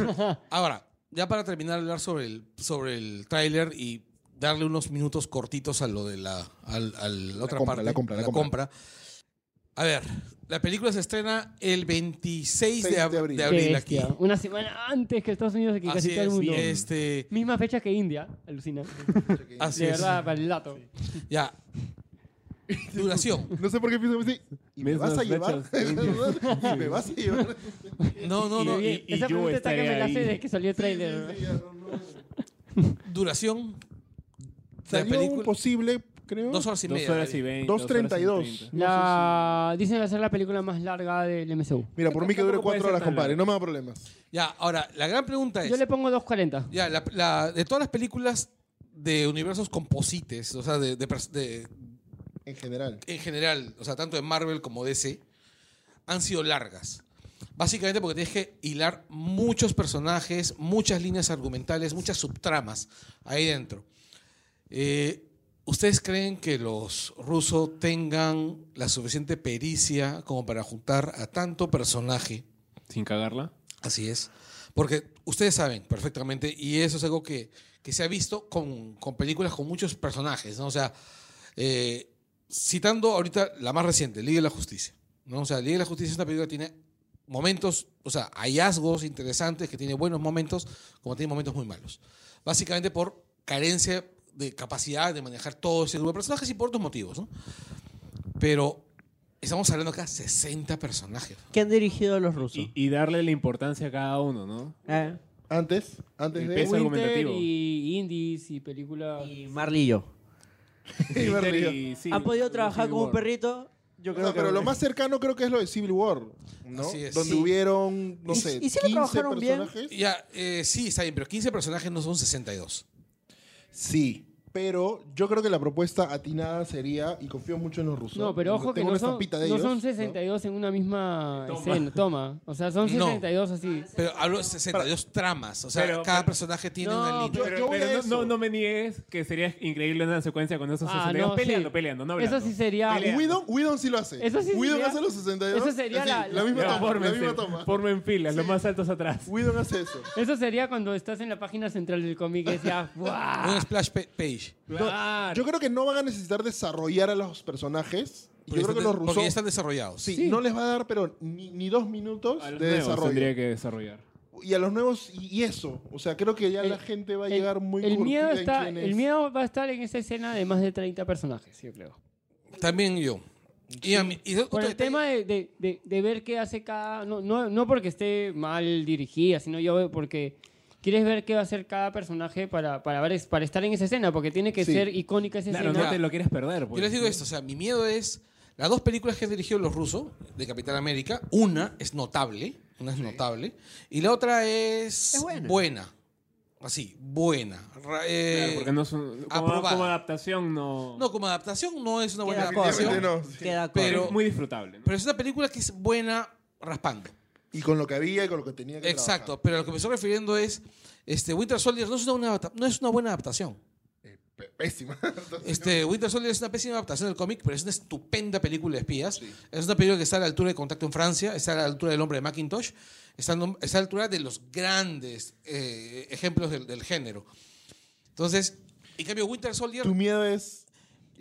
Ahora, ya para terminar de hablar sobre el, sobre el tráiler y darle unos minutos cortitos a lo de la, al- a la otra
compra,
parte.
la compra,
a
la compra.
A ver, la película se estrena el 26 de,
6 de
ab- de
abril.
abril,
Qué
aquí.
bestia. este, Una semana antes que Estados Unidos y que
Así
casi todo el
es.
mundo.
Este,
Misma fecha que India, alucina.
así
de
es.
verdad, para el dato.
Ya. Duración.
No sé por qué pienso así. ¿Y me
Mis
vas a
dos
llevar? ¿Y me vas a llevar?
No, no, no.
Y-
y-
y-
Esa
yo
pregunta está que me
estaré
la hace
ahí.
desde que salió el trailer.
Sí, sí, ya, no, no.
Duración. de La
Salió un
película.
posible, creo.
Dos horas y
Dos
media.
horas y
David.
veinte.
Dos
dos horas y
treinta y dos.
treinta.
La... Dicen que va a ser la película más larga del MCU.
Mira, por mí que dure
Tampoco puede
cuatro
ser
horas,
tan
compadre.
largo.
No me da problemas.
Ya, ahora, la gran pregunta es.
Yo le pongo 2.40.
Ya, la- la- de todas las películas de universos composites, o sea, de, de pers- de-
En general.
en general, o sea, tanto de Marvel como DC, han sido largas. Básicamente porque tienes que hilar muchos personajes, muchas líneas argumentales, muchas subtramas ahí dentro. Eh, ¿Ustedes creen que los rusos tengan la suficiente pericia como para juntar a tanto personaje?
Sin cagarla.
Así es. Porque ustedes saben perfectamente, y eso es algo que, que se ha visto con, con películas con muchos personajes, ¿no? O sea, eh, citando ahorita la más reciente, Liga de la Justicia, ¿no? O sea, Liga de la Justicia es una película que tiene momentos, o sea, hallazgos interesantes, que tiene buenos momentos, como tiene momentos muy malos. Básicamente por carencia de capacidad de manejar todo ese grupo de personajes y por otros motivos, ¿no? Pero estamos hablando acá de 60 personajes.
¿Qué han dirigido los rusos?
Y, y darle la importancia a cada uno, ¿no?
Ah,
Antes, antes
El
de...
pez
Uy,
argumentativo.
y indies y películas.
y Marley y yo.
y Berlín.
Y- sí,
¿Han podido
Civil
trabajar como un
War.
perrito? Yo
O sea, pero lo más cercano creo que es lo de Civil War, ¿no?
Así es.
Donde
Sí.
hubieron, no
¿Y-
sé,
y si lo
15
trabajaron bien?
personajes.
Ya, eh, sí, está bien, pero 15 personajes no son 62.
Sí, pero yo creo que la propuesta atinada sería, y confío mucho en los rusos.
No, pero ojo que no
tengo una
son,
estampita de
no
ellos,
son 62 en una misma
Toma.
escena, toma. O sea, son
No.
62 así.
Ah,
Pero hablo de 62 tramas, o sea,
Pero-
cada
pero-
personaje tiene
No,
una línea.
Yo-
Pero,
yo voy
pero
a
no,
eso.
no, no me niegues que sería increíble una secuencia con esos
Ah,
62
no,
peleando,
sí.
peleando, no
Eso
hablando.
sí sería.
Pelea.
Whedon, Whedon sí lo hace.
Eso sí
Whedon
sería-
hace los 62.
eso sería
así,
la-
misma
Ya,
toma. La
fórmense,
misma toma.
formen filas, los más altos atrás.
Whedon hace eso.
Eso sería cuando estás en la página central del cómic y decías, ¡guau!
Un splash pa- page.
Claro.
Yo creo que no van a necesitar desarrollar a los personajes. Yo creo que
están-
los rusos.
Porque ya están desarrollados.
Sí, no les va a dar, pero ni, ni dos minutos
A los
de
nuevos
desarrollo.
tendría que desarrollar.
Y a los nuevos, y, y eso. O sea, creo que ya
El-
la gente va a
el-
llegar muy
el miedo,
curtida en
está,
quién
el
es.
miedo va a estar en esa escena de más de 30 personajes, yo creo.
También yo. Y a mí- y otro
Por el
detalle-
tema de, de- de- de ver qué hace cada. No, no, no porque esté mal dirigida, sino yo veo porque quieres ver qué va a hacer cada personaje para, para, ver, para estar en esa escena, porque tiene que
Sí.
ser icónica esa
Claro,
escena.
no te lo quieres perder. pues.
Yo les digo esto, o sea, mi miedo es las dos películas que han dirigido los rusos de Capitán América, una es notable, una es notable y la otra es,
Es buena.
Así, buena. Ra- eh,
Claro, porque no es un- como,
aprobada.
como adaptación no,
no, como adaptación no es una buena
Queda
adaptación,
corta.
corto.
no, sí.
Queda
Pero-
corto.
es muy disfrutable. ¿no?
pero es una película que es buena raspando.
Y con lo que había y con lo que tenía que
Exacto, pero lo que me estoy refiriendo es este Winter Soldier no es una, buena adapta- no es una buena adaptación.
trabajar. P- Pésima.
Este, Winter Soldier es una pésima adaptación del cómic, pero es una estupenda película de espías. Es una película que está a la altura de Contacto en Francia, está a la altura del hombre de Macintosh, está, a la- está a la altura de los grandes eh, ejemplos del, del género. Entonces, en cambio, Winter Soldier.
tu miedo es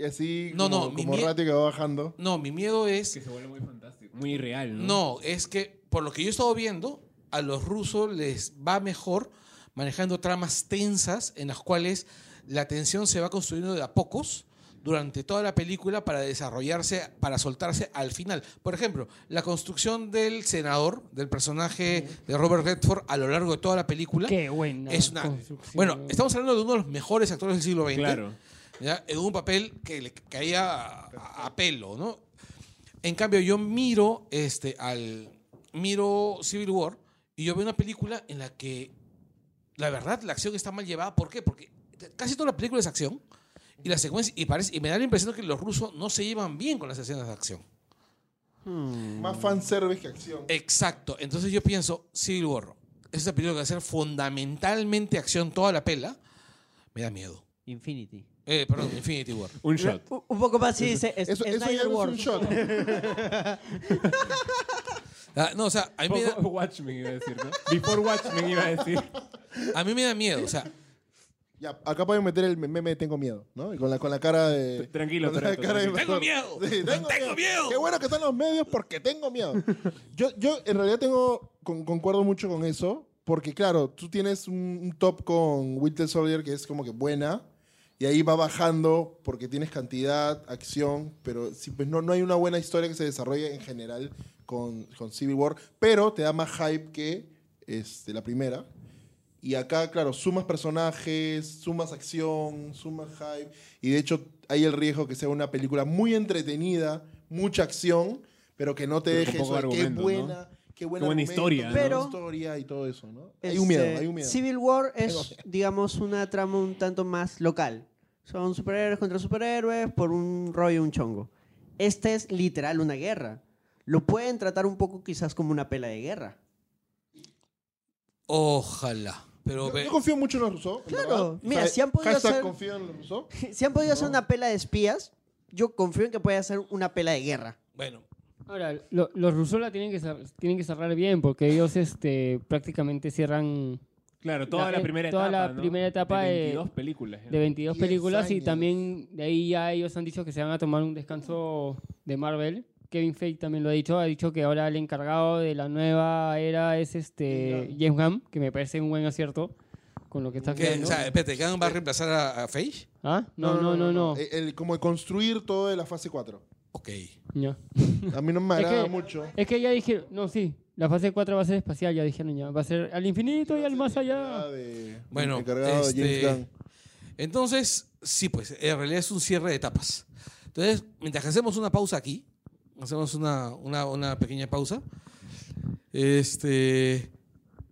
así
No,
como,
no, mi
como
mie-
ratio que va bajando.
No, mi miedo es.
Que se vuelve muy fantástico, muy irreal. No,
No, es que por lo que yo he estado viendo, a los rusos les va mejor manejando tramas tensas en las cuales la tensión se va construyendo de a pocos durante toda la película para desarrollarse, para soltarse al final. Por ejemplo, la construcción del senador, del personaje de Robert Redford a lo largo de toda la película.
Qué buena.
Es una,
construcción.
bueno, estamos hablando de uno de los mejores actores del siglo XX.
Claro.
¿ya? en un papel que le caía a, a pelo, ¿no? En cambio, yo miro este al miro Civil War y yo veo una película en la que la verdad la acción está mal llevada. ¿Por qué? Porque casi toda la película es acción y la secuencia y parece y me da la impresión de que los rusos no se llevan bien con las escenas de acción.
Mm.
Más fanservice que acción.
Exacto. Entonces yo pienso, Civil War, esa película que va a ser fundamentalmente acción toda la pela, me da miedo.
Infinity.
Eh, perdón, Infinity War.
un shot.
Un un poco más sí dice es-
Eso, eso ya
Snyder
no es
Wars. Este,
un shot.
Ah, no, o sea, a mí me da-
Poco- Watchmen iba a decir, ¿no? Before Watchmen iba a decir.
A mí me da miedo, o sea,
Ya, acá pueden meter el meme de tengo miedo, ¿no? Y con la, con la cara de.
Tranquilo,
con la
Toreto,
cara de
tranquilo.
pastor.
¡Tengo miedo! ¡Tengo miedo!
Qué bueno que están los medios porque tengo miedo. Yo, yo en realidad tengo. con- concuerdo mucho con eso. Porque, claro, tú tienes un, un top con Winter Soldier que es como que buena. Y ahí va bajando porque tienes cantidad, acción. Pero sí, pues no, no hay una buena historia que se desarrolle en general con, con Civil War. Pero te da más hype que este, la primera. Y acá, claro, sumas personajes, sumas acción, sumas hype. Y de hecho, hay el riesgo que sea una película muy entretenida, mucha acción, pero que no te
Pero
deje
con poco
eso de qué
argumento, ¿no?
buena, qué buena,
Qué buena historia, ¿no?
Pero,
Pero-
historia y todo eso, ¿no?
Este,
hay un miedo, hay un miedo.
Civil War
Tengo
es, digamos, una trama un tanto más local. Son superhéroes contra superhéroes por un rollo, un chongo. Esta es literal una guerra. lo pueden tratar un poco quizás como una pela de guerra.
Ojalá. Pero
Yo,
ve-
yo confío mucho en los rusos. en
Claro.
verdad.
Mira, si han podido
hashtag
hacer-
confío en los rusos.
Si han podido hacer una pela de espías, yo confío en que puede hacer una pela de guerra.
bueno,
Ahora, lo- los Rusola tienen que, cer- tienen que cerrar bien porque ellos este, prácticamente cierran
Claro, toda
La-
la,
eh,
primera
toda
etapa.
la
¿no?
primera etapa
de
de-
22 películas. ¿no?
de 22
Diez
películas y
años.
también de ahí ya ellos han dicho que se van a tomar un descanso de Marvel. Kevin Feige también lo ha dicho, ha dicho que ahora el encargado de la nueva era es este James Gunn, que me parece un buen acierto con lo que está
que,
creando.
o sea, espérate, ¿Kang va a reemplazar a, a Feige?
¿Ah? No, no, no, no.
Eh, El, como de construir todo de la fase 4.
Ok.
Ya.
A mí no me
Es que-
agrada mucho.
Es que ya dijeron, no, sí, la fase 4 va a ser espacial, ya dijeron ya, va a ser al infinito y al más allá.
De-
Bueno,
encargado de
este,
James Gunn.
Entonces, sí, pues, en realidad es un cierre de etapas. Entonces, mientras que hacemos una pausa aquí, hacemos una, una, una pequeña pausa. Este.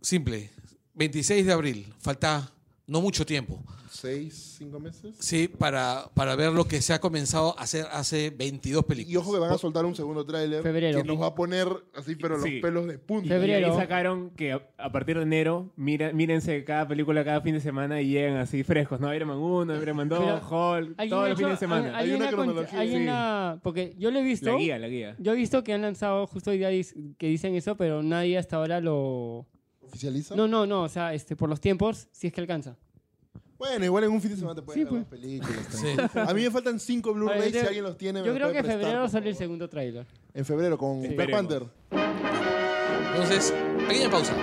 Simple. 26 de abril. Falta no mucho tiempo.
¿Seis, cinco meses?
Sí, para, para ver lo que se ha comenzado a hacer hace 22 películas.
Y ojo que van a soltar un segundo tráiler.
Febrero.
Que nos va a poner así, pero los
Sí.
pelos de punta.
Y ahí
Febrero.
sacaron que a- a partir de enero, mira, mírense cada película cada fin de semana y llegan así frescos, ¿no? Iron Man 1, Iron Man 2,
Pero,
Hulk,
¿Alguien
todos
ha
los fines de
hecho-
semana.
Hay
¿alguien
una
ha con-
cronología,
alguien
sí.
ha- porque yo lo he visto.
La guía, la guía.
Yo he visto que han lanzado justo hoy día dis- que dicen eso, pero nadie hasta ahora lo.
¿Oficializa?
No, no, no, o sea, este, por los tiempos, si es que alcanza.
Bueno, igual en un fin de semana te pueden
Sí,
grabar
pues.
películas.
Sí.
tranquilo. A mí me faltan cinco
Oye,
Blu-rays.
yo-
Si alguien los tiene, me
este, Yo
los
creo que
puede
en
prestar,
febrero
por
sale el
favor.
segundo tráiler.
En febrero con Black
Esperemos.
Panther.
Entonces, pequeña pausa.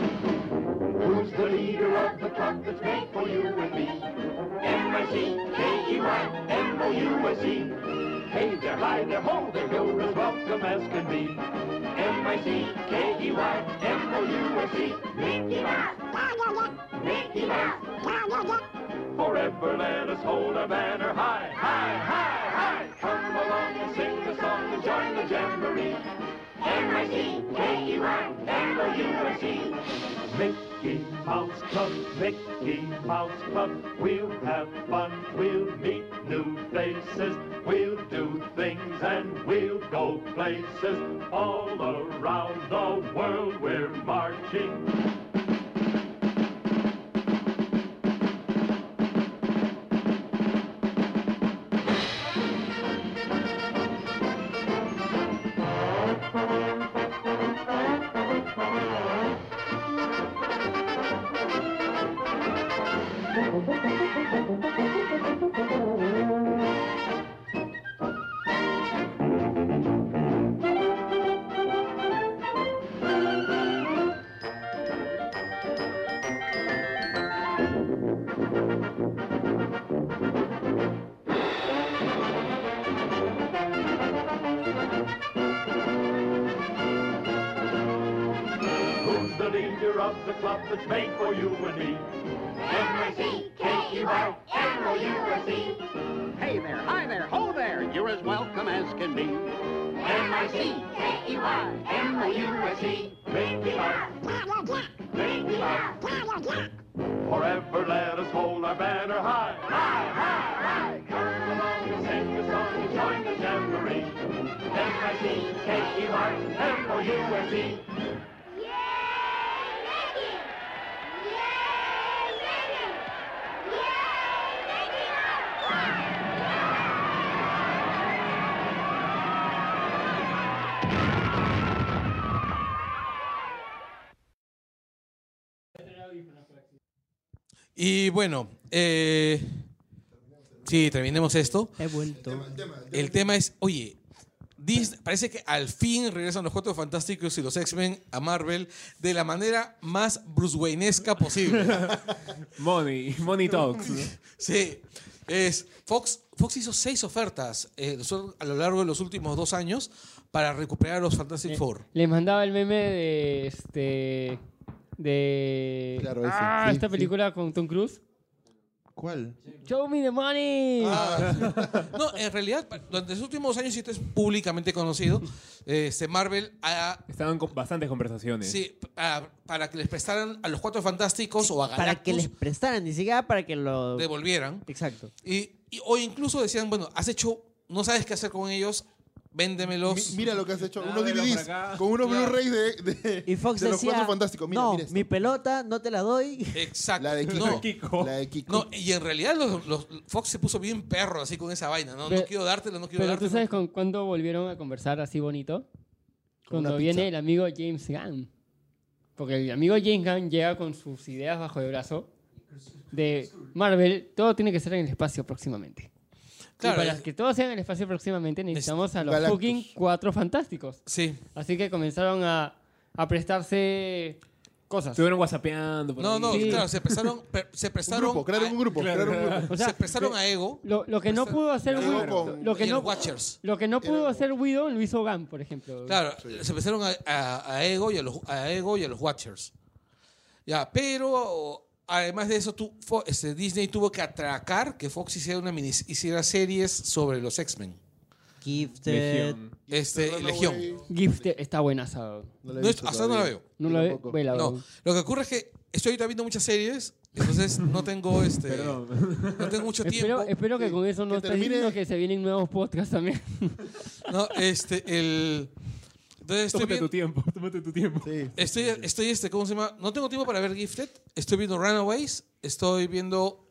Who's the leader of the club that's made for you and me? M-I-C-K-E-Y, M-O-U-S-E. E. Hey there, hi there, ho there, you're as welcome as can be. M-I-C-K-E-Y, M-O-U-S-E. E. Mickey Mouse, Mickey Mouse, Forever let us hold our banner high, high, high, high. Come along and sing the song and join the jamboree. M-I-C-K-E-Y, M-O-U-S-E. E. Mickey Mouse Club, Mickey Mouse Club. We'll have fun, we'll meet new faces, we'll do things and we'll go places. All around the world we're marching. Who's the leader of the club that's made for you and me? M-I-C-K-E-Y, M-O-U-S-E. E.
Hey there, hi there, ho there. You're as welcome as can be.
E M-I-C-K-E-Y, M-O-U-S-E. Mickey Mouse. Mickey Mouse. Forever let us hold our banner high. High, high, high. Come along and sing a song and join the jamboree. M-I-C-K-E-Y, M-O-U-S-E.
Y bueno, eh, sí, terminemos esto.
He vuelto.
El tema es, oye, Disney- parece que al fin regresan los Cuatro Fantásticos y los X-Men a Marvel de la manera más Bruce Waynesca posible.
Money, Money Talks. ¿no?
Sí. Es, Fox, Fox hizo seis ofertas eh, so- a lo largo de los últimos dos años para recuperar a los Fantastic Four.
Les mandaba el meme de este. De.
Claro, ese,
Ah,
sí,
esta
sí.
película con Tom Cruise.
¿Cuál?
Show me the money.
Ah,
No, en realidad, pa- durante los últimos años, y esto es públicamente conocido, este, Marvel ha.
Estaban con bastantes conversaciones.
sí, pa- para que les prestaran a los Cuatro Fantásticos o a Galactus,
Para que les prestaran, ni siquiera para que lo...
devolvieran.
Exacto.
Y, y- o incluso decían, bueno, has hecho, no sabes qué hacer con ellos, véndemelos.
Mi- mira lo que has hecho.
Ah,
Unos
velo
DVDs
para acá.
con unos
Claro.
Blu-rays de, de-
Y Fox
de los
decía,
Cuatro Fantásticos. Mira,
no,
mira esto.
mi pelota no te la doy.
Exacto.
La de Kiko.
No,
Kiko.
La de Kiko.
no, y en realidad los, los- Fox se puso bien perro así con esa vaina. No,
Pero-
no quiero dártelo, no quiero
Pero
dártelo.
tú sabes con, cuándo volvieron a conversar así bonito. Cuando
una
viene
pizza.
el amigo James Gunn. Porque el amigo James Gunn llega con sus ideas bajo el brazo de Marvel, todo tiene que ser en el espacio próximamente.
Claro,
y para
es-
que todo sea en el espacio próximamente necesitamos a los
Galactus.
fucking cuatro fantásticos.
Sí.
Así que comenzaron a, a prestarse cosas.
Estuvieron whatsappeando. por
No,
ahí.
no,
Sí.
claro, se prestaron, pre- se
Un
prestaron,
grupo, crearon
a-
un grupo,
Claro.
crearon un grupo.
O sea,
se prestaron a Ego
Lo, lo que no pudo hacer
Luego
Widow,
con-
lo que
y
no,
el Watchers.
lo que no pudo
Era-
hacer Widow lo hizo Gunn, por ejemplo.
Claro, se prestaron a, a- a Ego y a los, a Ego y a los Watchers. Ya, pero además de eso, tú- Fo- este, Disney tuvo que atracar que Fox hiciera, una mini- hiciera series sobre los X-Men.
Gifted.
Legión.
Este,
Runaway,
Legión.
Gifted está buenazado.
No la he
No,
visto
hasta ahora no la
todavía.
veo.
No
Yo
lo
tampoco.
ve, la
No, lo que ocurre es que estoy ahorita viendo muchas series, entonces no tengo este
Perdón.
no tengo mucho tiempo.
Espero, espero que
Sí,
con eso no
que
estés
termine-
diciendo que se vienen nuevos podcasts también.
No, este el entonces estoy
Tómate
viendo,
eh, tu tiempo, tómate tu tiempo.
Sí.
estoy estoy este ¿cómo se llama? No tengo tiempo para ver Gifted, estoy viendo Runaways, estoy viendo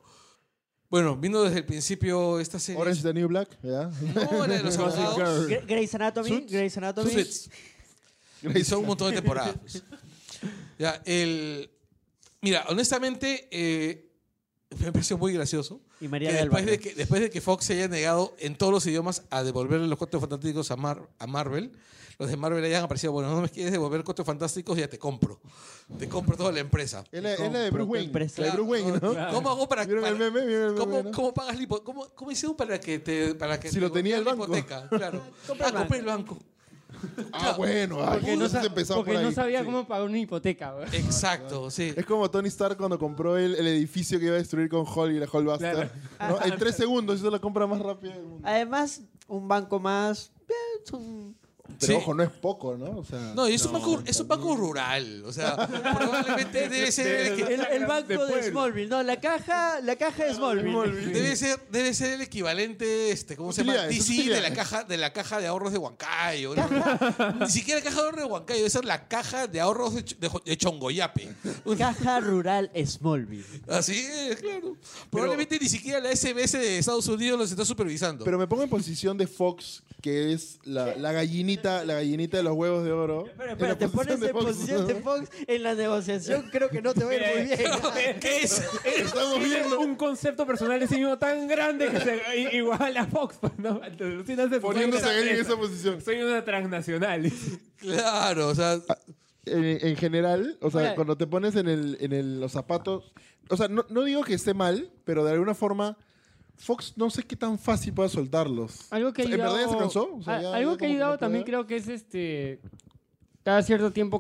bueno, viendo desde el principio esta serie.
Orange is the New Black, ¿ya?
No, la de los
Gossip
abogados.
Girl.
Gre- Grey's Anatomy.
Suits.
Grey's Anatomy.
Suits. Y son un montón de temporadas. pues. Ya, el mira, honestamente eh, me pareció muy gracioso.
Y María
que
del
después,
Barrio.
de que, después de que Fox se haya negado en todos los idiomas a devolverle los cuatro fantásticos a, Mar- a Marvel, los de Marvel hayan aparecido, bueno, no me quieres devolver cuatro fantásticos, ya te compro. Te compro toda la empresa.
Es la, es la de
Compro
Bruce Wayne.
empresa.
La de Bruce Wayne, ¿no?
¿Cómo hago para,
¿Vieron el
para-
meme? ¿Vieron el meme,
¿cómo,
no?
cómo pagas la hipoteca? ¿Cómo, cómo hicieron para que te para que
Si
te
lo tenía el
devolvieran
banco.
la hipoteca? Claro. ah, compré el banco.
Ah, bueno. ah,
Porque no,
entonces
sa-
empezamos
porque
por
no
ahí.
sabía
Sí.
cómo pagar una hipoteca. güey.
Exacto, sí.
Es como Tony Stark cuando compró el, el edificio que iba a destruir con Hulk y la Hulkbuster. ¿no? En tres segundos hizo la compra más rápida del mundo.
Además, un banco más. eh, es un-
Sí.
Pero ojo, no es poco, ¿no? O sea,
No, y es, un banco, es un banco rural. O sea, probablemente debe ser el que-
El, el banco
de
de,
pueblo.
Smallville. No, la caja, la caja de Smallville.
Debe ser, debe ser el equivalente, este, ¿cómo se llama?
Utilidades,
DC de
utilidades.
la caja de la caja de ahorros de Huancayo. ¿no? Ni siquiera caja de ahorros de Huancayo, esa es la caja de ahorros de, Ch- de Jo- de Chongoyape.
Caja rural Smallville.
Así es, claro. Probablemente ni siquiera la SBS de Estados Unidos los está supervisando.
Pero me pongo en posición de Fox, que es la, la gallinita, la gallinita de los huevos de oro.
Pero,
En
espera,
la
te pones en posición de
¿no?
Fox en la negociación, creo que no te va a ir
eh,
muy bien.
¿Qué es?
Estamos viendo.
Un concepto personal de sí mismo tan grande que se i- igual a Fox. ¿no? Si no se-
Poniéndose
soy
a
una
él en esa
empresa.
posición.
Soy una transnacional.
Claro, o sea,
En, en general, o sea,
Ahora-
cuando te pones en, el, en el- los zapatos. O sea, no, no digo que esté mal, pero de alguna forma, Fox no sé qué tan fácil pueda soltarlos.
Algo que ha
O sea, ¿En
ayudado,
verdad ya se cansó? O sea,
a-
ya-
algo
ya
que ha
como
ayudado
no puede.
también creo que es este... Cada cierto tiempo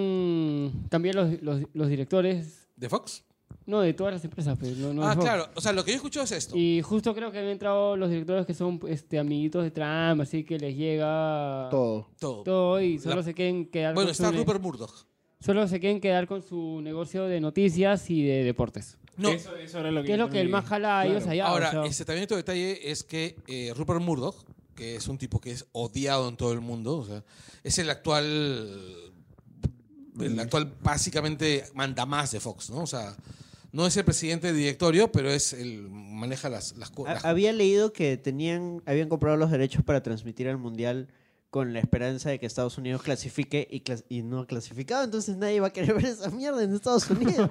cambian, cambian los, los- los directores,
¿de Fox?
no de todas las empresas, pero no, no de
Ah,
Fox.
claro. O sea, lo que yo escucho es esto.
Y justo creo que han entrado los directores que son este, amiguitos de Trump, así que les llega
Todo.
Todo.
todo y solo
La-
se quieren quedar
Bueno,
con
está
su ne-
Rupert Murdoch.
solo se quieren quedar con su negocio de noticias y de deportes.
No,
Eso, eso era lo que
Que es lo que el más jala a ellos
Claro.
allá.
Ahora,
o sea,
este, también otro detalle es que eh, Rupert Murdoch, que es un tipo que es odiado en todo el mundo, o sea, es el actual, el actual básicamente mandamás de Fox, ¿no? O sea, no es el presidente de directorio, pero es el maneja las, las, co- las-
Ha- Había leído que tenían, habían comprado los derechos para transmitir al mundial con la esperanza de que Estados Unidos clasifique y, clas- y no ha clasificado, entonces nadie va a querer ver esa mierda en Estados Unidos.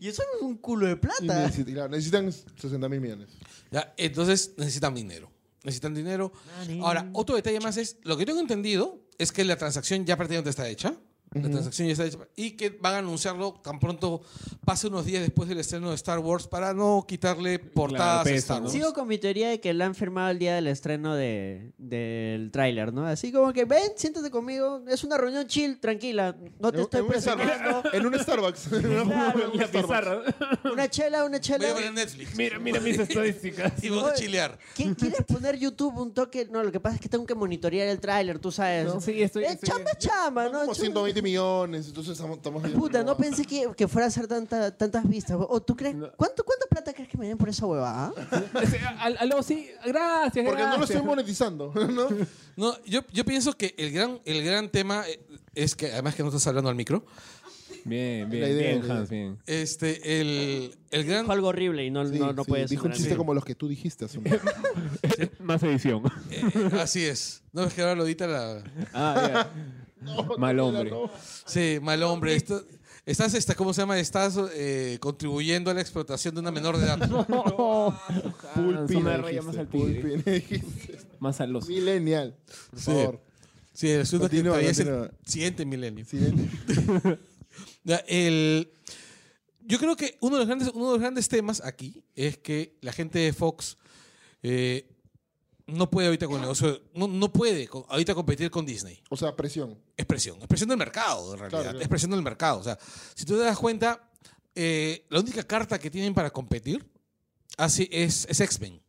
y eso es un culo de
Y
plata.
necesitan, claro, necesitan 60 mil millones.
Ya, Entonces necesitan dinero. Necesitan dinero. Ahora, otro detalle más es, lo que tengo entendido es que la transacción ya prácticamente está hecha. La transacción ya está hecha. Y que van a anunciarlo tan pronto pase unos días después del estreno de Star Wars para no quitarle portadas a
peso,
Star
¿no?
Wars.
Sigo con mi teoría de que la han firmado el día del estreno de, del tráiler, ¿no? Así como que, ven, siéntate conmigo, es una reunión chill, tranquila, no te estoy
en, un
presionando.
Starbucks, en un Starbucks. En una- en un
La
Starbucks.
pizarra.
Una chela, una
Voy a poner
chela.
Netflix.
Mira, mira mis estadísticas.
Y vamos a
Oye,
chilear.
¿Qui- ¿Quieres poner YouTube un toque? No, lo que pasa es que tengo que monitorear el tráiler, tú sabes.
No, sí, estoy-
Eh,
estoy-
chamba, chamba, ¿no?
Como 120 millones, entonces estamos... estamos ahí.
Puta, no pensé que, que fuera a hacer tanta- tantas vistas. ¿O tú crees?
No.
¿cuánto, ¿Cuánta plata crees que me den por esa huevada?
Al- Aló, sí, gracias.
Porque no lo
gracias.
estoy monetizando, ¿no?
No, yo, yo pienso que el gran, el gran tema eh, es que, además que no estás hablando al micro,
Bien, bien,
La idea,
bien,
la idea.
Hans, bien.
este, el, el gran...
Fue algo horrible y no,
Sí,
no, no
sí,
puedes.
Dijo un chiste como los que tú dijiste hace un momento.
Más edición.
eh, así es. No es que ahora lo edita la...
Ah, ya. Mal hombre.
No.
Sí, mal hombre. Esto- estás, esta, ¿cómo se llama? Estás eh, contribuyendo a la explotación de una menor de edad.
Ah,
Pulpina
una raya más
dijiste,
al tigre.
pulpina dijiste.
Más al oso.
Millennial. Por
Sí.
favor.
Sí, resulta
Continúa,
que todavía es el
continúa.
siguiente milenio.
Siguiente.
Ya, el- yo creo que uno de, los grandes, uno de los grandes temas aquí es que la gente de Fox eh, no puede ahorita con el negocio, no, no puede co- ahorita competir con Disney.
O sea, presión.
Expresión, expresión del mercado, en realidad.
claro.
Expresión del mercado. O sea, si tú te das cuenta, eh, la única carta que tienen para competir así es, es X-Men.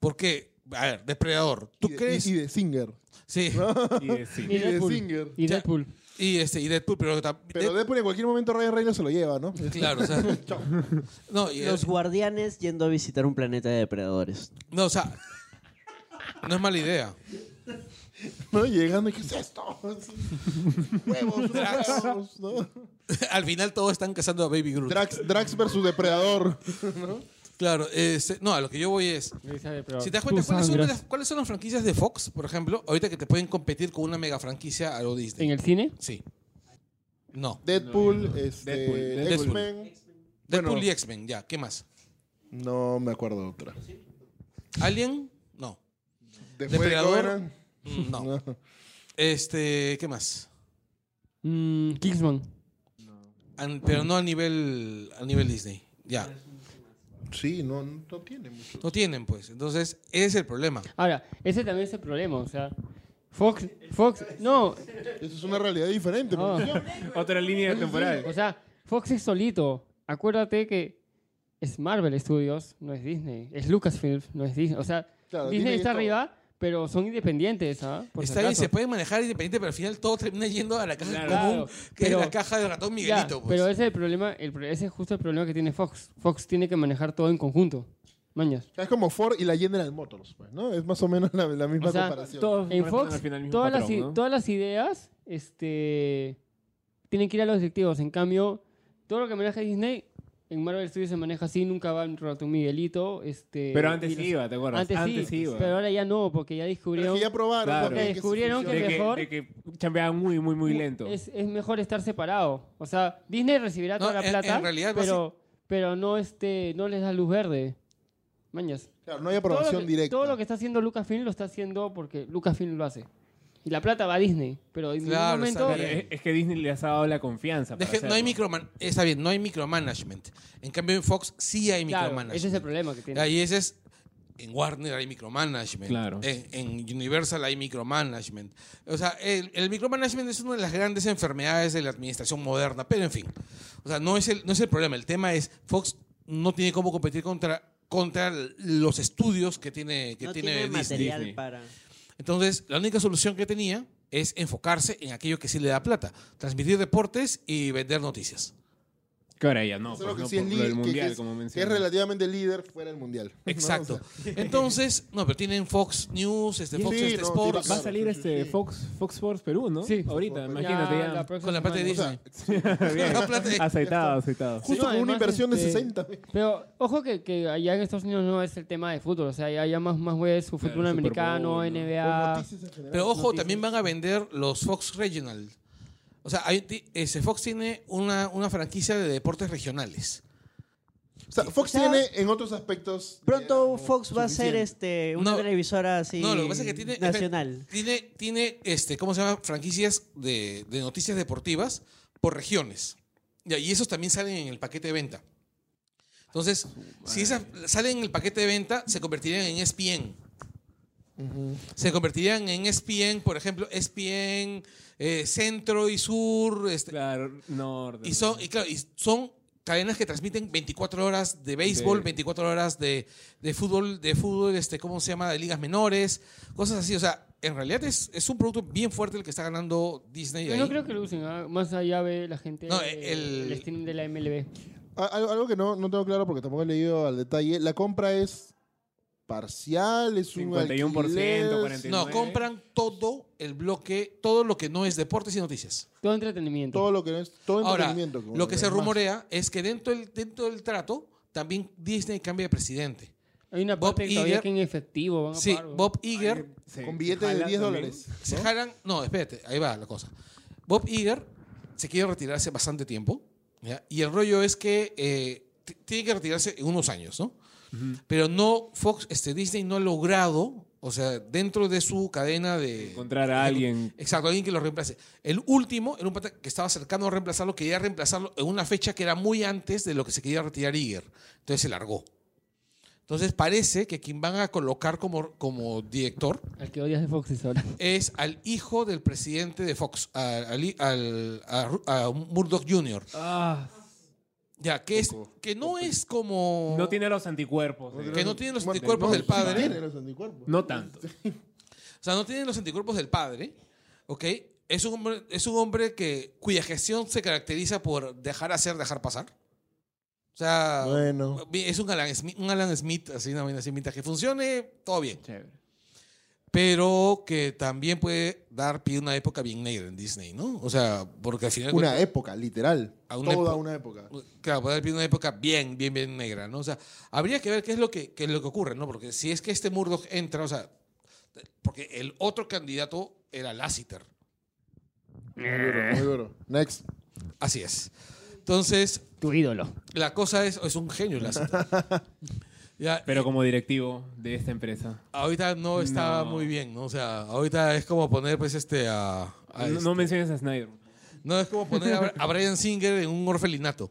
¿Por qué? A ver, Depredador. ¿Tú
Y de-
crees?
Y, y de Singer.
sí.
Y decir.
Y de
Deadpool.
Singer.
Y
Ya.
Deadpool.
Y, este, y Deadpool, pero, tam-
Pero
Dead-
después en cualquier momento Ryan Reynolds se lo lleva, ¿no?
Claro, o sea. no, y- eh,
Los guardianes yendo a visitar un planeta de depredadores.
No, o sea, no es mala idea.
¿No? Llegando y ¿qué es esto? huevos, unos huevos, ¿no?
Al final todos están cazando a Baby Groot.
Drax, Drax versus Depredador.
claro, este, no, a lo que yo voy es. Si te das cuenta, ¿cuáles son, las, cuáles son las franquicias de Fox, por ejemplo? Ahorita que te pueden competir con una mega franquicia a lo Disney.
¿En el cine?
Sí. No.
Deadpool, este,
Deadpool, Deadpool.
X-Men.
Deadpool
Bueno.
y X-Men, ya. ¿Qué más?
No me acuerdo otra.
¿Alien? No.
Después
Depredador.
de Conan.
Mm, No.
No.
Este, ¿qué más?
Mm, Kingsman.
An- pero no a nivel, a nivel Disney. Ya.
Sí, no, no tiene mucho.
No tienen, pues. Entonces, ese es el problema.
Ahora, ese también es el problema, o sea. Fox, Fox, no,
Eso es una realidad diferente.
No.
porque yo-
Otra línea temporal.
o sea, Fox es solito. Acuérdate que es Marvel Studios, no es Disney. Es Lucasfilm, no es Disney. O sea,
Claro,
Disney
Disney
está
es todo.
arriba, pero son independientes, ¿ah? Por si
Está bien,
acaso.
se pueden manejar independiente, pero al final todo termina yendo a la caja
Claro.
común, que
Pero-
es la caja de ratón
Ya,
Miguelito. pues.
Pero ese es el problema, el pro- ese es justo el problema que tiene Fox. Fox tiene que manejar todo en conjunto. Mañas.
Es como Ford y la General Motors, pues, ¿no? Es más o menos la, la misma
O sea,
comparación.
Todos
En
responden
Fox,
al final el mismo
todas, las,
patrón,
i-
¿no?
todas las ideas este, tienen que ir a los directivos. En cambio, todo lo que maneja Disney en Marvel Studios se maneja así, nunca va en Ratón Miguelito. Este,
Pero
y
antes
los-
sí iba, ¿te acuerdas?
Antes, sí,
iba.
pero ahora ya no, porque ya
Pero es
descubrieron
que ya probaron.
Claro.
también
Que
se
descubrieron
funciona.
de, que,
mejor-
de que chambeaban muy, muy, muy lento.
Es, es mejor estar separado. O sea, Disney recibirá
No,
toda la
en-
plata,
en realidad,
pero, pero no, este, no les da luz verde. Mañas.
Claro, no hay
Todo lo
aprobación
que-
directa.
Todo lo que está haciendo Lucasfilm lo está haciendo porque Lucasfilm lo hace. Y la plata va a Disney, pero en
Claro,
ningún
está
momento...
Claro, es, es que Disney les ha dado la confianza.
Es
para
que no hay
hacerlo.
microman está bien, no hay micromanagement. En cambio en Fox sí hay
Claro,
micromanagement.
ese es el problema que tiene.
Ahí ese es en Warner hay micromanagement.
Claro.
En, en Universal hay micromanagement. O sea, el, el micromanagement es una de las grandes enfermedades de la administración moderna, pero en fin. O sea, no es el, no es el problema. El tema es Fox no tiene cómo competir contra contra los estudios que tiene que
no
tiene,
tiene,
Disney.
material
Disney.
para.
Entonces, la única solución que tenía es enfocarse en aquello que sí le da plata, transmitir deportes y vender noticias.
Que ahora ya no,
Solo
pues,
que
no,
sí es
por lo
líder,
del
que-
mundial,
que es-
como
que es
mencionas.
relativamente líder fuera del mundial. ¿no?
Exacto.
O sea,
Entonces, no, pero tienen Fox News, este Fox
Sí,
este
no,
Sports,
Va a
Claro,
salir
sí, sí,
este
sí.
Fox, Fox Sports Perú, ¿no?
Sí.
Ahorita,
Fox-
imagínate ya.
con la plata de
o sea,
Disney.
Bien.
La plata de-
Aceitado, aceitado.
justo con
además,
una inversión de
este,
60.
Pero ojo que, que allá en Estados Unidos no es el tema de fútbol, o sea, ya, ya más, más web su fútbol
Super
americano,
Bowl, ¿no?
o
NBA.
noticias en general.
Pero ojo, también van a vender los Fox Regional. O sea, hay- ti- ese Fox tiene una, una franquicia de deportes regionales.
O O sea, Fox
O sea,
tiene en otros aspectos. eh,
Pronto
digamos,
Fox va a ser
suficiente.
este, una
No.
televisora así
No, lo que pasa es que tiene.
nacional.
Tiene, tiene este, ¿cómo se llama? Franquicias de, de noticias deportivas por regiones. Ya, Y esos también salen en el paquete de venta. Entonces, si esas salen en el paquete de venta, se convertirían en E ESPN. Se convertirían en E ESPN, por ejemplo, E ESPN eh, Centro y Sur. este,
Claro, no.
y son, y claro, y son cadenas que transmiten 24 horas de béisbol,
De-
24 horas de, de fútbol, de fútbol, este, ¿cómo se llama? De ligas menores, cosas así. O sea, en realidad es, es un producto bien fuerte el que está ganando Disney.
Yo
ahí.
no creo que lo usen. ah, Más allá ve la gente
No,
eh,
el-
el streaming de la MLB.
A- Algo, algo que no, no tengo claro porque tampoco he leído al detalle. La compra es parcial, es un
51%,
alquiler,
49%.
No,
¿eh?
compran todo el bloque, todo lo que no es deportes y noticias.
Todo entretenimiento.
Todo lo que no es. Todo
Ahora,
entretenimiento. como
lo que se
demás.
rumorea es que dentro del, dentro del trato también Disney cambia de presidente.
Hay una
Bob
parte que todavía
Iger-
que en efectivo
Ah,
van a
Sí,
pagar, weón.
Bob Iger
Se-
Con
se
billetes de
jala
10
también.
dólares.
Se jalan. No, espérate, ahí va la cosa. Bob Iger se quiere retirar hace bastante tiempo. ¿ya? Y el rollo es que eh, t- tiene que retirarse en unos años, ¿no? Pero no, Fox, este, Disney no ha logrado, o sea, dentro de su cadena de.
Encontrar a alguien.
Exacto, alguien que lo reemplace. El último era un pata que estaba cercano a reemplazarlo, quería reemplazarlo en una fecha que era muy antes de lo que se quería retirar Iger. Entonces se largó. Entonces parece que quien van a colocar como, como director
Al que odias de Fox es ahora.
es al hijo del presidente de Fox, al, al- al- a, Ru- a Murdoch Jr.
Ah,
Ya, que, es, que no es como...
no tiene los anticuerpos. eh.
que no tiene los
Bueno,
anticuerpos
no,
del
sí
padre.
tiene los anticuerpos.
No tanto.
O sea, no tiene los anticuerpos del padre, ¿ok? Es un hombre, es un hombre que, cuya gestión se caracteriza por dejar hacer, dejar pasar. O sea,
Bueno.
es un Alan Smith, un Alan Smith así, una vaina así, mientras que funcione, todo bien.
Chévere.
Pero que también puede dar pie a una época bien negra en Disney, ¿no? O sea, porque al final...
Una época, literal.
A una
Toda
época.
una época.
Claro, puede haber una época bien, bien, bien negra, ¿no? O sea, habría que ver qué es lo que, qué es lo que ocurre, ¿no? Porque si es que este Murdoch entra, o sea, porque el otro candidato era Lassiter.
Muy duro, muy duro. Next.
Así es. Entonces,
Tu ídolo.
la cosa es, es un genio Lassiter. ya,
Pero como directivo de esta empresa.
ahorita no está
No.
muy bien, ¿no? O sea, ahorita es como poner, pues, este, a... a
No,
este-
no menciones a Snyder.
no, es como poner a, a Brian Singer en un orfelinato.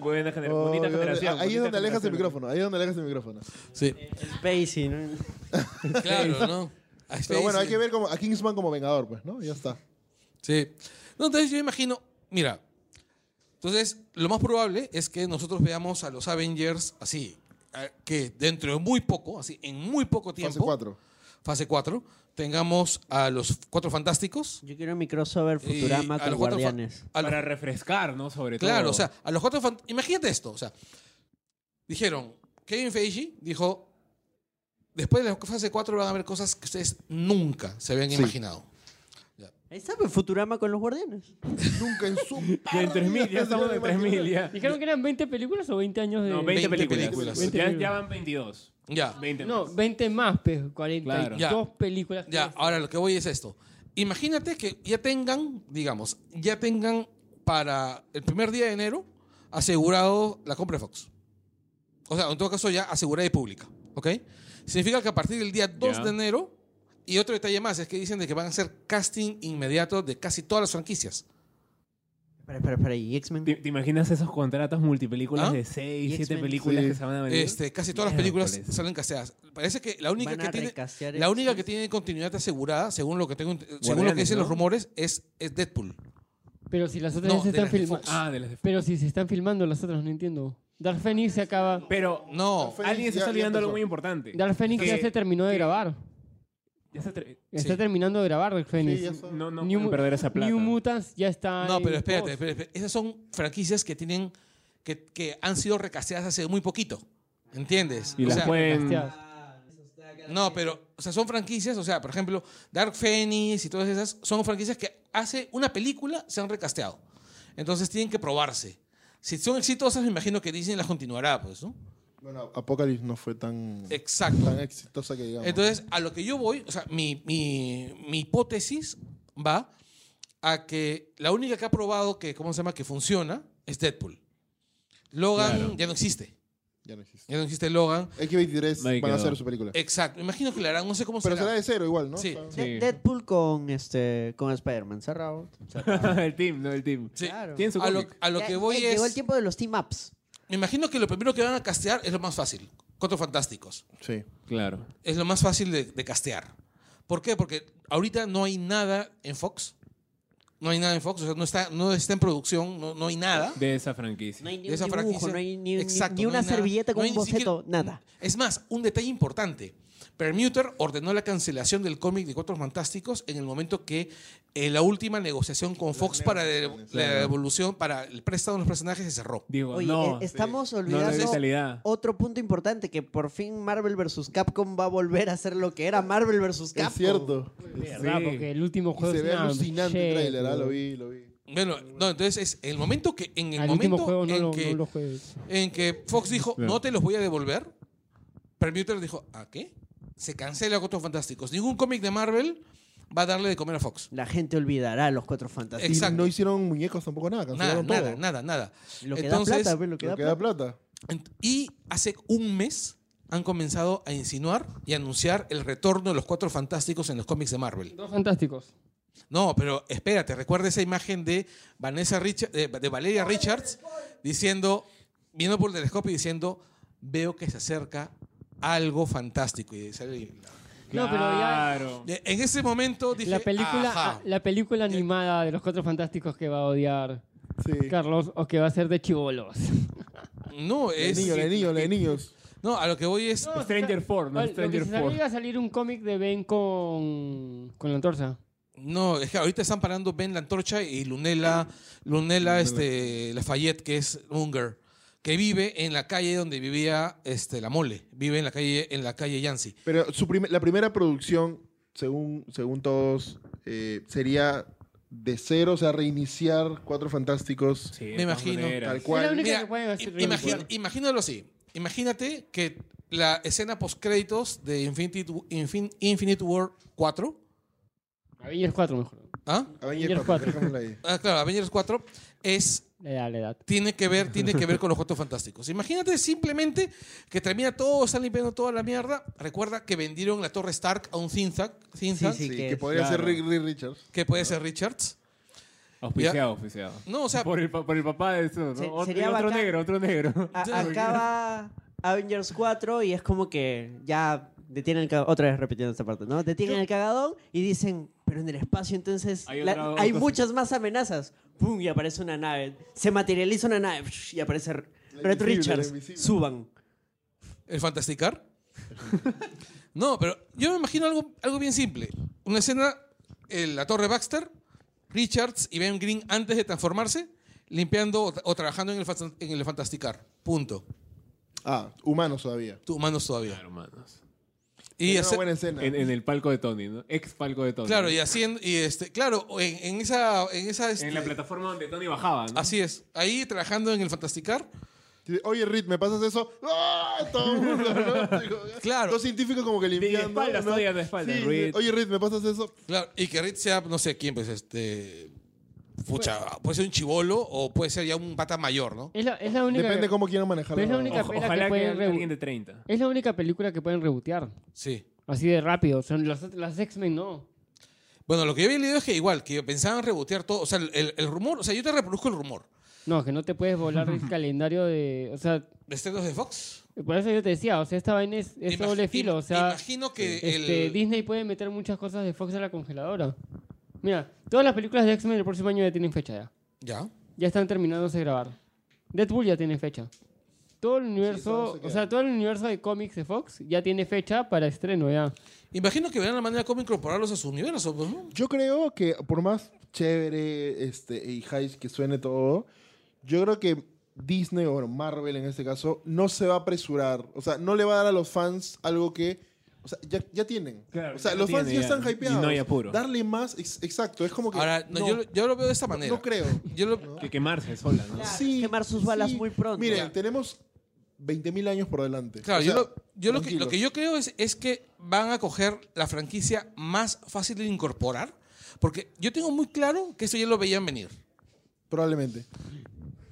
Buena gener-
Oh,
bonita
Dios,
generación.
ahí es
bonita
donde alejas el
generación.
micrófono. Ahí es donde alejas el micrófono.
Sí,
Eh, Spacey, ¿no?
claro, ¿no?
Pero bueno, hay que ver como, a Kingsman como vengador, pues, ¿no? Ya está.
Sí. No, entonces yo imagino, mira, entonces lo más probable es que nosotros veamos a los Avengers así, a- que dentro de muy poco, así, en muy poco tiempo,
Fase 4.
fase 4, tengamos a los Cuatro Fantásticos.
Yo quiero mi crossover
y
Futurama
a
con
los cuatro fa-
Guardianes.
a los-
Para refrescar, ¿no? Sobre todo.
claro, o sea, a los Cuatro Fantásticos, imagínate esto, o sea, dijeron, Kevin Feige dijo, después de la fase 4 van a haber cosas que ustedes nunca se habían imaginado.
Ahí está, pues, Futurama con los Guardianes.
Nunca en su.
Ya en 3.000, ya estamos en 3.000, ya.
Dijeron que eran 20 películas o 20 años de.
No, 20,
20
películas.
películas.
Ya-
20
ya,
películas.
van 22.
Ya.
20
No,
más.
20 más, pues, pero 42
Claro.
películas. pues.
Ya, ahora lo que voy es esto. Imagínate que ya tengan, digamos, ya tengan para el primer día de enero asegurado la compra de Fox. O sea, en todo caso ya asegurada y pública, ¿ok? Significa que a partir del día 2
Ya.
de enero, y otro detalle más, es que dicen de que van a hacer casting inmediato de casi todas las franquicias.
Espera, espera, espera. ¿Y X-Men?
¿Te, te imaginas esos contratos multipelículas
¿Ah?
de 6,
Y
7
X-Men.
películas
Sí.
que se van a venir?
Este, casi todas las
Miércoles.
películas salen casteadas. Parece que la única
Van
que
a
tiene...
recastear
La única
X-Men.
que tiene continuidad asegurada, según lo que tengo, según lo que
Guardianes,
dicen
¿no?
los rumores, es, es Deadpool.
Pero si las otras
No,
ya se
de
están
las de
filmando.
Fox.
Ah, de las de
Pero si se están filmando las otras, no entiendo. Dark Phoenix se acaba.
Pero
No,
alguien se
Ya-
está
ya
olvidando algo
empezó.
muy importante.
Dark Phoenix ya
Que-
se terminó de grabar.
ya se tre-
Ya
Sí.
Está terminando de grabar Dark Phoenix.
Sí, ya está.
No, no
New
pueden
Mu-
perder esa plata.
New Mutants ya está.
No, pero
en
espérate,
post.
espérate, espérate. Esas son franquicias que tienen que, que han sido recasteadas hace muy poquito. ¿Entiendes?
y
O
las
sea,
pueden...
Hostias.
No, pero o sea, son franquicias, o sea, por ejemplo, Dark Phoenix y todas esas son franquicias que hace una película se han recasteado. Entonces tienen que probarse. Si son exitosas, me imagino que Disney las continuará, pues, ¿no?
Bueno, Apocalypse no fue tan,
Exacto.
tan exitosa que digamos.
Entonces, a lo que yo voy, o sea, mi, mi- mi hipótesis va a que la única que ha probado que, ¿cómo se llama?, que funciona es Deadpool. Logan
Claro.
ya no existe.
Ya no existe.
Ya no existe Logan.
X23 van a
Michael.
hacer su película.
Exacto. Me imagino que le harán, Eh, no sé cómo
Pero será
será.
de cero igual, ¿no?
Sí.
O sea,
Sí.
De- Deadpool con, este, con Spider-Man. Cerrado. cerrado.
el team, no el team.
Sí.
Claro.
Tiene su
A lo,
cómic.
a lo
Ya-
que voy
ya Llegó el
es.
tiempo de los team-ups.
Me imagino que lo primero que van a castear es lo más fácil. Cuatro fantásticos.
sí.
Claro.
Es lo más fácil de, de castear. ¿Por qué? Porque ahorita no hay nada en Fox. No hay nada en Fox. O sea, no está, no está en producción. No, no hay nada.
De esa franquicia.
No hay ni
De
un
esa
dibujo,
franquicia.
no hay ni, ni-
Exacto,
ni
no
una
hay nada.
servilleta con
No hay
un
ni siquiera-
boceto, nada.
Es más, un detalle importante. Permuter ordenó la cancelación del cómic de Cuatro Fantásticos en el momento que eh, la última negociación con Fox para de- la devolución, para el préstamo de los personajes se cerró.
Digo,
Oye,
no.
eh, estamos
No la
olvidando
vitalidad.
otro punto importante, que por fin Marvel vs. Capcom va a volver a ser lo que era Marvel vs. Capcom.
Es cierto.
¿Verdad?
Sí.
Porque el último
Y
juego
se
es
ve
una
alucinante el
shit,
trailer, ah,
bro.
lo vi, lo vi.
Bueno, no, entonces es el momento que en el
Al último
momento
juego no
en,
lo,
que,
no lo juegues.
en que Fox dijo,
Claro.
"No te los voy a devolver." Permuter dijo, "¿A qué?" Se cancela Cuatro Fantásticos. Ningún cómic de Marvel va a darle de comer a Fox.
La gente olvidará a los cuatro
Y
fantásticos.
Exacto.
no hicieron muñecos tampoco nada,
Nada,
cancelaron
nada,
todo.
nada, nada.
Lo que da
Eh, Entonces,
plata, pues, lo que
Lo
da
que da
plata.
plata.
Ent- Y hace un mes han comenzado a insinuar y anunciar el retorno de los cuatro fantásticos en los cómics de Marvel.
Dos fantásticos.
No, pero espérate, recuerda esa imagen de Vanessa Richa- de, de Valeria Richards diciendo, viendo por el telescopio y diciendo, veo que se acerca algo fantástico. Y sale-
No, pero ya.
Claro.
en ese momento dije,
La película, ah,
"Ajá".
la película animada de los cuatro fantásticos que va a odiar
Sí.
Carlos o que va a ser de chivolos.
no
De
es,
niños, de niños, de niños.
no a lo que voy es,
Stranger Four, no
Lo que
Stranger
se sabía
Four.
iba a salir un cómic de Ben con, con la antorcha.
No, es que ahorita están parando Ben la antorcha y Lunela, Lunela, este, Lafayette, que es Unger, que vive en la calle donde vivía este, la mole, vive en la calle, en la calle Yancy.
Pero su prim- la primera producción, según, según todos, eh, sería de cero, o sea, reiniciar Cuatro Fantásticos.
Sí, de
Me
todas
imagino,
maneras.
Tal
Es la
cual.
única
Mira,
que pueden hacer.
im- imagina- imagínalo así. Imagínate que la escena post créditos de Infinity- Infin- Infinite, War 4,
Avengers 4 mejor.
¿ah?
Avengers
Avengers
4,
cuatro.
dejémosla ahí.
Ah, claro, Avengers 4 es
La edad, la edad.
tiene que ver, tiene que ver con los Cuatro Fantásticos. Imagínate simplemente que termina todo, están limpiando toda la mierda. Recuerda que vendieron la Torre Stark a un think tank, think tank,
Sí,
Sí,
que-
que podría
claro.
ser Rick, Rick Richards.
que puede ser Richards.
Auspiciado, auspiciado.
No, o sea,
Por el, pa- por el papá de eso. ¿no?
Se-
otro,
sería
y otro
bacán.
negro, otro negro.
A- acaba Avengers 4 y es como que ya detienen el cagadón. Otra vez repitiendo esta parte, ¿no? Detienen el cagadón y dicen, pero en el espacio entonces
Hay
la-
otra-
hay
otra-
muchas más amenazas. ¡Pum! Y aparece una nave. Se materializa una nave psh, y aparece Red
invisible,
Richards.
la invisible.
Suban.
el Fantasticar. No, pero yo me imagino algo, algo bien simple. Una escena, eh, la Torre Baxter, Richards y Ben Green antes de transformarse, limpiando o, o trabajando en el, fanta- en el Fantasticar. Punto.
Ah, humanos todavía.
Tú, humanos todavía.
hermanos.
Y
Era
hacer-
una buena escena.
En, en el palco de Tony, ¿no? Ex palco de Tony.
claro, y haciendo, y este, claro, en, en esa, en esa, este,
En la plataforma donde Tony bajaba, ¿no?
Así es. Ahí trabajando en el Fantasticar.
Dice, Oye, Rick, ¿me pasas eso? ¡Ah! Todo el mundo, ¿no?
Claro.
Dos científicos como que limpiando.
espaldas,
¿no?
todavía de espaldas,
Sí,
Reed.
Oye, Rick, ¿me pasas eso?
Claro. Y que Reed sea, no sé quién, pues este. Pucha, puede ser un chivolo o puede ser ya un pata mayor, ¿no?
Es la, es la única.
Depende cómo quieran manejar.
Pero es la única-
Ojo-
pela
ojalá
que
que,
pueden re-
alguien de 30.
Es la única película que pueden rebotear.
Sí.
Así de rápido. Son las, las X-Men no.
Bueno, lo que yo había leído es que igual, que pensaban rebotear todo. O sea, el, el rumor, o sea, yo te reproduzco el rumor.
No, que no te puedes volar el calendario de. O sea,
¿De estrenos de Fox?
por eso yo te decía, o sea, esta vaina es, es
Imag-
doble filo. O
im-
sea,
Imagino que
este,
el.
Disney puede meter muchas cosas de Fox a la congeladora. Mira, todas las películas de X-Men el próximo año ya tienen fecha ya.
Ya.
ya están terminándose de grabar. Deadpool ya tiene fecha. Todo el
todo
universo,
se
o
queda.
sea, todo el universo de cómics de Fox ya tiene fecha para estreno ya.
Imagino que verán la manera como incorporarlos a su universo, pues, ¿no?
Yo creo que por más chévere este, y high que suene todo, yo creo que Disney o bueno, Marvel en este caso no se va a apresurar. O sea, no le va a dar a los fans algo que... O sea, ya, ya tienen.
Claro,
o sea,
ya
los fans
tienen,
ya
ya.
están hypeados.
Y no hay apuro.
Darle más, ex- exacto. Es como que...
Ahora, no, Yo, lo- yo lo veo de esta manera.
no creo.
Yo lo-
Que quemarse sola, ¿no?
Sí,
quemar sus balas muy pronto.
Miren,
Ya.
tenemos 20.000 años por delante.
Claro,
O sea,
yo, lo, yo lo que, lo
tranquilos.
que yo creo es, es que van a coger la franquicia más fácil de incorporar, porque yo tengo muy claro que eso ya lo veían venir.
Probablemente.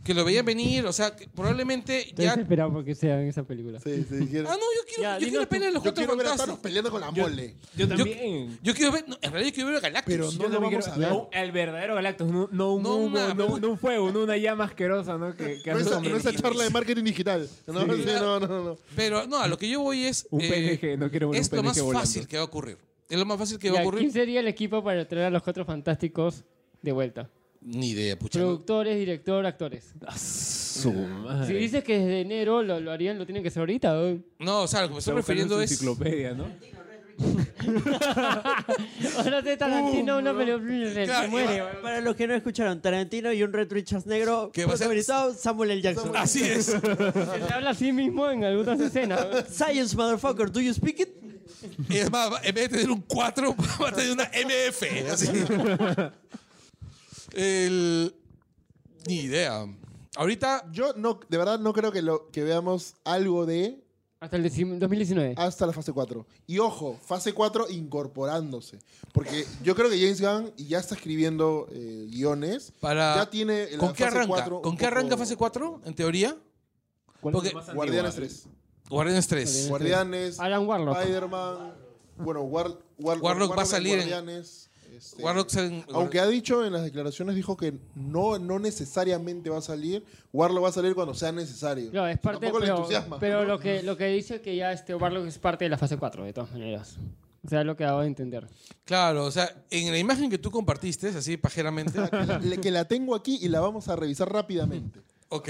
que lo veían venir, o sea, que probablemente
Estoy
ya...
desesperado porque sea en esa película.
Sí, sí, quiero,
Ah, no, yo quiero,
Ya,
yo quiero
dinos
pelear a los
yo
cuatro
quiero ver a Thanos
fantásticos.
peleando con la mole.
Yo también.
Yo quiero ver, no, en realidad yo quiero ver a Galactus.
Pero
Yo
no lo
también
vamos
quiero-
a ver.
no, el verdadero Galactus, no, no un
No
humo,
una
no,
puta-
no un fuego, no una llama asquerosa, ¿no? Que, que
No esa,
asombra.
no esa charla de marketing digital. No, sí, no, no, no.
Pero no, a lo que yo voy es...
Un
eh,
PNG, no quiero ver un
es lo
PNG
más
volando.
fácil que va a ocurrir. Es lo más fácil que va a
Ya,
ocurrir.
¿Quién sería el equipo para traer a los cuatro fantásticos de vuelta?
Ni idea, pucha. no.
Productores, director, actores.
Ah, su madre.
Si dices que desde enero lo, lo harían, lo tienen que hacer ahorita. ¿no?
No, o sea, lo que me estoy
Está buscando en
refiriendo
su
es...
enciclopedia, ¿no?
Ahora te Tarantino, una película se
Uh, Claro,
muere.
iba-
Para los que no escucharon, Tarantino y un Red Richards negro
¿Qué va a ser?
protagonizado Samuel L. Jackson.
Así es.
Se habla a sí mismo en algunas escenas. ¿no?
Ah, Science, motherfucker, do you speak it?
Y es más, va- en vez de tener un 4, va a tener una MF. así. El- Ni idea. Ahorita,
Yo no, de verdad no creo que, lo, que veamos algo de
Hasta el decim- 2019.
hasta la fase 4. Y ojo, fase 4 incorporándose. Porque yo creo que James Gunn ya está escribiendo eh, guiones.
para.
ya tiene la
¿Con qué
fase
arranca?
4 un
¿Con qué arranca
poco-
fase 4? En teoría.
¿Cuál es
Porque-
la más antigua?
Guardianes 3.
Guardianes 3.
Guardianes,
Alan Warlock.
Spider-Man. Bueno, War, War-
Warlock va a salir en-
Guardianes, este,
Warlock se-
Aunque ha dicho en las declaraciones, dijo que no, no necesariamente va a salir. Warlock va a salir cuando sea necesario.
Claro, es parte,
Tampoco le
pero,
entusiasma.
pero lo que lo que dice es que ya este Warlock es parte de la fase 4, de todas maneras. O sea, es lo que acabo de entender.
Claro, o sea, en la imagen que tú compartiste, así pajeramente.
Le- que la tengo aquí y la vamos a revisar rápidamente.
ok.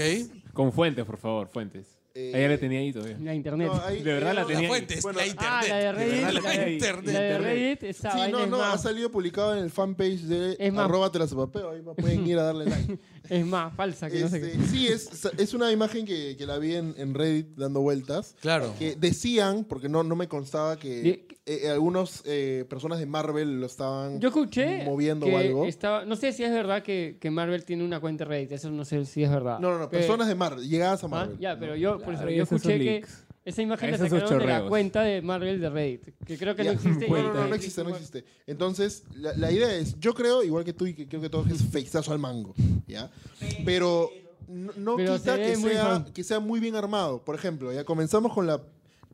Con fuentes, por favor, fuentes.
Eh,
Ella la tenía ahí todavía.
La internet.
No, ahí-
De verdad la
eh,
La
tenía-
fuente, es
bueno,
la
ah,
internet.
ah, la de Reddit.
La
La de,
internet.
la de Reddit. Esa
Sí,
vaina
no,
es,
no, ha
más,
salido publicado en el fanpage de
Es más-
arroba telasopapeo. Ahí pueden ir a darle like.
es más falsa que no sé
Este,
qué.
sí, es, es una imagen que, que la vi en, en Reddit dando vueltas.
Claro.
Que decían, porque no, no me constaba que
Di-
eh, algunas eh, personas de Marvel lo estaban
Yo escuché
moviendo
que
o algo.
estaba- no sé si es verdad que, que Marvel tiene una cuenta Reddit, eso no sé si es verdad.
No, no, no,
Que-
personas de Marvel, llegadas a
Ah,
Marvel.
ya, pero yo, por eso,
Claro,
yo
esos son
escuché que
leaks.
esa imagen la
Esos son
sacaron de la
chorreos.
cuenta de Marvel de Reddit, que creo que
Ya.
no existe.
No, no, no,
Y-
no existe, no existe. Entonces, la, la idea es, yo creo, igual que tú, y que creo que todos es feizazo al mango, ¿ya? Pero no, no
Pero
quita
se ve
que
muy
sea,
fan.
que sea muy bien armado. Por ejemplo, ya comenzamos con la...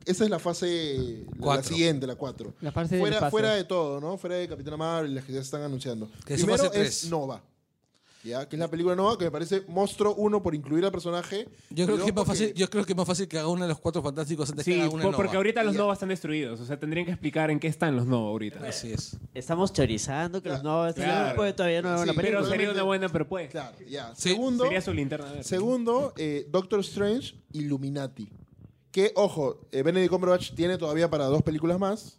Esa es la fase, la- la,
Cuatro.
siguiente, la 4.
La fase del
fuera,
espacio.
fuera de todo, ¿no? Fuera de Capitana Marvel, las que ya se están anunciando.
Que es su
Primero
fase
es
tres.
Nova. ¿Ya? Que es la película Nova, que me parece monstruo uno por incluir al personaje.
Yo creo,
y
que es más
dos porque-
fácil, yo creo que es más fácil que haga uno de los cuatro fantásticos antes que
Sí,
haga una
por-
nova.
porque ahorita los
Ya.
Nova están destruidos. O sea, tendrían que explicar en qué están los Nova ahorita.
Así es.
Estamos teorizando que los nuevos
Claro.
pues, todavía no vemos
Sí,
la película.
Pero sería una buena propuesta.
Claro, ya.
Sí.
Segundo,
Sería su linterna. verde.
Segundo, eh, Doctor Strange, Illuminati. Que, ojo, eh, Benedict Cumberbatch tiene todavía para dos películas más.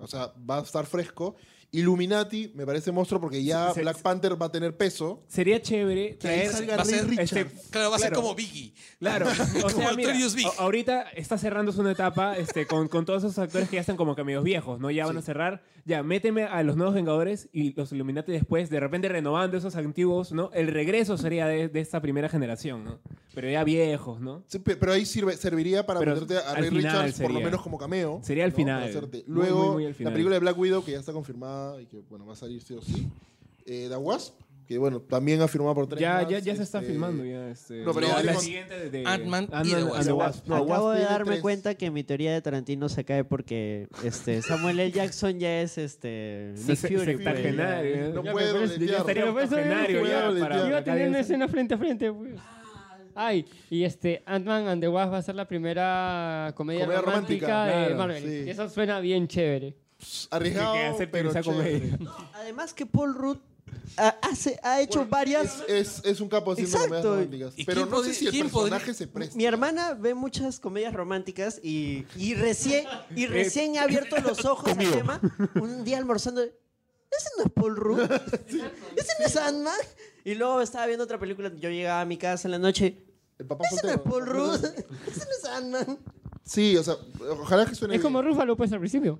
O sea, va a estar fresco. Illuminati me parece monstruo porque ya
Se- se-
Black Panther va a tener peso.
Sería chévere
Que ahí
traer.
salga
va a
Ray
ser-
Richards.
este,
Claro, va a ser
Claro.
como Biggie.
Claro, o sea,
Como
mira,
Artorius Big.
a- ahorita está cerrándose una etapa este, con, con todos esos actores que ya están como cameos viejos, ¿no? Ya van a cerrar, ya méteme a los nuevos Vengadores y los Illuminati después, de repente renovando esos antiguos, ¿no? El regreso sería de, de esta primera generación, ¿no? Pero ya viejos, ¿no?
Sí, pe- pero ahí sirve, serviría para
Pero
meterte a
al
Ray
final
Richards por lo
sería.
menos como cameo.
Sería al
¿no?
final.
Para hacerte.
Muy,
Luego,
muy, muy al final.
la película de Black Widow, que ya está confirmada y que, bueno, va a salir sí o sí. Eh, The Wasp, que, bueno, también ha firmado por tres
Ya,
más,
ya, ya se está
este,
filmando, ya. Este,
no, pero ya
ya la
vimos
siguiente de, de
Ant-Man y The Wasp.
and the Wasp.
No,
Acabo
Wasp
de
tiene
darme
tres.
cuenta que mi teoría de Tarantino se cae porque este, Samuel L. Jackson ya es este,
Se-
Nick
se-
Fury. pues,
sextagenario,
ya.
¿eh?
No
Ya,
puede
pero es- ya
dobletear.
estaría
Pero por eso
octogenario
digo,
ya
puede
para- Ah,
Iba a
para
tener una
cada-
escena frente a frente. pues. Ay, y este Ant-Man and the Wasp va a ser la primera comedia,
Comedia romántica,
romántica, de
claro,
Marvel.
sí.
Eso suena bien chévere.
Arriesgado,
Que acepten
pero
esa
chévere.
comedia.
Además que Paul Rudd ah, hace, ha hecho varias...
Es, es- es un capo haciendo
Exacto.
comedias románticas.
¿Y
Pero
quién
no sé
podría-
si el
quién
personaje
podría-
se presta.
Mi hermana ve muchas comedias románticas y, y recién, y recién ha abierto los ojos al tema. Un día almorzando, ¿ese no es Paul Rudd? ¿Ese no es Ant-Man? Y luego estaba viendo otra película. Yo llegaba a mi casa en la noche.
El papá
¿Ese no es
soltero.
Paul Rudd? ¿Ese no es Ant-Man?
Sí, o sea, ojalá que suene
Es como
bien.
Rúfalo, pues, al principio.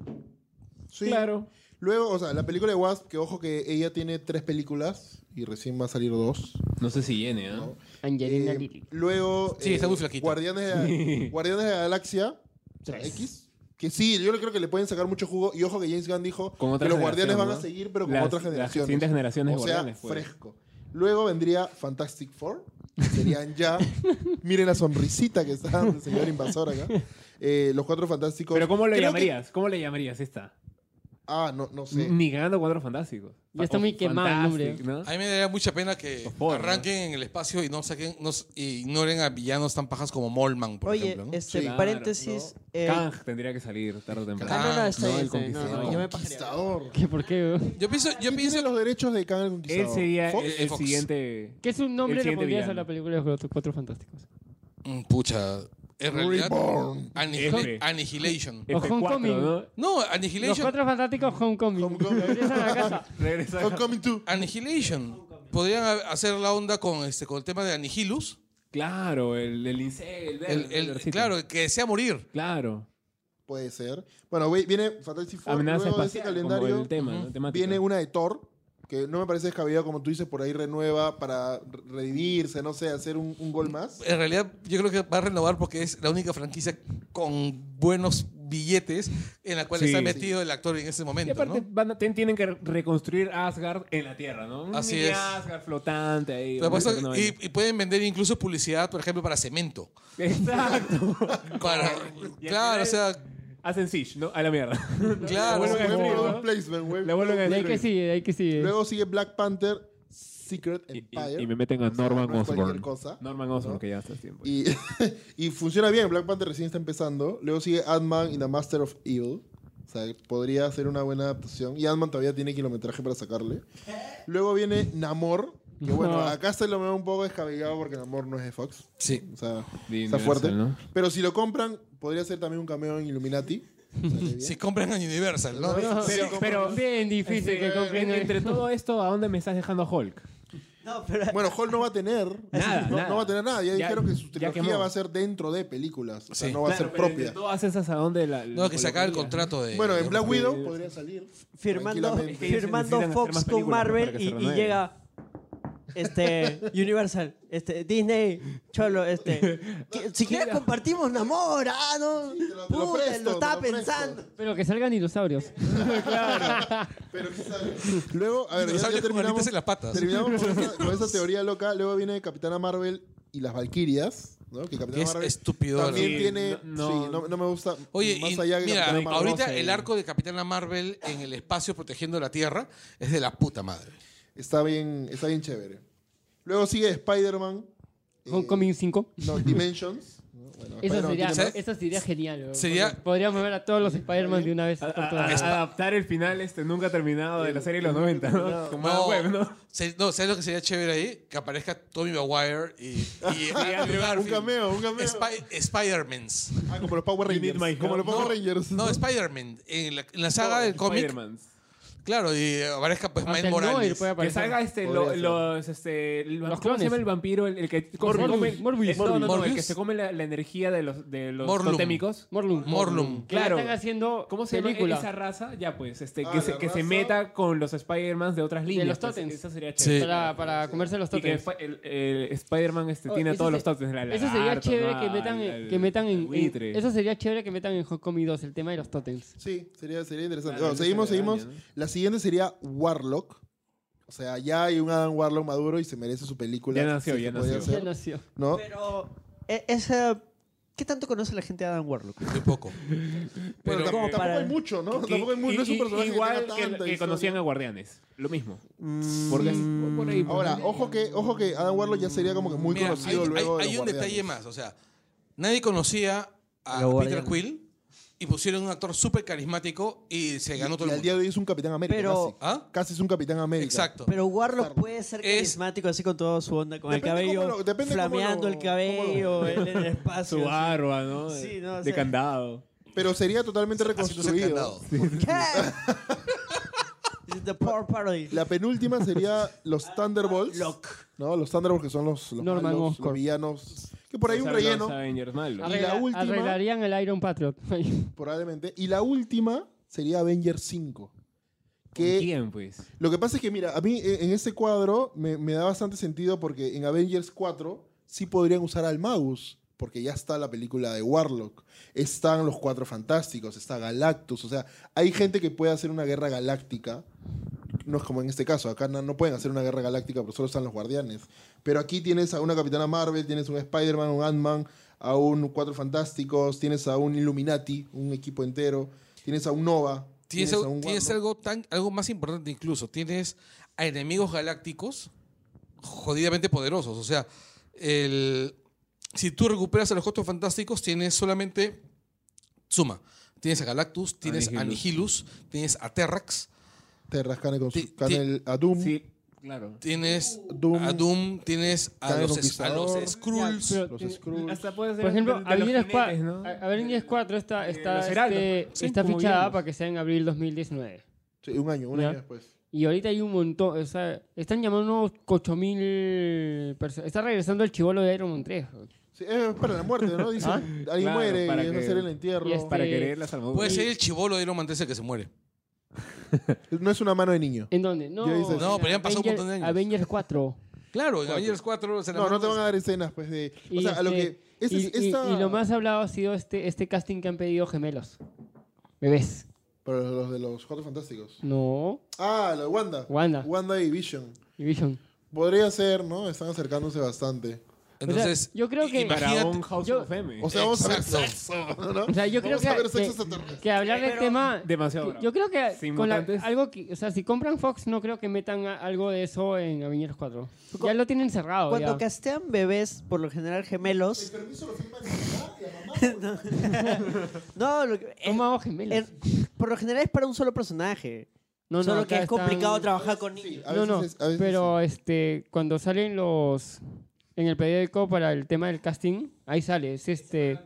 Sí.
Claro.
Luego, o sea, la película de Wasp, que ojo que ella tiene tres películas y recién va a salir dos.
No sé si viene, ¿ah?
¿no?
Angelina
Eh,
Lily.
Luego. eh,
Sí, está muy flaquita.
Guardianes de, Guardianes de la Galaxia. o sea, X. Que sí, yo creo que le pueden sacar mucho jugo. Y ojo que James Gunn dijo
Con otra
que los
generación,
guardianes van a
¿no?
seguir, pero con
Las-
otras
las
generaciones.
siguientes generaciones de
O sea,
guardianes, pues.
fresco. Luego vendría Fantastic Four. serían ya. Miren la sonrisita que está dando el señor invasor acá. Eh, los cuatro fantásticos.
Pero ¿cómo le
Creo que-
llamarías? ¿Cómo le llamarías esta?
Ah, no, no sé.
Ni ganando cuadros fantásticos.
Ya está muy
O
quemado el
Fantastic,
nombre.
¿no?
A mí me daría mucha pena que
Por favor, ¿no?
arranquen en el espacio y no saquen, no s- e ignoren a villanos tan pajas como Molman, por
Oye,
ejemplo. ¿no?
este,
Sí.
Claro,
paréntesis.
¿no?
eh,
Kang tendría que salir tarde o temprano.
Ah, no, no, está
No,
bien,
el
está bien, no,
conquistador.
no, yo me pajaría.
Conquistador.
¿Qué, ¿Por qué? weón?
Yo pienso, yo
¿Quién
pienso,
tiene los derechos de Kang el Conquistador?
Él sería
Fox.
el, el
Fox.
siguiente.
¿Qué es un nombre
El
le
siguiente
pondrías a
villano.
la película de los Cuatro Fantásticos?
Mm, pucha, en realidad,
Reborn.
Anihila-
F.
Annihilation.
O
F4,
Homecoming.
¿no?
No,
Los
Annihilation,
Cuatro Fantásticos Homecoming.
Homecoming.
Regresan a casa.
Regresa.
Homecoming 2.
Annihilation. Podrían ha- hacer la onda con este, con el tema de Anihilus.
Claro, el, el incel, el, verde,
El- el-
verdecito.
claro, el que desea morir.
Claro.
Puede ser. Bueno, güey, viene Fantastic Four.
Amenaza
Luego de ese
espacial.
calendario
como el tema, ¿no? Temática.
viene una de Thor, que no me parece descabellado, como tú dices, por ahí renueva para re- revivirse, no sé, hacer un, un gol más.
En realidad, yo creo que va a renovar porque es la única franquicia con buenos billetes en la cual
Sí,
está
sí.
metido el actor en ese
Y
momento.
aparte
¿no?
van a- ten- tienen que reconstruir Asgard en la Tierra, ¿no? Un
Así
mini
es.
Asgard flotante ahí.
Pero
una-
apuesto-
una
y,
vaina.
y pueden vender incluso publicidad, por ejemplo, para cemento.
Exacto.
Para-
Y al
claro, o
final-
sea,
Hacen Siege, ¿no? A la mierda.
claro.
Bueno,
o sea,
Buen
como-
product placement, güey.
Le vuelven a
De ahí
decir-
que sigue, de ahí que sigue.
Luego sigue Black Panther, Secret
Y,
Empire.
y- y me meten a
O sea,
Norman
no es cualquier
Osborn.
cosa.
Norman Osborn,
¿No?
que ya está tiempo.
Y, y funciona bien, Black Panther recién está empezando. Luego sigue Ant-Man y The Master of Evil. O sea, podría ser una buena adaptación. Y Ant-Man todavía tiene kilometraje para sacarle. Luego viene Namor. Que bueno,
No.
acá se lo veo un poco descabellado porque Namor no es de Fox.
sí.
O sea,
De
está
Universal,
fuerte.
¿no?
Pero si lo compran, podría ser también un cameo en Illuminati. Sale bien.
Si compran a Universal, ¿no?
No,
Pero, pero
Bien difícil que
en-
compren.
entre todo esto, ¿a dónde me estás dejando a Hulk?
No, pero
Bueno, Hall no va a tener.
Nada,
no,
nada.
no va a tener nada. Ya,
Ya-
dijeron que su
ya
trilogía
quemó.
va a ser dentro de películas. O sea,
Sí.
no va a ser propia.
Todas esas a dónde la.
No, que se acaba el
colocarías?
contrato de.
Bueno, en Black
Sí.
Widow podría salir.
firmando,
Tranquilamente.
Es que ellos
firmando
necesitan hacer
Fox
más
con
películas para
Marvel
que
y,
se
y
renueven.
llega este Universal, este Disney, Cholo, este que- si quieres compartimos Namor, ah no,
te lo- te lo
puta, lo
presto, te
estaba
lo presto.
pensando.
Pero que salgan dinosaurios.
Pero ¿qué sale? Luego, a ver,
Nos
ya,
sale
ya
con
terminamos,
alitas en las patas.
terminamos con, esa, con esa teoría loca. Luego viene Capitana Marvel y las Valkyrias, ¿no? Que Capitana
Que es
Marvel
estúpido.
también
Sí,
tiene...
no-
sí, no, no me gusta
Oye,
más
y
allá que
mira,
Capitana Marvel.
ahorita
Sí.
el arco de Capitana Marvel en el espacio protegiendo la Tierra es de la puta madre.
Está bien, está bien chévere. Luego sigue Spider-Man. eh,
Homecoming 5.
No, Dimensions. ¿no? Bueno,
Eso
Spider-Man
sería,
tiene
¿sabes?
más.
eso sería genial. weón.
Sería-
Porque Podríamos ver a todos los Spider-Man de una vez.
A-
por
a-
todas.
a- adaptar el final este nunca terminado de la serie de los 90, ¿no? Con más web, ¿no?
se- no, ¿sabes lo que sería chévere ahí? Que aparezca Tommy Maguire y, y
Andrew
Un cameo, un cameo.
Spi- Spider-Mans.
Ah, como los Power
You need my
Rangers. Como los
help.
Power Rangers.
No, Spider-Man. En la, en la saga del cómic,
Spider-Man.
claro, y aparezca pues
Hasta
Miles
el Noir
Morales.
puede
Que
aparecer.
salga este,
Podría
lo-
ser.
los, este, el-
Los
¿cómo se
clones.
llama el vampiro? El, el que se come-
Morbius.
el- no, no, no, el
Morbius.
que se come la, la energía de los, de los
Morlun.
totémicos.
Morlun.
Morlun.
Que la
Claro.
Están haciendo
¿Cómo se
película.
llama esa raza? Ya pues, este,
Ah,
que, se,
la
que se
raza.
meta con los Spider-Man de otras líneas.
los
pues,
tótems.
Eso sería
Sí.
chévere.
Para, para comerse los
Y que
totems.
fa- el, el Spider-Man este,
Oh,
tiene a
eso
todos
se-
los totems. la
Eso sería
lagarto,
chévere
¿no?
que metan, en-
Al-
que metan
al
en, en-
buitre.
Eso sería chévere que metan en Homecoming 2 el tema de los totems.
Sí, sería, sería interesante.
Claro,
Bueno, seguimos,
esa
seguimos.
telaraña,
La siguiente sería Warlock. O sea, ya hay un Adam Warlock maduro y se merece su película.
Ya nació,
Sí,
ya
que podría
nació.
ser,
Ya nació.
¿no?
Pero e- esa ¿qué tanto conoce la gente de Adam Warlock?
Muy poco.
Pero
Pero-
tampoco,
para-
hay mucho, ¿no?
Que-
Tampoco hay mucho. No es un
y-
personaje
igual
que,
que,
tenga tanta
que
historia.
conocían a Guardianes. Lo mismo.
Mm,
Porque es- por ahí, por
Ahora,
ahí.
ojo que, ojo que Adam Warlock ya sería como que muy
Mira,
conocido
hay,
luego
hay-
de
hay
los
un detalle
Guardianes.
más. O sea, nadie conocía a
Los
Peter
Guardianes.
Quill y pusieron un actor súper carismático y se ganó todo
Y
el
al día
mundo.
de hoy es un Capitán América.
Pero-
casi.
¿Ah?
Casi es un Capitán América.
Exacto.
Pero Warlock puede ser
Es-
carismático así con toda su onda, con
Depende
el cabello
cómo lo- depende cómo
flameando
lo-
el cabello, él en el espacio.
Su
así.
barba, ¿no?
Sí, no, o
de
sea-
candado.
Pero sería totalmente
Haciéndose el
reconstruido.
candado.
¿Qué? It's the poor parody.
La penúltima sería los Thunderbolts. ¿no? Los Thunderbolts que son los, los,
Norman
malos,
Oscorp.
los villanos. Que por ahí un
Los
relleno,
Avengers malos.
Y la última-
Arreglarían el Iron Patriot.
probablemente. Y la última sería Avengers 5.
¿Con
Que
¿Quién, pues?
lo que pasa es que, mira, a mí eh, en ese cuadro me, me da bastante sentido porque en Avengers 4 sí podrían usar al Magus. Porque ya está la película de Warlock. Están los Cuatro Fantásticos. Está Galactus. O sea, hay gente que puede hacer una guerra galáctica. no es como en este caso. Acá no, no pueden hacer una guerra galáctica, pero solo están los guardianes. Pero aquí tienes a una Capitana Marvel, tienes un Spider-Man, un Ant-Man, a un Cuatro Fantásticos, tienes a un Illuminati, un equipo entero, tienes a un Nova.
Tienes, algo, tienes
Wanda.
algo, tan, algo más importante incluso. Tienes a enemigos galácticos jodidamente poderosos. O sea, el, si tú recuperas a los Cuatro Fantásticos, tienes solamente... Suma. Tienes a Galactus, tienes a Nihilus, tienes a Terrax,
Te rascan con su
Ti- ti-
canel a Doom.
Sí, claro.
tienes
Doom.
a Doom, tienes a
Kang el
los, es- a los
Conquistador.
Skrulls.
Ya, pero
Los
tiene-
Skrulls.
Hasta puede ser
Por ejemplo,
de- de los
Avengers 4,
jinetes, ¿no?
A- Avengers 4 está,
Eh,
está,
los heraldos,
este-
sí,
está
como
fichada
villanos.
para que sea en abril 2019.
Sí, un año, un
Ya.
año después.
Y ahorita hay un montón, o sea, están llamando unos 8000 personas. Está regresando el chivolo de Iron Man 3.
Sí, es para la muerte, ¿no? Dicen, alguien
Claro,
muere y
para
es
que-
hacer el entierro.
¿Ah? Y este-
Para querer la salvadora.
Puede ser el chivolo de Iron Man 13 que se muere.
No es una mano de niño.
¿En dónde? No,
Yo hice-
No, pero ya han pasado un
Avenger-
montón de años.
Avengers 4.
Claro, en Avengers 4 se la
No, no te
mandan-
van a dar escenas, pues, de... O
Y
sea, a lo que...
este-
ese
y,
es-
y-
esta-
y lo más hablado ha sido este, este casting que han pedido gemelos. Bebés.
Pero los de los Cuatro Fantásticos.
No.
Ah, la de Wanda.
Wanda.
Wanda y Vision.
Y Vision.
Podría ser, ¿no? Están acercándose bastante.
Entonces,
O sea, yo creo que-
Para
imagínate,
un House
yo-
of M.
O sea, vamos a ver
Exacto.
sexo, ¿no?
O sea, yo creo
Vamos a
que,
ver sexo
que-
extraterrestre.
que hablar del
Pero
tema...
demasiado bravo.
Yo creo que
Sin
con la-
mutantes.
algo que, o sea, si compran Fox no creo que metan a- algo de eso en Avengers 4. Ya lo tienen
Oh,
cerrado.
Cuando
ya.
castean bebés, por lo general gemelos. No, lo que-
¿Cómo hago
en-
gemelos?
en- por lo general es para un solo personaje.
no, no,
solo
acá
que es
están-
complicado trabajar con niños.
A
No,
veces
no,
es- a veces
pero este, cuando salen los en el periódico para el tema del casting, ahí sale, es este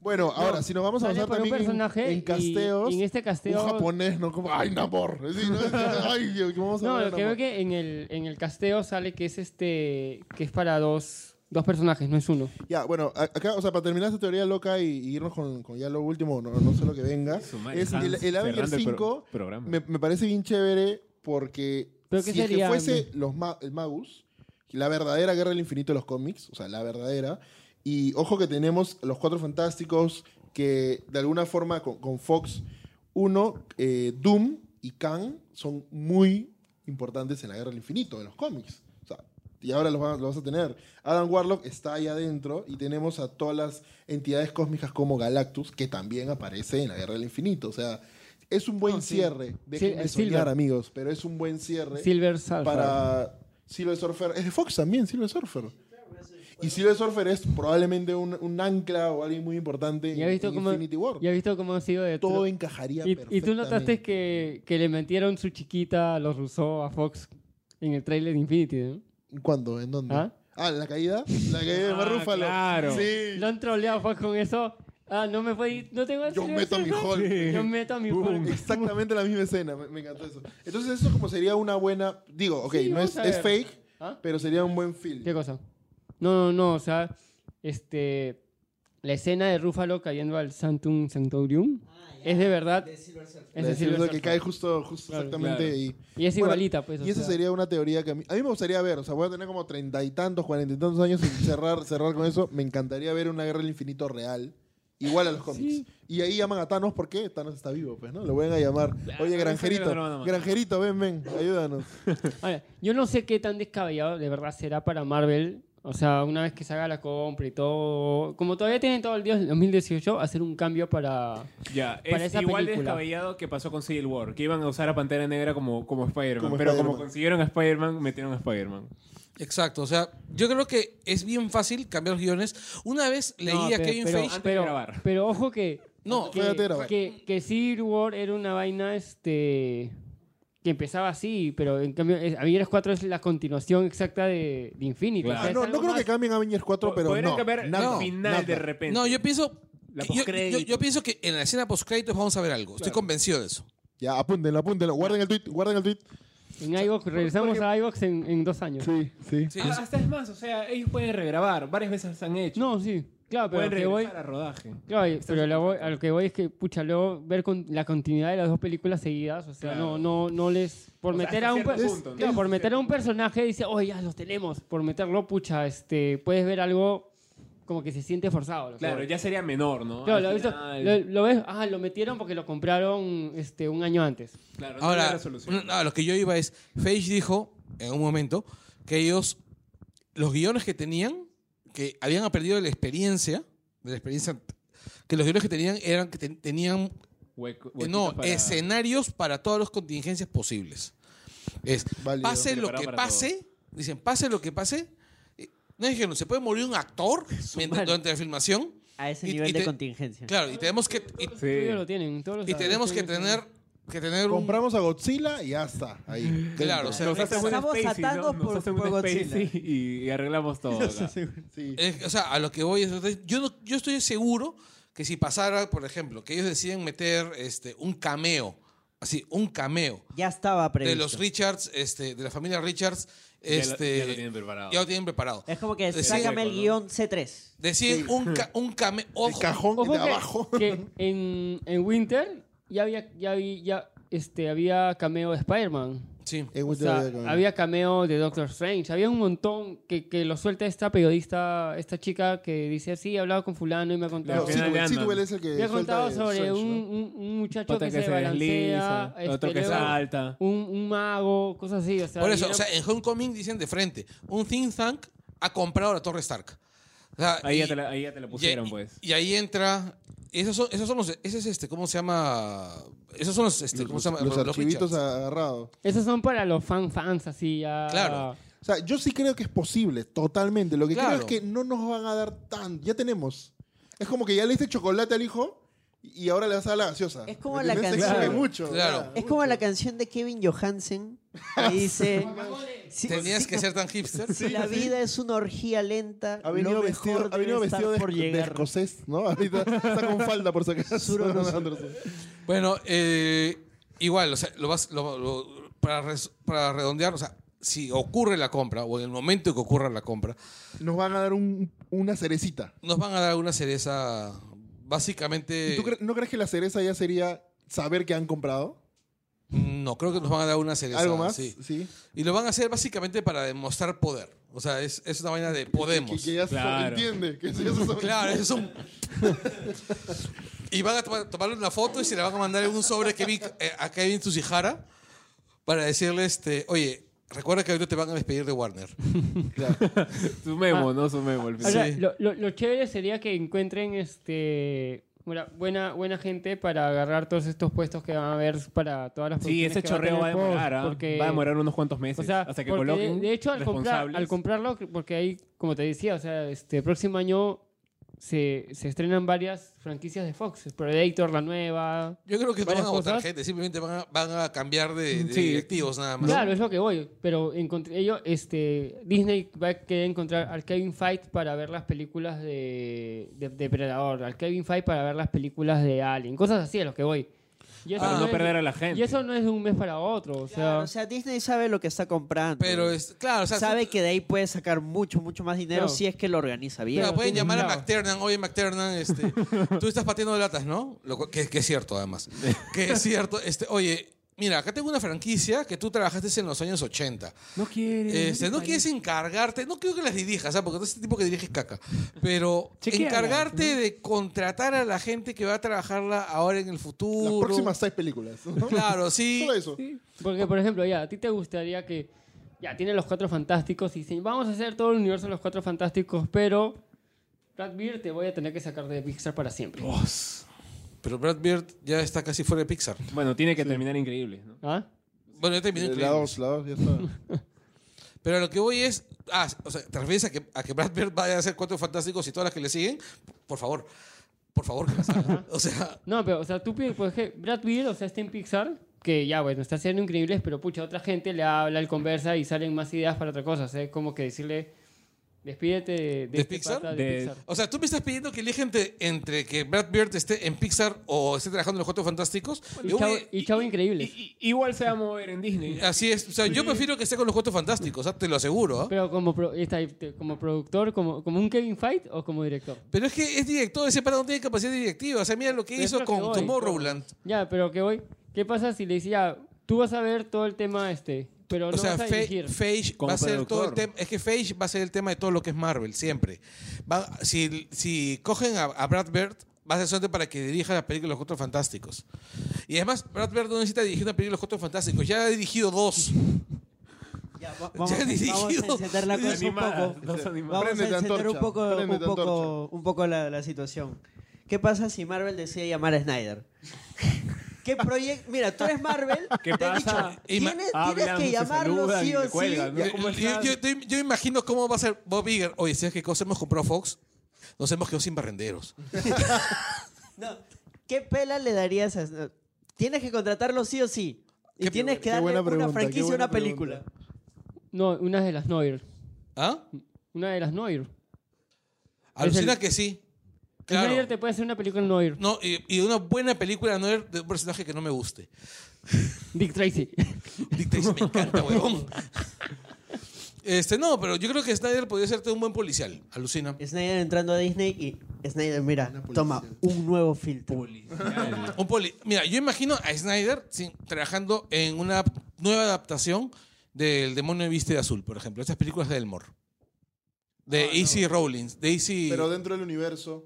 Bueno, ahora, si nos vamos a
sale
avanzar
por un
también en-
personaje
en
y-
casteos,
y en este casteo-
un japonés, ¿no? Como, ¡ay, Namor! Sí, ¿no? ¡Ay, Dios, ¿cómo vamos a
No,
ver
lo
a
que veo
Namor?
que en el en el casteo sale que es este que es para dos dos personajes, no es uno.
Ya, bueno, a- acá, o sea, para terminar esta teoría loca y, y irnos con, con ya lo último, no, no sé lo que venga,
Ah, Su madre,
es el,
Hans,
el Avenger
cerrando el pro-
5
programa.
me, me parece bien chévere porque
¿Pero
si
qué
es que
sería?
fuese los ma- el Magus, la verdadera guerra del infinito de los cómics, o sea, la verdadera, y ojo que tenemos los cuatro fantásticos que de alguna forma con, con Fox 1, eh, Doom y Kang son muy importantes en la guerra del infinito de los cómics. O sea, y ahora los vas, los vas a tener. Adam Warlock está ahí adentro y tenemos a todas las entidades cósmicas como Galactus que también aparece en la Guerra del Infinito. O sea, es un buen cierre. Déjenme
el
soñar,
Silver.
amigos, pero es un buen cierre
Silver Surfer.
para Silver Surfer. Es de Fox también, Silver Surfer. Y Silver Surfer es probablemente un, un ancla o alguien muy importante
¿Ya has
en-
visto
en
cómo
Infinity War.
ya has visto cómo ha sido de
Todo
tru-
encajaría
y, y
perfectamente.
tú notaste que, que le metieron su chiquita, los rusó a Fox en el trailer de Infinity, ¿no?
¿Cuándo? ¿En dónde?
¿Ah?
¿Ah? ¿la caída? La caída de
Ah,
Marrúfalo.
claro.
Sí.
Lo han troleado Fox con eso. Ah, no me puede ir- no tengo
Yo
Silver
meto a mi
Surfer.
Hulk.
Yo meto a mi Hulk.
Exactamente la misma escena, me, me encantó eso. Entonces eso como sería una buena, digo, ok,
Sí,
no
vamos
es,
a
es
ver.
fake,
¿Ah?
pero sería un buen film.
¿Qué cosa? No, no, no, o sea, este la escena de Rúfalo cayendo al Santum Sanctorium es de verdad. es
La
de
Ah, de
Silver
Silver que
Surfer.
cae justo, justo
Claro.
exactamente
Claro.
y
Y es
Bueno,
igualita, pues. o
Y esa
sea.
sería una teoría que a mí, a mí me gustaría ver. O sea, voy a tener como treinta y tantos, cuarenta y tantos años y cerrar, cerrar con eso. Me encantaría ver una guerra del infinito real. Igual a los cómics. Y ahí llaman a Thanos porque Thanos está vivo, pues, ¿no? Lo van a llamar. Oye,
no sé
granjerito.
que lo van a matar.
Granjerito, ven, ven, ayúdanos.
Ahora, yo no sé qué tan descabellado de verdad será para Marvel. O sea, una vez que se haga la compra y todo. Como todavía tienen todo el día 2018, hacer un cambio para.
Ya,
para
es
esa
igual de
película.
descabellado que pasó con Civil War, que iban a usar a Pantera Negra como, como Spider-Man,
Como
pero como
Spider-Man.
consiguieron a Spider-Man, metieron a Spider-Man.
Exacto, o sea, yo creo que es bien fácil cambiar los guiones. Una vez leí
No,
a
pe-
Kevin
pero-
Feige,
antes de grabar.
pero ojo que.
No,
que,
espérate, graba.
que, que Civil War era una vaina este que empezaba así, pero en cambio eh, Avengers 4 es la continuación exacta de, de Infinity.
Claro.
o sea,
Ah,
es
no,
algo
no creo que
más-
cambien Avengers 4, pero
Podrían
no.
cambiar
nada,
al final
nada.
de repente.
no, yo pienso
La
yo, yo- yo
postcrédito.
pienso que en la escena post créditos vamos a ver algo. Estoy convencido de eso.
Ya, apúntenlo, apúntenlo. Guarden el tweet, guarden el tweet.
En iVox, regresamos a iVox en, en dos años.
Sí, sí.
Sí,
Ah,
es-
hasta es más, o sea, ellos pueden regrabar, varias veces han hecho.
No, sí, claro, pero,
pueden
que voy,
regresar a rodaje.
claro, pero la voy- a lo que voy es que, pucha, luego ver con la continuidad de las dos películas seguidas, o sea,
Claro.
no, no, no les... Por
O sea,
meter
hasta
a un...
cierto
per-
punto, ¿no?
claro, por
Hasta
meter a un
cierto
personaje dice, oye, ya los tenemos. Por meterlo, pucha, este, puedes ver algo como que se siente forzado. lo que
Claro,
voy.
ya sería menor, ¿no?
Claro,
Al
lo, he visto-
final,
lo- lo ves, ah, lo metieron porque lo compraron este, un año antes.
claro, no tiene
Ahora,
resolución.
no, a lo que yo iba es, Feige dijo en un momento que ellos, los guiones que tenían, que habían perdido la experiencia, de la experiencia, que los guiones que tenían eran que ten- tenían
Hueco-
eh,
huequitos
no,
para-
escenarios para todas las contingencias posibles. Es,
Válido.
pase lo
Preparado
que
para
pase, dicen, pase lo que pase. eh, No dijeron, ¿se puede morir un actor mientras,
madre.
durante la filmación?
A ese
Y- y
nivel de
te-
contingencia.
Claro, y tenemos que, y-
Todos los estudios lo tienen, todos los
y tenemos que
estudios tienen
tener, que tener un-
Compramos a Godzilla y ya está. Ahí.
Claro, o sea,
Nos hacen un
Estamos
Spacey, ¿no?
atados
Nos
por-
hacen un
por
Spacey
Godzilla.
y, y arreglamos todo. acá.
Sí.
Es- eh, o sea, a lo que voy es, yo, no- yo estoy seguro que si pasara, por ejemplo, que ellos deciden meter este, un cameo, así, un cameo
Ya estaba previsto.
de los Richards, este, de la familia Richards,
Ya lo-
este,
ya lo tienen preparado.
ya lo tienen preparado.
Eh,
Es como que
Sí.
sácame el
Sí.
guión C3.
Deciden un, ca- un cameo,
El
ojo,
cajón
Ojo
de
que-
abajo.
que en, en Winter ya había, ya vi- ya, este, había cameo de Spider-Man.
sí.
En
O
Winter
sea,
Day, con-
había cameo de Doctor Strange, había un montón que, que lo suelta esta periodista, esta chica que dice, sí, he hablado con fulano y me ha
No,
contado.
Al final
Sidwell-
le andan.
Sidwell es el que
Me ha
suelta
contado
de
sobre
Strange,
un,
¿no?
un- un muchacho
Pata
que, se balancea,
desliza,
este,
otro que
luego
salta.
Un, un mago, cosas así. O sea,
Por eso,
era-
o sea, en Homecoming dicen de frente, un think tank ha comprado la Torre Stark. O sea,
Ahí,
y-
ya te la, ahí ya te la pusieron,
y,
pues.
Y ahí entra. Esos son, esos son los. Ese es este, ¿cómo se llama? Esos son los. Este, ¿Cómo
Los,
se llama?
los archivitos
Richards.
agarrados.
Esos son para los fan fans, así ya.
Claro.
O sea, yo sí creo que es posible, totalmente. Lo que
Claro.
creo es que no nos van a dar tan. Ya tenemos. Es como que ya le diste chocolate al hijo y ahora le vas a dar la gaseosa.
Es como
¿Me
la
entiendes? Es
canción.
como que
Claro.
mucho.
Claro.
¿verdad?
Es como la canción de Kevin Johansen que dice... si-
Tenías
si-
que ser tan hipster.
Si la vida es una orgía lenta,
Ha venido
lo mejor
vestido, ha venido
debe estar
vestido de,
por
de
llegar.
escocés, ¿no? Ahorita está con falda por si acaso.
Suro, no, suro.
Bueno, eh, igual, o sea, lo vas, lo- lo- para, res- para redondear, o sea, si ocurre la compra o en el momento que ocurra la compra,
Nos van a dar un- una cerecita.
nos van a dar una cereza básicamente.
¿Y tú cre- no crees que la cereza ya sería saber que han comprado?
No, creo que nos van a dar una cereza.
¿Algo más?
Sí.
Sí.
Y lo van a hacer básicamente para demostrar poder. O sea, es, es una vaina de
Que,
Podemos.
que ya
Claro.
se entiende. Que eso ya se sabe.
Claro, es un. y van a tomar- tomarle una foto y se la van a mandar en un sobre que vi- eh, a Kevin Tsujihara para decirle, este, oye, recuerda que ahorita te van a despedir de Warner.
Su memo, ¿no? Su memo. al final.
Ahora,
Sí.
lo, lo- lo chévere sería que encuentren este buena, buena, buena gente para agarrar todos estos puestos que van a haber para todas las
Sí,
producciones
ese
que
chorreo va a
tener Fox,
demorar, ¿ah?
porque-
Va a demorar unos cuantos meses.
O sea,
hasta que
porque de-
coloquen
de, hecho, al, comprar,
responsables.
al comprarlo, porque ahí, como te decía, o sea, este próximo año se, se estrenan varias franquicias de Fox. Predator, la nueva.
Yo creo que no van
Varias
a votar
cosas.
gente, simplemente van a, van a cambiar de, de
Sí.
directivos nada más.
Claro, es lo que voy. Pero encontré ello, este, Disney va a querer encontrar al Kevin Fight para ver las películas de, de, de Predador, al Kevin Fight para ver las películas de Alien, cosas así a los que voy. Y eso
Para
Ah.
no
es-
perder a la gente.
Y eso no es de un mes para otro. O sea,
Claro, o sea, Disney sabe lo que está comprando.
Pero es, claro, o sea,
sabe que de ahí puede sacar mucho, mucho más dinero
Claro.
si es que lo organiza bien.
claro, pueden llamar a
Claro.
McTernan, oye McTernan, este, tú estás pateando latas, ¿no? Lo cu- que, que es cierto, además. que es cierto. Este, oye, mira, acá tengo una franquicia que tú trabajaste en los años 80.
No quiere.
Este, no quieres encargarte, no creo que las dirijas, ¿ah? porque todo este tipo que diriges caca, pero
Chequéalas,
encargarte de contratar a la gente que va a trabajarla ahora en el futuro.
Las próximas seis películas. ¿no?
Claro, sí.
Solo eso.
porque por ejemplo, ya, a ti te gustaría que. Ya, tienen los cuatro fantásticos y dicen, vamos a hacer todo el universo de los cuatro fantásticos, pero. Brad Beer te voy a tener que sacar de Pixar para siempre.
Pero Brad Bird ya está casi fuera de Pixar.
Bueno, tiene que terminar increíble, ¿no?
¿Ah?
Bueno, ya terminé.
La
Increíbles.
dos, la dos, ya está.
Pero lo que voy es. Ah, o sea, ¿te refieres a que, a que Brad Bird vaya a hacer cuatro fantásticos y todas las que le siguen? Por favor. Por favor, que las haga. O sea,
No, pero, o sea, tú piensas, pues, que Brad Pitt, o sea, está en Pixar, que ya, bueno, está haciendo increíbles, pero pucha, otra gente le habla, le conversa y salen más ideas para otra cosa. O sea, es como que decirle, despídete de, este
¿De Pixar?
pata
De-
O sea, tú me estás pidiendo que elijan te- entre que Brad Bird esté en Pixar o esté trabajando en los Cuatro Fantásticos.
Y
Yo
chavo,
voy-
y chavo increíble.
I- i- igual se va a mover en Disney.
Así es. O sea, yo prefiero que esté con los Cuatro Fantásticos, ah, te lo aseguro. ¿ah?
Pero como, pro- está ahí, te- como productor, como, como un Kevin Fight o como director.
Pero es que es director, ese para no tiene capacidad directiva. O sea, mira lo que
Pero es
hizo
lo que
con
voy.
Tomorrowland.
Ya, pero que voy, ¿qué pasa si le decía, tú vas a ver todo el tema este? pero no
o sea,
vas a
Fe-
dirigir.
Feige
Como
va a ser todo
productor.
el tema. Es que Feige va a ser el tema de todo lo que es Marvel, siempre. Va- si, si cogen a, a Brad Bird, va a ser suerte para que dirija la película Los Cuatro Fantásticos. Y además, Brad Bird no necesita dirigir una película Los Cuatro Fantásticos. Ya ha dirigido dos.
Ya, va- vamos,
Ya he
vamos a
dirigido.
encender la cosa un
Animada,
poco.
dos animadas.
Vamos
Prende tu
a encender un
antorcha,
poco,
prende
un
tu
poco,
antorcha.
un poco la, la situación. ¿Qué pasa si Marvel decide llamar a Snyder? ¿Qué proyecto? Mira, tú eres Marvel.
¿Qué
te he
pasa?
dicho,
Y ma-
tienes, tienes
hablan,
que
se
llamarlo
saludan
sí
y
o
le
sí.
cuelgan, ¿no?
Yo,
¿Cómo
yo-
estás?
yo- yo- yo imagino cómo va a ser Bob Iger. Oye, ¿sabes qué cosa hemos comprado Fox? Nos hemos quedado sin barrenderos.
No, ¿Qué pela le darías a Snyder? Tienes que contratarlo sí o sí. Y
Qué-
tienes que
qué
darle
buena
una
pregunta, qué
franquicia a
buena
una película.
No, una de las Noir.
¿Ah?
Una de las Noir.
Alucina
el-
que sí.
Snyder
Claro.
te puede hacer una película Noir.
No, y, y una buena película no es de un personaje que no me guste.
Dick Tracy.
Dick Tracy me encanta, huevón. Este, no, pero yo creo que Snyder podría serte un buen policial. Alucina.
Snyder entrando a Disney y Snyder, mira, toma un nuevo filtro.
Un poli- Mira, yo imagino a Snyder sí, trabajando en una nueva adaptación del Demonio de Viste de Azul, por ejemplo. Estas películas de Elmore. De Easy Rowling. De Easy...
Ah, Pero dentro del universo.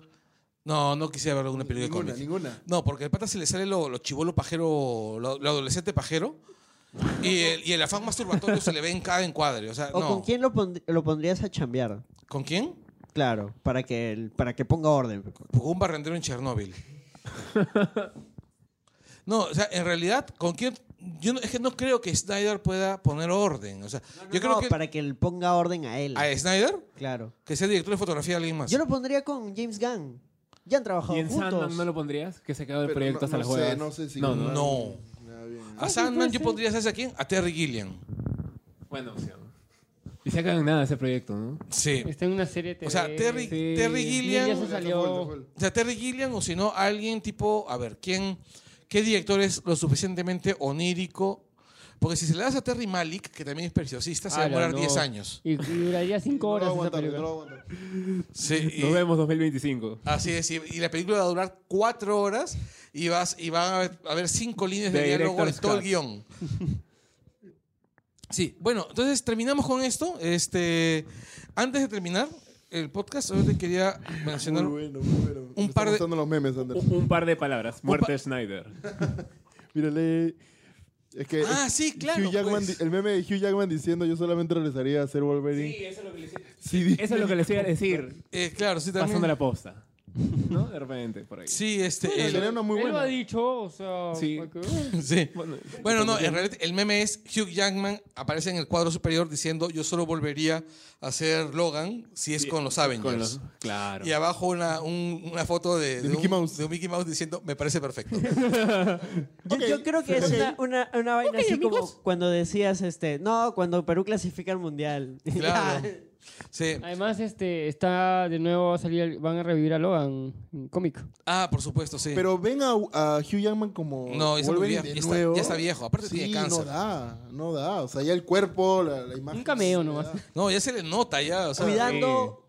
No, no quisiera ver alguna película
Ninguna,
de cómics.
ninguna.
No, porque al pata se le sale lo, lo chivolo pajero, lo, lo adolescente pajero. Y el, y el afán masturbatorio se le ve en cada encuadre. O sea,
¿O
no.
con quién lo, pond- lo pondrías a chambear?
¿Con quién?
Claro, para que, el- para que ponga orden.
Con un barrendero en Chernóbil. No, o sea, en realidad, ¿con quién? Yo no- es que no creo que Snyder pueda poner orden. O sea, yo creo
No,
que
para que él ponga orden a él.
a Snyder,
Claro.
que sea director de fotografía de alguien más.
Yo lo pondría con James Gunn. Ya han trabajado
¿Y en
juntos.
Sandman no lo pondrías? Que se quedó el
Pero
proyecto
no-
hasta
no
las
sé,
huevas.
no sé si-
No, no,
no.
Ya, bien.
Ah,
A Sandman yo podría hacerse a quién? A Terry Gilliam.
Buena opción. Y se en nada ese proyecto, ¿no?
Sí.
Está en una serie TV.
O sea, Terry,
sí.
Terry
Sí,
Gilliam.
ya se
Ya está
salió.
full, está full.
O sea, Terry Gilliam o si no, alguien tipo, a ver, ¿quién, ¿qué director es lo suficientemente onírico? Porque si se le das a Terry Malik, que también es preciosista, se va a
Ah, la
demorar
no.
10 años.
Y, y duraría 5
No lo
horas
voy a
esa
aguantar,
película.
no lo voy a aguantar.
Sí, y-
Nos vemos 2025.
Así es, y, y la película va a durar 4 horas y, vas, y van a haber, a haber cinco líneas de
De
diálogo en
director's
todo el
cut.
guión. Sí, bueno, entonces terminamos con esto. Este, antes de terminar el podcast, solo te quería mencionar
Muy bueno, muy bueno. Me están
par de-
gustando los memes, Ander.
Un, un par de palabras. Muerte de Snyder.
Mírale. Es que
Ah, sí, claro,
Hugh Jackman
pues.
di- El meme de Hugh Jackman diciendo yo solamente regresaría a ser Wolverine.
eso es lo que les
Sí, di-
Eso es lo que les iba a decir.
Eh, claro, sí, también.
Pasando la posta. ¿No? De repente, por ahí.
Sí, este. el-
Sería una muy
Él lo ha
buena.
dicho, o sea.
Sí.
¿para qué?
sí.
Bueno,
Bueno, no, en realidad el meme es Hugh Jackman aparece en el cuadro superior diciendo yo solo volvería a ser Logan si es con los Avengers.
con los- Claro.
Y abajo una, un- una foto de, de
Mickey
un,
Mouse.
de un Mickey Mouse diciendo me parece perfecto.
Yo, yo creo que es una, una, una vaina así como cuando decías, este, no, cuando Perú clasifica al mundial.
Claro. Sí.
Además, este, está de nuevo a salir, van a revivir a Logan en cómic.
Ah, por supuesto, sí.
Pero ven a, a Hugh Jackman como
No, ya está muy
Wolverine
viejo,
de
ya está-
nuevo.
ya está viejo, aparte
Sí,
tiene cáncer.
no da, no da. O sea, ya el cuerpo, la, la imagen.
Un cameo
sí,
nomás.
da.
no, ya se le nota ya. O sea,
cuidando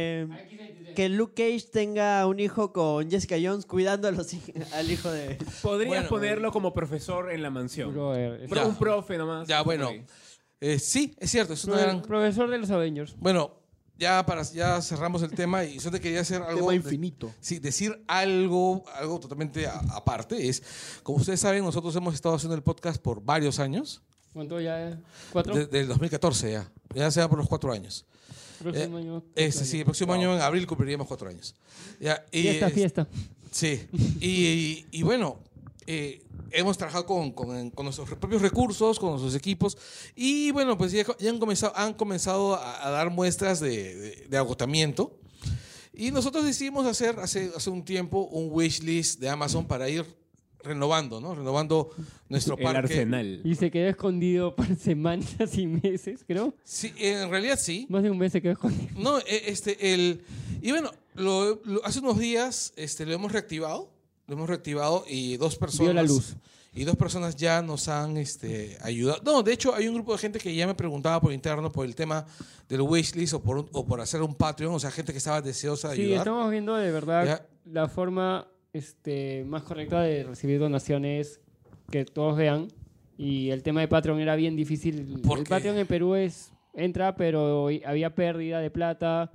que, que Luke Cage tenga un hijo con Jessica Jones, cuidando a los, hij- al hijo de...
Podrías
Bueno.
ponerlo como profesor en la mansión.
Brother, es-
Pro-
Ya.
Un profe nomás.
Ya, bueno.
Ok.
eh, sí, es cierto, es una
Pro-
gran-
Profesor de los Avengers.
Bueno, ya, para, ya cerramos el tema y yo te quería hacer algo.
Tema
de-
infinito.
Sí, decir algo, algo totalmente a- aparte es, como ustedes saben, nosotros hemos estado haciendo el podcast por varios años,
¿Cuánto ya? ¿Cuatro?
desde el 2014 ya, ya sea por los cuatro años.
Próximo
Eh,
año.
Este, sí, el próximo año en abril cumpliríamos cuatro años. Ya, y,
Fiesta,
es-
fiesta.
Sí, y, y bueno, eh, hemos trabajado con, con- con nuestros propios recursos, con nuestros equipos, y bueno, pues ya, ya han comenzado, han comenzado a, a dar muestras de, de- de agotamiento. Y nosotros decidimos hacer hace, hace un tiempo un wish list de Amazon para ir renovando, ¿no? Renovando nuestro
El
parque.
arsenal.
Y se quedó escondido por semanas y meses, creo.
Sí, en realidad sí.
Más de un mes se quedó escondido.
No, e- este, el. Y bueno, lo- lo- hace unos días este, lo hemos reactivado. Lo hemos reactivado y dos personas.
la luz.
Y dos personas ya nos han este, ayudado. No, de hecho, hay un grupo de gente que ya me preguntaba por interno por el tema del wishlist o por, un- o por hacer un Patreon. O sea, gente que estaba deseosa de
Sí,
ayudar.
estamos viendo de verdad
Ya.
la forma este, más correcta de recibir donaciones que todos vean Y el tema de Patreon era bien difícil.
¿Por
el
qué?
Patreon en Perú es entra, pero había pérdida de plata.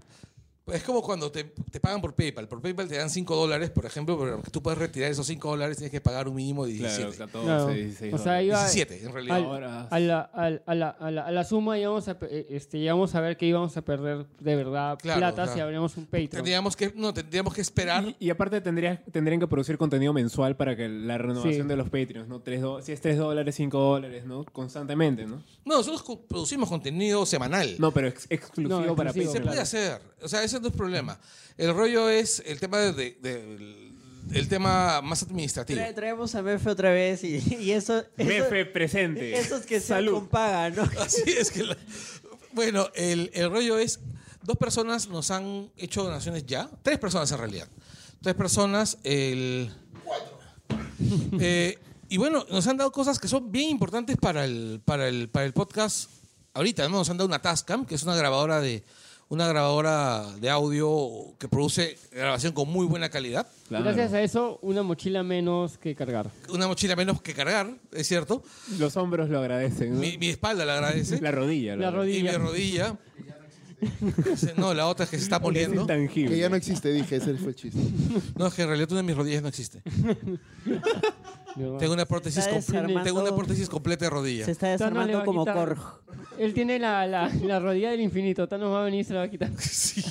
Pues Es como cuando te, te pagan por PayPal. Por PayPal te dan 5 dólares, por ejemplo, pero tú puedes retirar esos 5 dólares tienes que pagar un mínimo de 17.
Claro, 14,
Claro.
16
o sea,
dólares.
iba
17, en realidad.
al-
Ahora-
a la, al- a la- a la- a la suma íbamos a, pe- eh, este, íbamos a ver que íbamos a perder de verdad
Claro,
plata
o sea,
si abrimos un Patreon.
Tendríamos que, no, tendríamos que esperar.
Y, y aparte tendrías, tendrían que producir contenido mensual para que la renovación
Sí.
de los Patreons, ¿no? Tres do- si es 3 dólares, 5 dólares, ¿no? Constantemente, ¿no?
No, nosotros co- producimos contenido semanal.
No, pero ex- exclusivo,
No,
para
exclusivo,
Se
Patreon.
puede hacer. O sea, ese no es el problema. El rollo es el tema de, de- del- el tema más administrativo.
Trae- traemos a Mefe otra vez y, y eso... eso-
Mefe presente.
Esos que se
Salud.
compaga, ¿no?
Así es que. la- bueno, el, el rollo es. Dos personas nos han hecho donaciones ya. Tres personas en realidad. Tres personas, el. Cuatro. y bueno, nos han dado cosas que son bien importantes para el, para el, para el podcast ahorita, ¿no? Nos han dado una Tascam, que es una grabadora de. Una grabadora de audio que produce grabación con muy buena calidad.
Claro.
Gracias a eso, una mochila menos que cargar.
Una mochila menos que cargar, es cierto.
Los hombros lo agradecen, ¿no?
Mi, mi espalda la agradece.
La rodilla.
La
y mi
rodilla.
rodilla. No, la otra es que se está
Es
muriendo.
intangible.
Que ya no existe, dije, ese fue el chiste.
No, es que en realidad una de mis rodillas no existe.
mi hermano.
Tengo una prótesis,
Está
comple-
desarmando-
tengo una prótesis completa de rodilla.
Se está
Thanos le va
desarmando
a
como
quitar-
Korg.
Él tiene la, la, la rodilla del infinito. Thanos va a venir y se la va a quitar.
Sí.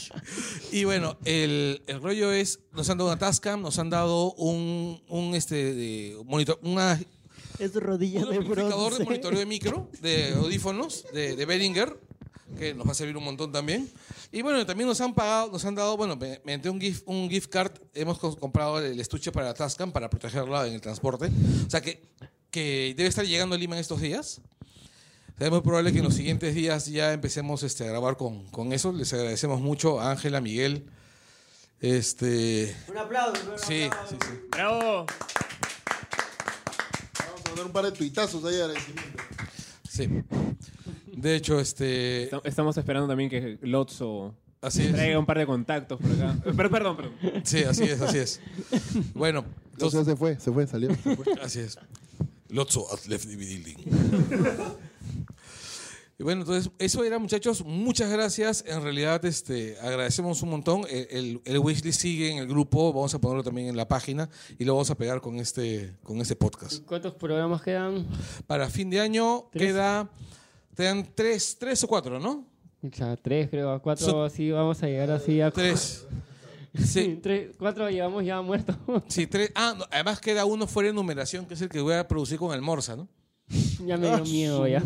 Y bueno, el, el rollo es, nos han dado una Tascam, nos han dado un, un este de monitor, una,
Es su rodilla
un
de
amplificador de
bronce.
monitoreo de micro, de audífonos, de, de Behringer, que nos va a servir un montón también. Y bueno, también nos han pagado, nos han dado, bueno, me- mediante un gift, un gift card, hemos co- comprado el estuche para la Tascam para protegerla en el transporte. O sea que, que debe estar llegando a Lima en estos días. O sea, es muy probable que en los siguientes días ya empecemos este, a grabar con, con eso. Les agradecemos mucho a Ángela, Miguel. Este,
Un aplauso. un
sí,
aplauso.
sí, sí.
¡Bravo!
Vamos a mandar un par de tuitazos ahí de agradecimiento.
sí. De hecho, este.
Estam- Estamos esperando también que Lotso
Así es.
traiga un par de contactos por acá. Eh, Pero, perdón, perdón.
Sí, así es, así es. Bueno,
Entonces
entonces,
se fue, se fue, salió. se fue.
así es. Lotso has left the building. Y bueno, entonces, eso era, muchachos. Muchas gracias. En realidad, este, agradecemos un montón. El, el, el wishlist sigue en el grupo. Vamos a ponerlo también en la página y lo vamos a pegar con este, con este podcast.
¿Cuántos programas quedan?
Para fin de año
Tres.
queda. Te dan tres, tres o cuatro, ¿no?
O sea, tres, creo. A cuatro,
Son-
así vamos a llegar así a.
Tres.
Sí,
Sí,
tres- cuatro llevamos ya muertos.
sí, tres. Ah, no, además queda uno fuera de numeración, que es el que voy a producir con Almorza, ¿no?
ya
Ah,
me dio miedo ya.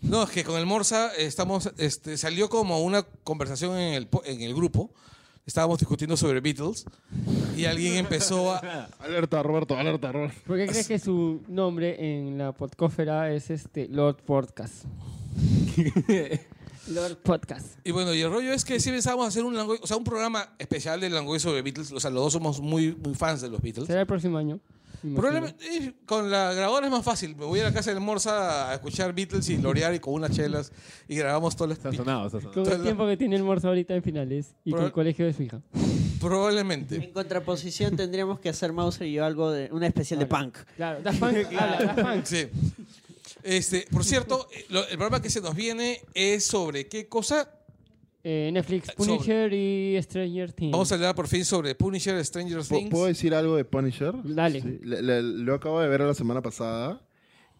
No, es que con el Morsa eh, estamos, este, salió como una conversación en el, po- en el grupo. Estábamos discutiendo sobre Beatles y alguien empezó a...
Alerta, Roberto, alerta, Roberto.
¿Por qué crees que su nombre en la podcófera es este Lord Podcast? Lord Podcast.
Y bueno, y el rollo es que sí pensábamos hacer un, langoy- o sea, un programa especial de Langoy sobre Beatles. O sea, los dos somos muy, muy fans de los Beatles.
Será el próximo año. me imagino.
Probablemente eh, con la grabadora es más fácil. Me voy a la casa del Morsa a escuchar Beatles y lorear y con unas chelas y grabamos todas
Está
las...
sonado, está sonado.
Con el tiempo que tiene el morso ahorita en finales y con
Proba-
el colegio de su hija.
Probablemente.
En contraposición tendríamos que hacer Mauser y yo algo de una especial de punk.
Claro, Daft Punk, habla, Daft Punk.
Sí. Este, por cierto, eh, lo- el programa que se nos viene es sobre qué cosa...
Eh, Netflix,
Sobre.
Punisher y Stranger Things.
Vamos a hablar por fin sobre Punisher, Stranger
¿Pu-
Things.
¿Puedo decir algo de Punisher?
Dale.
Sí, le- le- lo acabo de ver la semana pasada.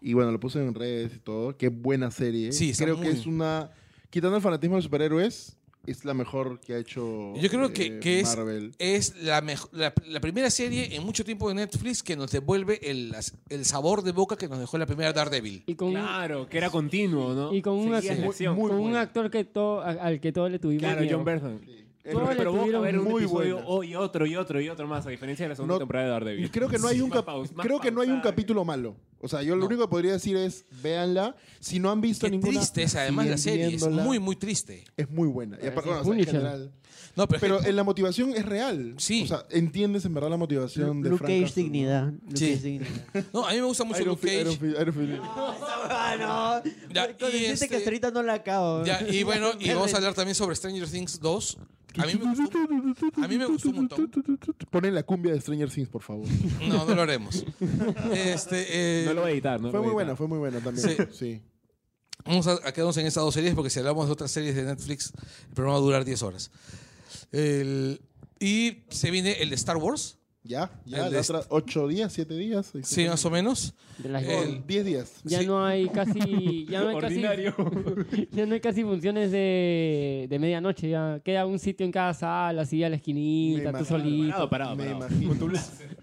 Y bueno, lo puse en redes y todo. Qué buena serie.
Sí, está
Creo
muy
que
bien.
es una. Quitando el fanatismo de superhéroes, es la mejor que ha hecho
Yo creo que,
eh,
que es,
Marvel.
es la, mejo- la, la primera serie en mucho tiempo de Netflix que nos devuelve el, as- el sabor de boca que nos dejó la primera Daredevil.
Y con, un-
Claro, que era continuo, ¿no?
y con un,
Seguías
actor-
la acción.
con un actor que todo, a- al que todo le tuvimos
Claro,
miedo.
John Burton.
Es
Todo
Pero
le
provoca
tuvieron
ver un
muy
episodio
buena.
hoy, otro y otro y otro más, a diferencia de la segunda
No-
temporada de
Y
Daredevil.
creo que no hay un
Más
cap-
paus- más
creo que no hay un
pausada.
capítulo malo. O sea, yo lo único que podría decir es véanla. Si no han visto
Qué
ninguna,
triste es además la
siguen
serie, es
viéndola.
muy, muy triste.
es muy buena. Y aparte, bueno, o sea, en
Punisher.
general.
No, pero,
Pero
es que-
en la motivación es real.
Sí.
O sea, entiendes en verdad la motivación de
Luke
Frank
Cage
Castle, ¿no?
dignidad. Luke
Sí.
Cage dignidad.
no, a mí me gusta mucho
Iron
Luke Cage.
Fi- Iron Fi- Iron Fi-
Ah, no.
Ya,
Con
y
decirte
este-
que hasta ahorita no la acabo.
Ya, y bueno, y
Me
vamos a
re-
hablar también sobre Stranger Things 2, A mí me gustó, a mí me gustó un montón.
Ponen la cumbia de Stranger Things, por favor.
No, no lo haremos. Este, eh,
No lo voy a editar, ¿no?
Fue
lo
muy
voy a
buena,
editar.
fue muy buena también.
Sí.
Sí.
Vamos a, a quedarnos en esas dos series porque si hablamos de otras series de Netflix, el programa va a durar 10 horas. El- y se viene el de Star Wars,
Ya, ya,
El
la
est-
otra, ocho días, siete días.
sí, más o menos.
De las
Eh,
dos.
menos.
Diez días.
Ya
sí.
no hay casi. Ya no hay casi,
Ordinario.
ya no hay casi funciones de, de medianoche. Ya queda un sitio en cada sala, así a la esquinita,
Me
tú
imagino.
solito.
Parado, parado,
Me
parado.
imagino.
Con tu láser.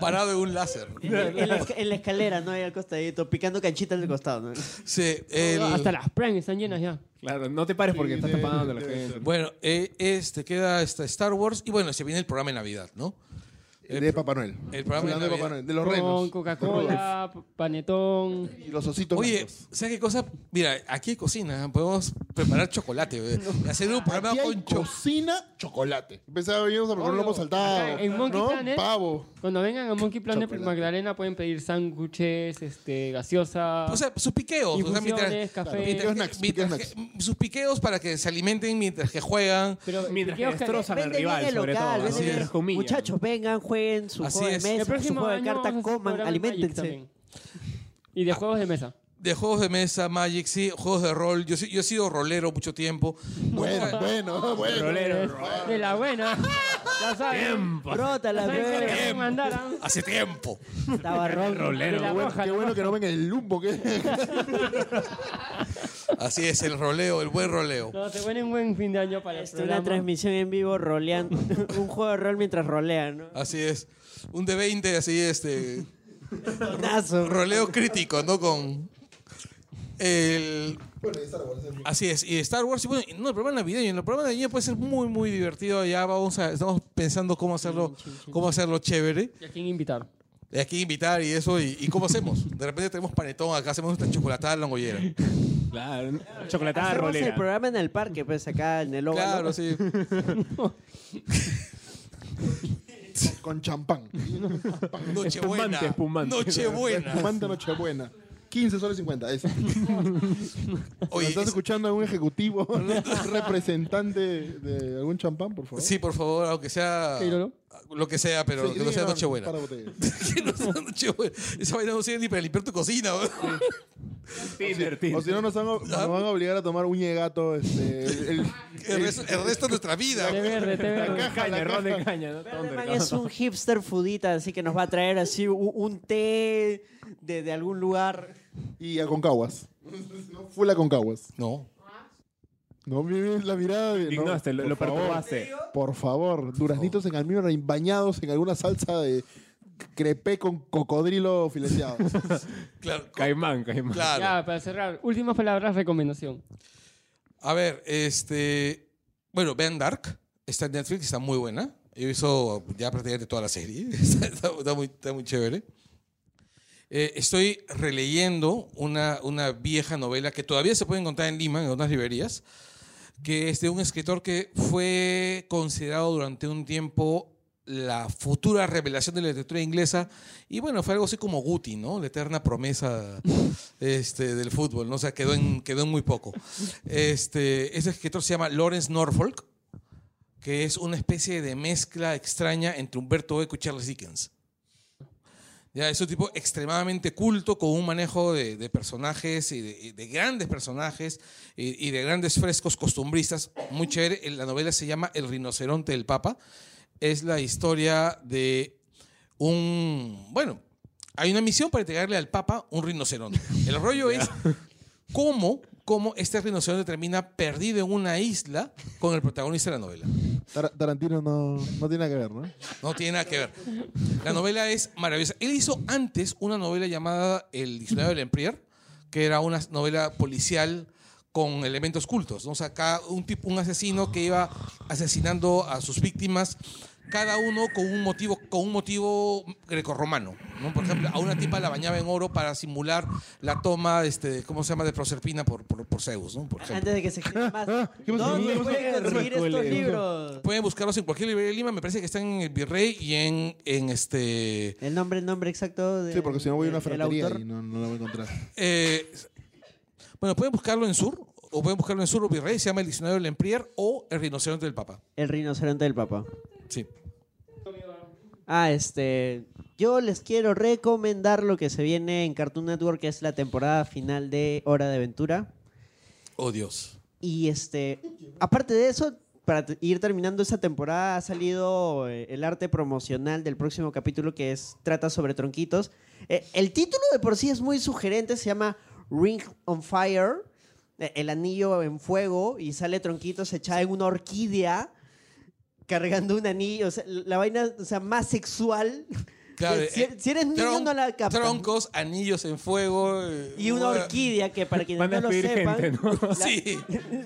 Parado en un láser.
En, en la, esca- en la escalera, ¿no? Ahí al costadito, picando canchitas del costado, ¿no?
Sí, el-
Hasta las pranks están llenas ya.
Claro, no te pares porque
Sí,
estás
debe-
tapando la
debe
gente.
ser.
bueno, eh, este queda esta Star Wars y bueno, se viene el programa de Navidad, ¿no? El
de
pro-
Papá Noel.
el programa de
Hablando de
Navidad.
Papá Noel, de los
Con
renos.
Coca-Cola, panetón.
Y los ositos.
Oye,
blancos.
¿sabes qué cosa? Mira, aquí hay cocina, podemos preparar chocolate, eh, y hacer un programa
Aquí hay
con chocolate.
cocina, chocolate. Pensaba que íbamos a poner
Obvio.
lomo saltado.
Acá en Monkey
¿no?
Planet.
Pavo.
Cuando vengan a Monkey Planet por
Chocolate.
Magdalena pueden pedir sándwiches, este, gaseosa.
O sea, sus piqueos. O sea, mientras,
Infusiones, café.
mientras-
Piqueos snacks,
mientras
piqueos
que- sus piqueos para que se alimenten mientras que juegan.
pero
Mientras que
creo
destrozan al
Vende bien
rival,
el
sobre todo.
local,
¿no?
vende bien.
Entre comillas.
Muchachos, vengan, jueguen su
Así
juego de
es.
el
mesa, su
próximo
juego de
año vamos a
cartas,
hacer un
coman,
programa de Magic
alimentense.
también. Y de juegos de mesa.
De juegos de mesa, Magic, sí, juegos de rol. Yo, sí- yo he sido rolero mucho tiempo.
Bueno,
Nunca-
bueno, bueno.
Rolero.
De la buena. Ya saben.
Rótala,
¿Saben qué le
bebé.
pueden mandar, ah?
Hace tiempo.
Estaba ron.
De la
Rolero.
roja,
Qué
la
bueno
roja.
que no venga el lumbo. Que...
Así es, el roleo, el buen roleo.
No, se ponen un buen fin de año para el
Este, una
programa.
transmisión en vivo roleando. un juego de rol mientras rolean, ¿no?
Así es. Un de 20, así este.
Tonazo.
Roleo crítico, ¿no? Con. El, Así es, y Star Wars, y bueno, y no, el programa navideño, el programa navideño puede ser muy, muy divertido, ya vamos a, estamos pensando cómo hacerlo, cómo hacerlo chévere,
¿Y a quién invitar?
de aquí invitar y eso, y, y cómo hacemos, de repente tenemos panetón acá, hacemos nuestra chocolatada longollera.
Claro. Chocolatada
Hacemos el
rolera.
programa en el parque, pues acá en el óvalo.
Claro, sí.
Con champán.
Nochebuena.
Espumante, espumante.
Nochebuena.
Manta Nochebuena. 15 soles 50. Eso.
Oye,
¿Estás
es-
escuchando a algún ejecutivo, representante de algún champán, por favor?
sí, por favor, aunque sea
Sí, Lolo.
lo que sea, pero que no sea Nochebuena.
Para botellas.
Que no sea Nochebuena. Esa vaina no sirve ni para limpiar tu cocina. weón.
Tinder,
O si
Tinder.
no, nos van, a,
Ah.
nos van a obligar a tomar un llegato. Este, el, el-
El resto, el resto de nuestra vida.
Té verde, té verde.
Caña, ron de caña. ¿no?
Pero el
Thunder,
Este man
¿no?
es un hipster fudita, así que nos va a traer así un, un té de, de algún lugar.
y a Concaguas. No, full a Concaguas.
No.
No, miren la mirada. de- no,
Dignaste, este, lo,
por
lo
favor.
perturbaste.
Por favor, duraznitos en almíbar bañados en alguna salsa de crepé con cocodrilo fileteado.
Claro.
Caimán, caimán.
claro.
Ya, para cerrar, últimas palabras, recomendación.
A ver, este. Bueno, vean Dark. Está en Netflix, está muy buena. Yo hizo ya prácticamente toda la serie. Está, está- está muy, está muy chévere. Eh, estoy releyendo una, una vieja novela que todavía se puede encontrar en Lima, en otras librerías, que es de un escritor que fue considerado durante un tiempo la futura revelación de la literatura inglesa. Y bueno, fue algo así como Guti, ¿no? La eterna promesa este, del fútbol, ¿no? O sea, quedó en, quedó en muy poco. Este, ese escritor se llama Lawrence Norfolk, que es una especie de mezcla extraña entre Humberto Eco y Charles Dickens. Ya, es un tipo extremadamente culto, con un manejo de, de personajes y de, y de grandes personajes y, y de grandes frescos costumbristas. Muy chévere. La novela se llama El rinoceronte del Papa. Es la historia de un. Bueno, hay una misión para entregarle al Papa un rinoceronte. El rollo es cómo, cómo este rinoceronte termina perdido en una isla con el protagonista de la novela.
Tar- Tarantino no, no tiene nada que ver, ¿no?
No tiene nada que ver. La novela es maravillosa. Él hizo antes una novela llamada El diccionario del Emprier, que era una novela policial con elementos cultos. ¿no? O sea, cada- un, tipo, un asesino que iba asesinando a sus víctimas, cada uno con un motivo, con un motivo grecorromano. ¿no? Por ejemplo, a una tipa la bañaba en oro para simular la toma, este, ¿cómo se llama?, de Proserpina por, por, por Zeus, ¿no? Por ejemplo.
Antes de que se quede más.
Ah, ¿Qué pasó?
¿Dónde
¿Qué pasó?
pueden conseguir estos
Recuele.
libros?
Pueden buscarlos en cualquier librería de Lima, me parece que están en el Virrey y en, en este...
El nombre, el nombre exacto. De,
Sí, porque si no voy a una
del
fratería
autor.
y no, no la voy a encontrar.
Eh, bueno, pueden buscarlo en Sur. O pueden buscarlo en Sur Virrey, se llama El Diccionario del Emprier o El Rinoceronte del Papa.
El rinoceronte del papá.
Sí.
Ah, este. Yo les quiero recomendar lo que se viene en Cartoon Network, que es la temporada final de Hora de Aventura.
Oh, Dios.
Y este, aparte de eso, para t- ir terminando esta temporada, ha salido eh, el arte promocional del próximo capítulo que es trata sobre tronquitos. Eh, el título de por sí es muy sugerente, se llama Ring on Fire, eh, el anillo en fuego, y sale tronquitos echada en una orquídea cargando un anillo. O sea, la vaina o sea, más sexual.
Claro,
si, er,
eh,
si eres niño,
tron-
no la captas.
Troncos, anillos en fuego. eh,
Y una
una-
orquídea que para quienes
Van
no
a
lo
pedir
sepan,
gente, ¿no?
la-
Sí.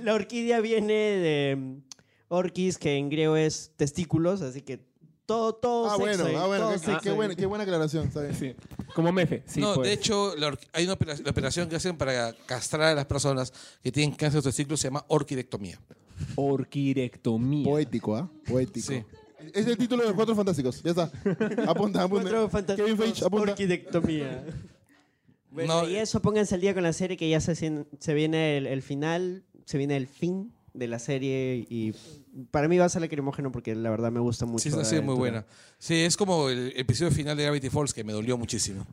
la orquídea viene de mm, orquis, que en griego es testículos, así que todo, todo
Ah,
sexo
bueno,
ahí,
ah, bueno.
todo
qué- Qué,
sexo
qué
ahí.
buena, qué buena aclaración, está bien.
Sí. Como Mefe. Sí,
no,
pues.
de hecho, la or- hay una operación, la operación que hacen para castrar a las personas que tienen cáncer de testículos se llama orquidectomía.
Orquirectomía.
Poético, ¿ah? Poético.
Sí.
Es el título de los Cuatro Fantásticos. Ya está. Apunta, apunta.
Cuatro fantásticos,
Kevin Feige, apunta.
orquidectomía. Bueno,
No, eh.
y eso pónganse al día con la serie que ya se, sien- se viene el, el final, se viene el fin de la serie y para mí va a ser lacrimógeno porque la verdad me gusta mucho.
Sí, es una
la
serie muy
aventura.
buena. Sí, es como el episodio final de Gravity Falls que me dolió muchísimo.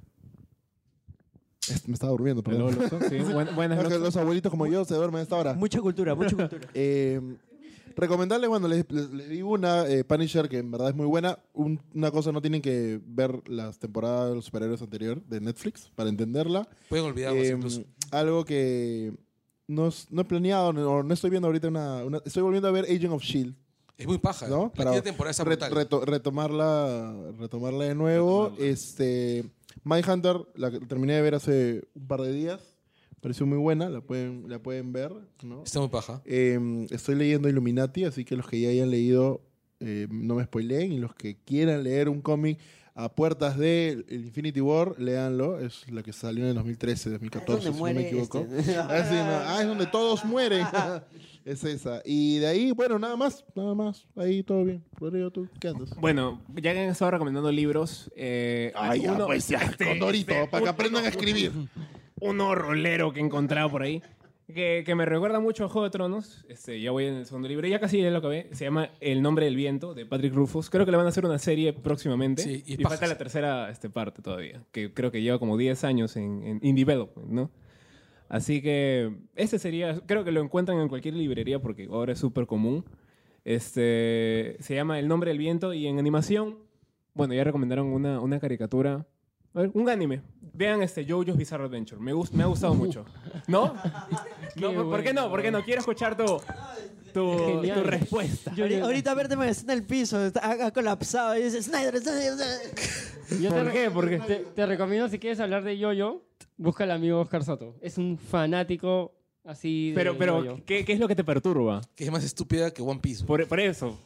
Es- Me estaba durmiendo,
El
perdón.
Oloso, sí. Buen- Buenas
Porque
noches.
los abuelitos como yo se duermen a esta hora.
Mucha cultura, mucha cultura.
Eh, recomendarle, bueno, les, les- les digo una, eh, Punisher, que en verdad es muy buena. Un- una cosa, no tienen que ver las temporadas de los superhéroes anterior de Netflix para entenderla.
Pueden olvidarlos
Eh,
incluso.
algo que no, es- no he planeado, no, no estoy viendo ahorita una, una- Estoy volviendo a ver Agent of Shield,
Es muy paja.
¿no?
La quinta temporada es
re-
brutal.
reto- retomarla, retomarla de nuevo. Este, Mindhunter, la que terminé de ver hace un par de días. Pareció muy buena, la pueden, la pueden ver, ¿no?
Está muy paja.
Eh, estoy leyendo Illuminati, así que los que ya hayan leído, eh, no me spoileen. Y los que quieran leer un cómic a puertas de el Infinity War, léanlo. Es la que salió en el 2013, 2014,
¿Dónde
si no me
muere
equivoco.
este?
Ah, sí, no. Ah, es donde todos mueren. es esa. Y de ahí, bueno, nada más, nada más. Ahí todo bien. Rodrigo, ¿tú qué andas?
Bueno, ya que han estado recomendando libros. Eh,
Ay, ya,
uno-
pues ya,
este,
con Dorito,
este,
para que
un-
aprendan a escribir.
uno rolero que he encontrado por ahí. Que, que me recuerda mucho a Juego de Tronos. Este, ya voy en el segundo libro. Ya casi ya lo acabé. Se llama El nombre del viento de Patrick Rufus. Creo que le van a hacer una serie próximamente.
Sí, y
y
pajas.
falta la tercera este, parte todavía. Que creo que lleva como 10 años en, en in development, ¿no? Así que ese sería. Creo que lo encuentran en cualquier librería porque ahora es súper común. Este, se llama El nombre del viento y en animación. Bueno, ya recomendaron una, una caricatura. A ver, un anime. Vean este JoJo's Bizarre Adventure. Me, gus- me ha gustado mucho. ¿No? no ¿por, por qué no? ¿Por qué no? Quiero escuchar tu, Oh, tu,
Genial.
tu respuesta.
Yo,
Ahorita,
yo-
ahorita verte me está en el piso, está, ha colapsado y dice, Snyder, Snyder, Snyder".
yo te,
¿Por qué? ¿Por qué?
te, te recomiendo, si quieres hablar de Yoyo, busca al amigo Oscar Soto. Es un fanático así de
Pero,
Yoyo.
pero ¿qué, qué es lo que te perturba?
Que es más estúpida que One Piece.
Por, por eso.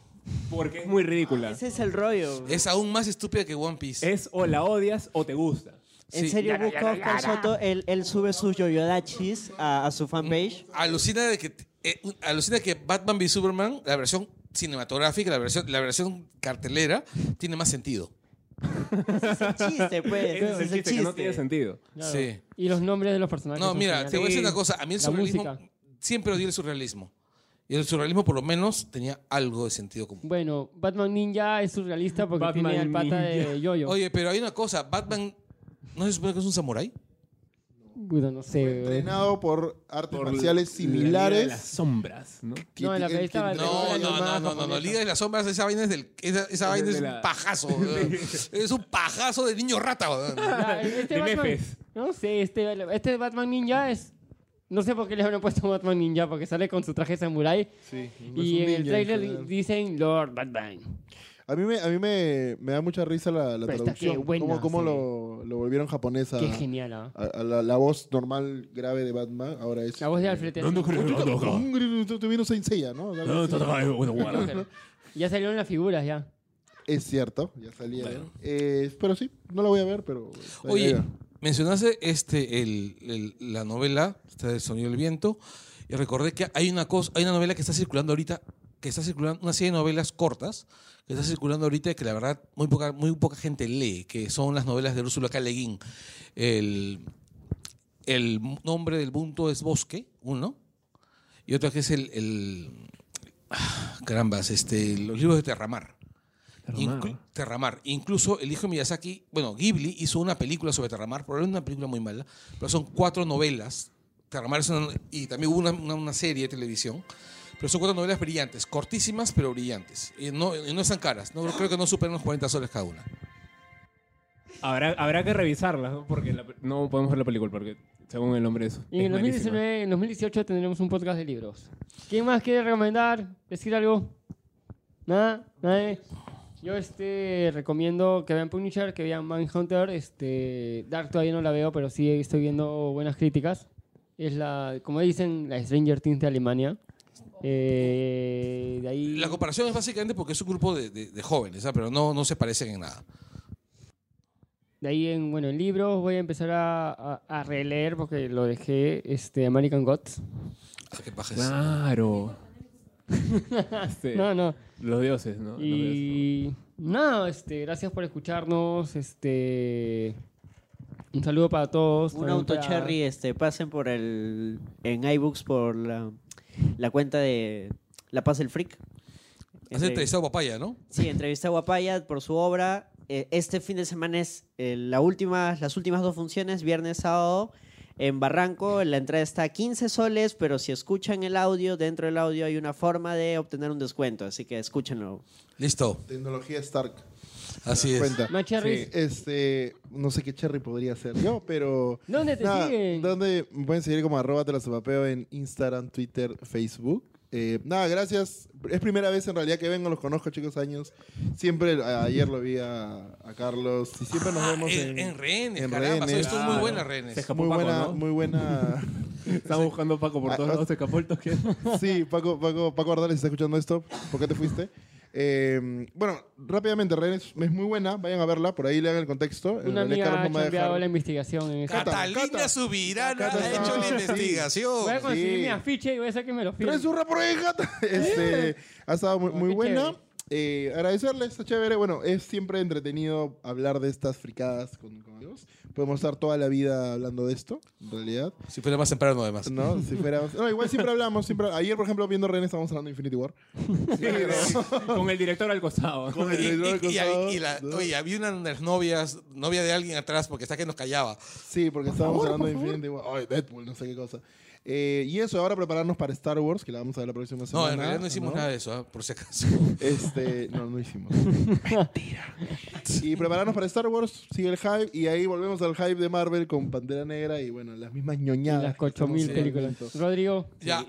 Porque es muy ridícula.
Ese es el
Pues,
rollo.
Es aún más estúpida que One Piece.
Es o la odias o te gusta.
En
Sí.
serio, busca Oscar Soto, él, él sube sus yoyodachis a, a su fanpage.
Alucina de que eh, un- alucina que Batman v Superman, la versión cinematográfica, la versión, la versión cartelera, tiene más sentido.
Ese es el chiste, pues.
Ese es el chiste, que no tiene sentido.
Claro.
Sí.
Y los nombres de los personajes.
No,
son
mira,
geniales.
te voy a decir
Sí.
una cosa. A mí el
La
surrealismo
música.
siempre odié el surrealismo. Y el surrealismo por lo menos tenía algo de sentido común.
Bueno, Batman Ninja es surrealista porque
Batman
tiene al pata
Ninja.
de Yoyo.
Oye, pero hay una cosa, Batman ¿no se supone que es un samurái?
Puta, no sé. weón.
Entrenado por artes
Por
marciales
la Liga de
similares.
las sombras, ¿no?
que-
No, en la
que-
que
que
estaba-
entrenan
No,
a
no,
alguien
no,
más
no, no, no.
japonés.
Liga de las sombras, esa vaina es del, esa, esa vaina
de
es un
la-
pajazo. weón. es un pajazo de niño rata. weón.
Ya, este
De
Batman-
Mefes.
No sé, este, este Batman Ninja es. No sé por qué le habrán puesto Batman Ninja, porque sale con su traje samurái.
Sí, no es
Y
un
en el
ninja,
trailer
general.
dicen Lord Batman.
A mí me, a mí me, me da mucha risa la, la
Pero está
traducción.
que buena,
cómo cómo
sí.
lo, lo volvieron japonés a,
Qué genial, ¿ah?
a- a la, la voz normal grave de Batman. Ahora es.
La voz de Alfred. es-
Te vino Saint Seiya, ¿no? Algo así.
Ya salieron las figuras, ya.
Es cierto, ya salía. Eh, pero sí, no la voy a ver, pero. ahí
Oye,
va.
mencionaste este, el, el- la novela, esta del sonido del viento, y recordé que hay una cosa, hay una novela que está circulando ahorita, que está circulando, una serie de novelas cortas, que está circulando ahorita y que la verdad muy poca, muy poca gente lee, que son las novelas de Úrsula K. Le Guin. El, el nombre del punto es Bosque, uno. y otro que es el, el- ah, carambas, este, los libros de Terramar. Inclu- Terramar. Incluso el hijo de Miyazaki, bueno, Ghibli hizo una película sobre Terramar, probablemente una película muy mala, pero son cuatro novelas. Terramar es una- y también hubo una, una- una serie de televisión. Pero son cuatro novelas brillantes, cortísimas pero brillantes. Y no, y no están caras, no, creo que no superan los 40 soles cada una.
Habrá, habrá que revisarla, ¿no? porque la pe- no podemos ver la película, porque según el nombre eso.
Y en
es
el
malísima.
2019, en 2018 tendremos un podcast de libros. ¿Quién más quiere recomendar? ¿Decir algo? ¿Nada? ¿Nadie? Yo este, recomiendo que vean Punisher, que vean Manhunter. Este, Dark todavía no la veo, pero sí estoy viendo buenas críticas. Es la, como dicen, la Stranger Things de Alemania. Eh, de ahí...
La comparación es básicamente porque es un grupo de, de- de jóvenes, ¿ah? pero no, no se parecen en nada.
De ahí en, bueno, en libros voy a empezar a, a- a releer porque lo dejé, este, American Gods.
Ah, qué paja es.
Claro. Sí.
No, no.
Los dioses, ¿no? Los dioses.
Y nada, este, gracias por escucharnos. Este, un saludo para todos.
Un
también
auto
para-
cherry, este, pasen por el. En iBooks por la, la cuenta de La Paz del Freak.
Has entrevistado a papaya, ¿no?
Sí, entrevisté a Guapaya por su obra. Eh, este fin de semana es eh, la última, las últimas dos funciones, viernes, sábado, en Barranco. La entrada está a 15 soles, pero si escuchan el audio, dentro del audio hay una forma de obtener un descuento. Así que escúchenlo.
Listo.
Tecnología Stark.
Así es.
Cuenta.
Más cherries.
Sí.
Este, no sé qué cherry podría ser yo, pero.
¿Dónde te
nada,
siguen?
¿Dónde me pueden seguir como arroba telasopapeo en Instagram, Twitter, Facebook? Eh, nada, gracias. Es primera vez en realidad que vengo, los conozco, chicos, años. Siempre, a- ayer lo vi a, a Carlos y siempre nos
Ah,
vemos
en,
en,
en rehenes,
en Ah,
caramba.
rehenes.
Esto es muy
Claro.
buena rehenes.
Se escapó
Muy
Paco,
buena,
¿no?
muy buena.
Estaban buscando a Paco por todos
Ah,
lados, se escapó el toque.
Sí, Paco, Paco, Paco Ardales está escuchando esto. ¿Por qué te fuiste? Eh, bueno, rápidamente, Rehenes es muy buena. Vayan a verla, por ahí lean el contexto. En
Una amiga
realidad,
ha
Carlos no me va a
cambiado
dejar-
la investigación en ese-
Cata,
Catalina
Cata.
Subirana
Cata
ha hecho la
está- sí.
investigación.
Voy a conseguir
Sí.
mi afiche y voy a hacer que me lo firme.
Trae su rap por ahí, gata. Este, ha estado muy,
Oh,
Ah,
muy
qué
buena.
chévere.
Eh, agradecerle, está chévere. Bueno, es siempre entretenido hablar de estas fricadas con, con amigos. Podemos estar toda la vida hablando de esto, en realidad.
Si fuera pues más temprano, además.
¿No? Si fuéramos. No, igual siempre hablamos. Siempre... Ayer, por ejemplo, viendo René, estábamos hablando de Infinity War.
Con el director al costado.
Con
Y,
el
y-
Pedro
y- y-
Cruzado,
y la-
¿no?
oye, había una de las novias, novia de alguien atrás, porque está que nos callaba.
Sí, porque estábamos hablando de Infinity War. Ay, Deadpool, no sé qué cosa. Eh, y eso, ahora prepararnos para Star Wars, que la vamos a ver la próxima
No,
semana.
en realidad no hicimos
¿no?
nada de eso, ah, por si acaso.
Este, no, no hicimos. Mentira. Y prepararnos para Star Wars, sigue el hype, y ahí volvemos al hype de Marvel con Pantera Negra y bueno, las mismas
Y
ñoñadas.
las
que estamos
8000
haciendo.
películas. Rodrigo,
ya.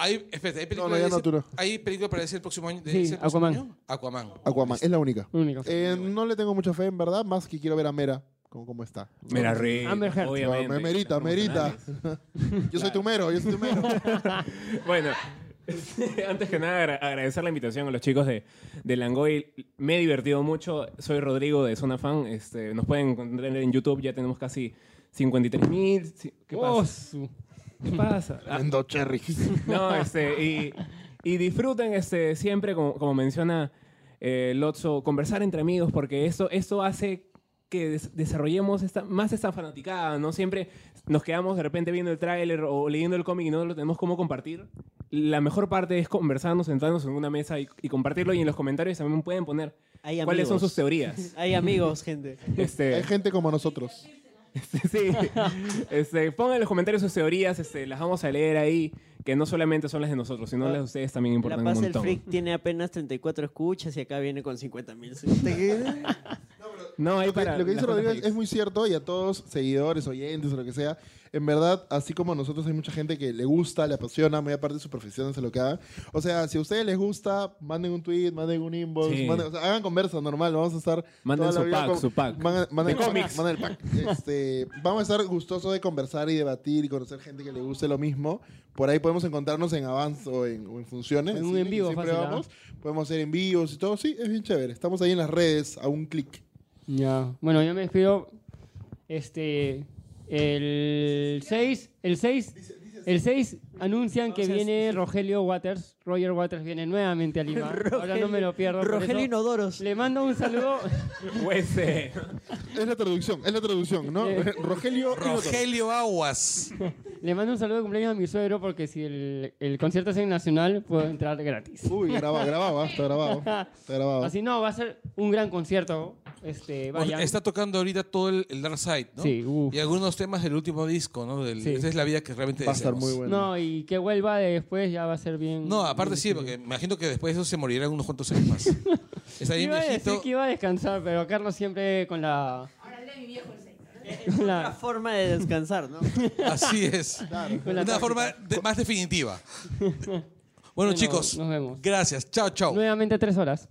Hay, espérate, hay película,
No, no, ya
de
no,
ese-
tú no.
hay película para decir el próximo año. de
Sí,
ese próximo
Aquaman.
año? Aquaman.
Aquaman, es la única.
único.
Eh, no le tengo mucha fe, en verdad, más que quiero ver a Mera, como, como está.
Mira, Rey.
Amber Heard.
obviamente.
Me merita, merita. Yo soy tu mero, yo soy tu mero.
Bueno, antes que nada, agra- agradecer la invitación a los chicos de, de Langoy. Me he divertido mucho. Soy Rodrigo de Zona Fan. Este, nos pueden encontrar en YouTube. Ya tenemos casi 53 mil. ¿Qué
Oh,
pasa?
su-
¿Qué pasa? Ah,
Endo Cherry.
no, este, y, y disfruten este, siempre, como, como menciona eh, Lotso, conversar entre amigos, porque esto, esto hace que des- desarrollemos esta, más esta fanaticada, ¿no? Siempre nos quedamos de repente viendo el tráiler o leyendo el cómic y no lo tenemos cómo compartir. La mejor parte es conversarnos, sentarnos en una mesa y, y compartirlo y en los comentarios también pueden poner
Hay
cuáles son
amigos.
sus teorías.
Hay amigos, gente.
Este,
Hay gente como nosotros.
Sí, este, pongan en los comentarios sus teorías, este, las vamos a leer ahí, que no solamente son las de nosotros, sino
Ah,
las de ustedes también
La
importan un
Paz del
montón.
Freak tiene apenas 34 escuchas y acá viene con 50 mil.
No, ahí
Lo que,
para
lo que
las
dice Rodrigo es,
cosas
es muy cierto y a todos, seguidores, oyentes o lo que sea, en verdad, así como a nosotros hay mucha gente que le gusta, le apasiona, muy aparte de su profesión, se lo que hagan. O sea, si a ustedes les gusta, manden un tweet, manden un inbox,
Sí.
manden- o sea, hagan conversa normal, vamos a estar...
Manden
toda la
su
vida
pack, su pack.
Manden, manden
De
el
cómics.
pack, manden el pack. Este, vamos a estar gustosos de conversar y debatir y conocer gente que le guste lo mismo. Por ahí podemos encontrarnos en avance o en, o en funciones.
En un
así
en
que
vivo
siempre
fácil, ¿ah?
vamos. Podemos hacer envíos y todo. Sí, es bien chévere. Estamos ahí en las redes, a un clic.
Ya. Bueno, yo me despido. Este. El 6. El 6. El 6 anuncian que
Entonces-
viene Rogelio Waters. Roger Waters viene nuevamente a Lima. Ahora no me lo pierdo. por
Rogelio
eso.
Inodoros.
Le mando un saludo.
de- Pues, eh,
Es la traducción, es la traducción, ¿no?
Eh.
Rogelio. Inodoros.
Rogelio Aguas.
Le mando un saludo de cumpleaños a mi suegro porque si el, el concierto es en Nacional, puedo entrar gratis.
Uy, graba, grababa, está grabado. Está grabado.
Así no, va a ser un gran concierto. Este,
O sea,
vayan.
Está tocando ahorita todo el, el Dark Side, ¿no?
Sí, uf.
Y algunos temas del último disco, ¿no? Del-
Sí.
Esa es la vida que realmente
Va a estar
deseamos.
muy bueno.
No, y que vuelva después ya va a ser bien.
No, aparte sí, porque me imagino que después de eso se morirán unos cuantos años más. Está bien
Iba a decir
viejito.
que iba a descansar, pero Carlos siempre con la.
Ahora le mi viejo el sexo.
con
Una
la-
forma de descansar, ¿no?
Así es.
con la
Una
tóxica.
forma de- más definitiva. Bueno,
Bueno,
chicos,
nos vemos.
gracias. Chao, chao.
Nuevamente tres horas.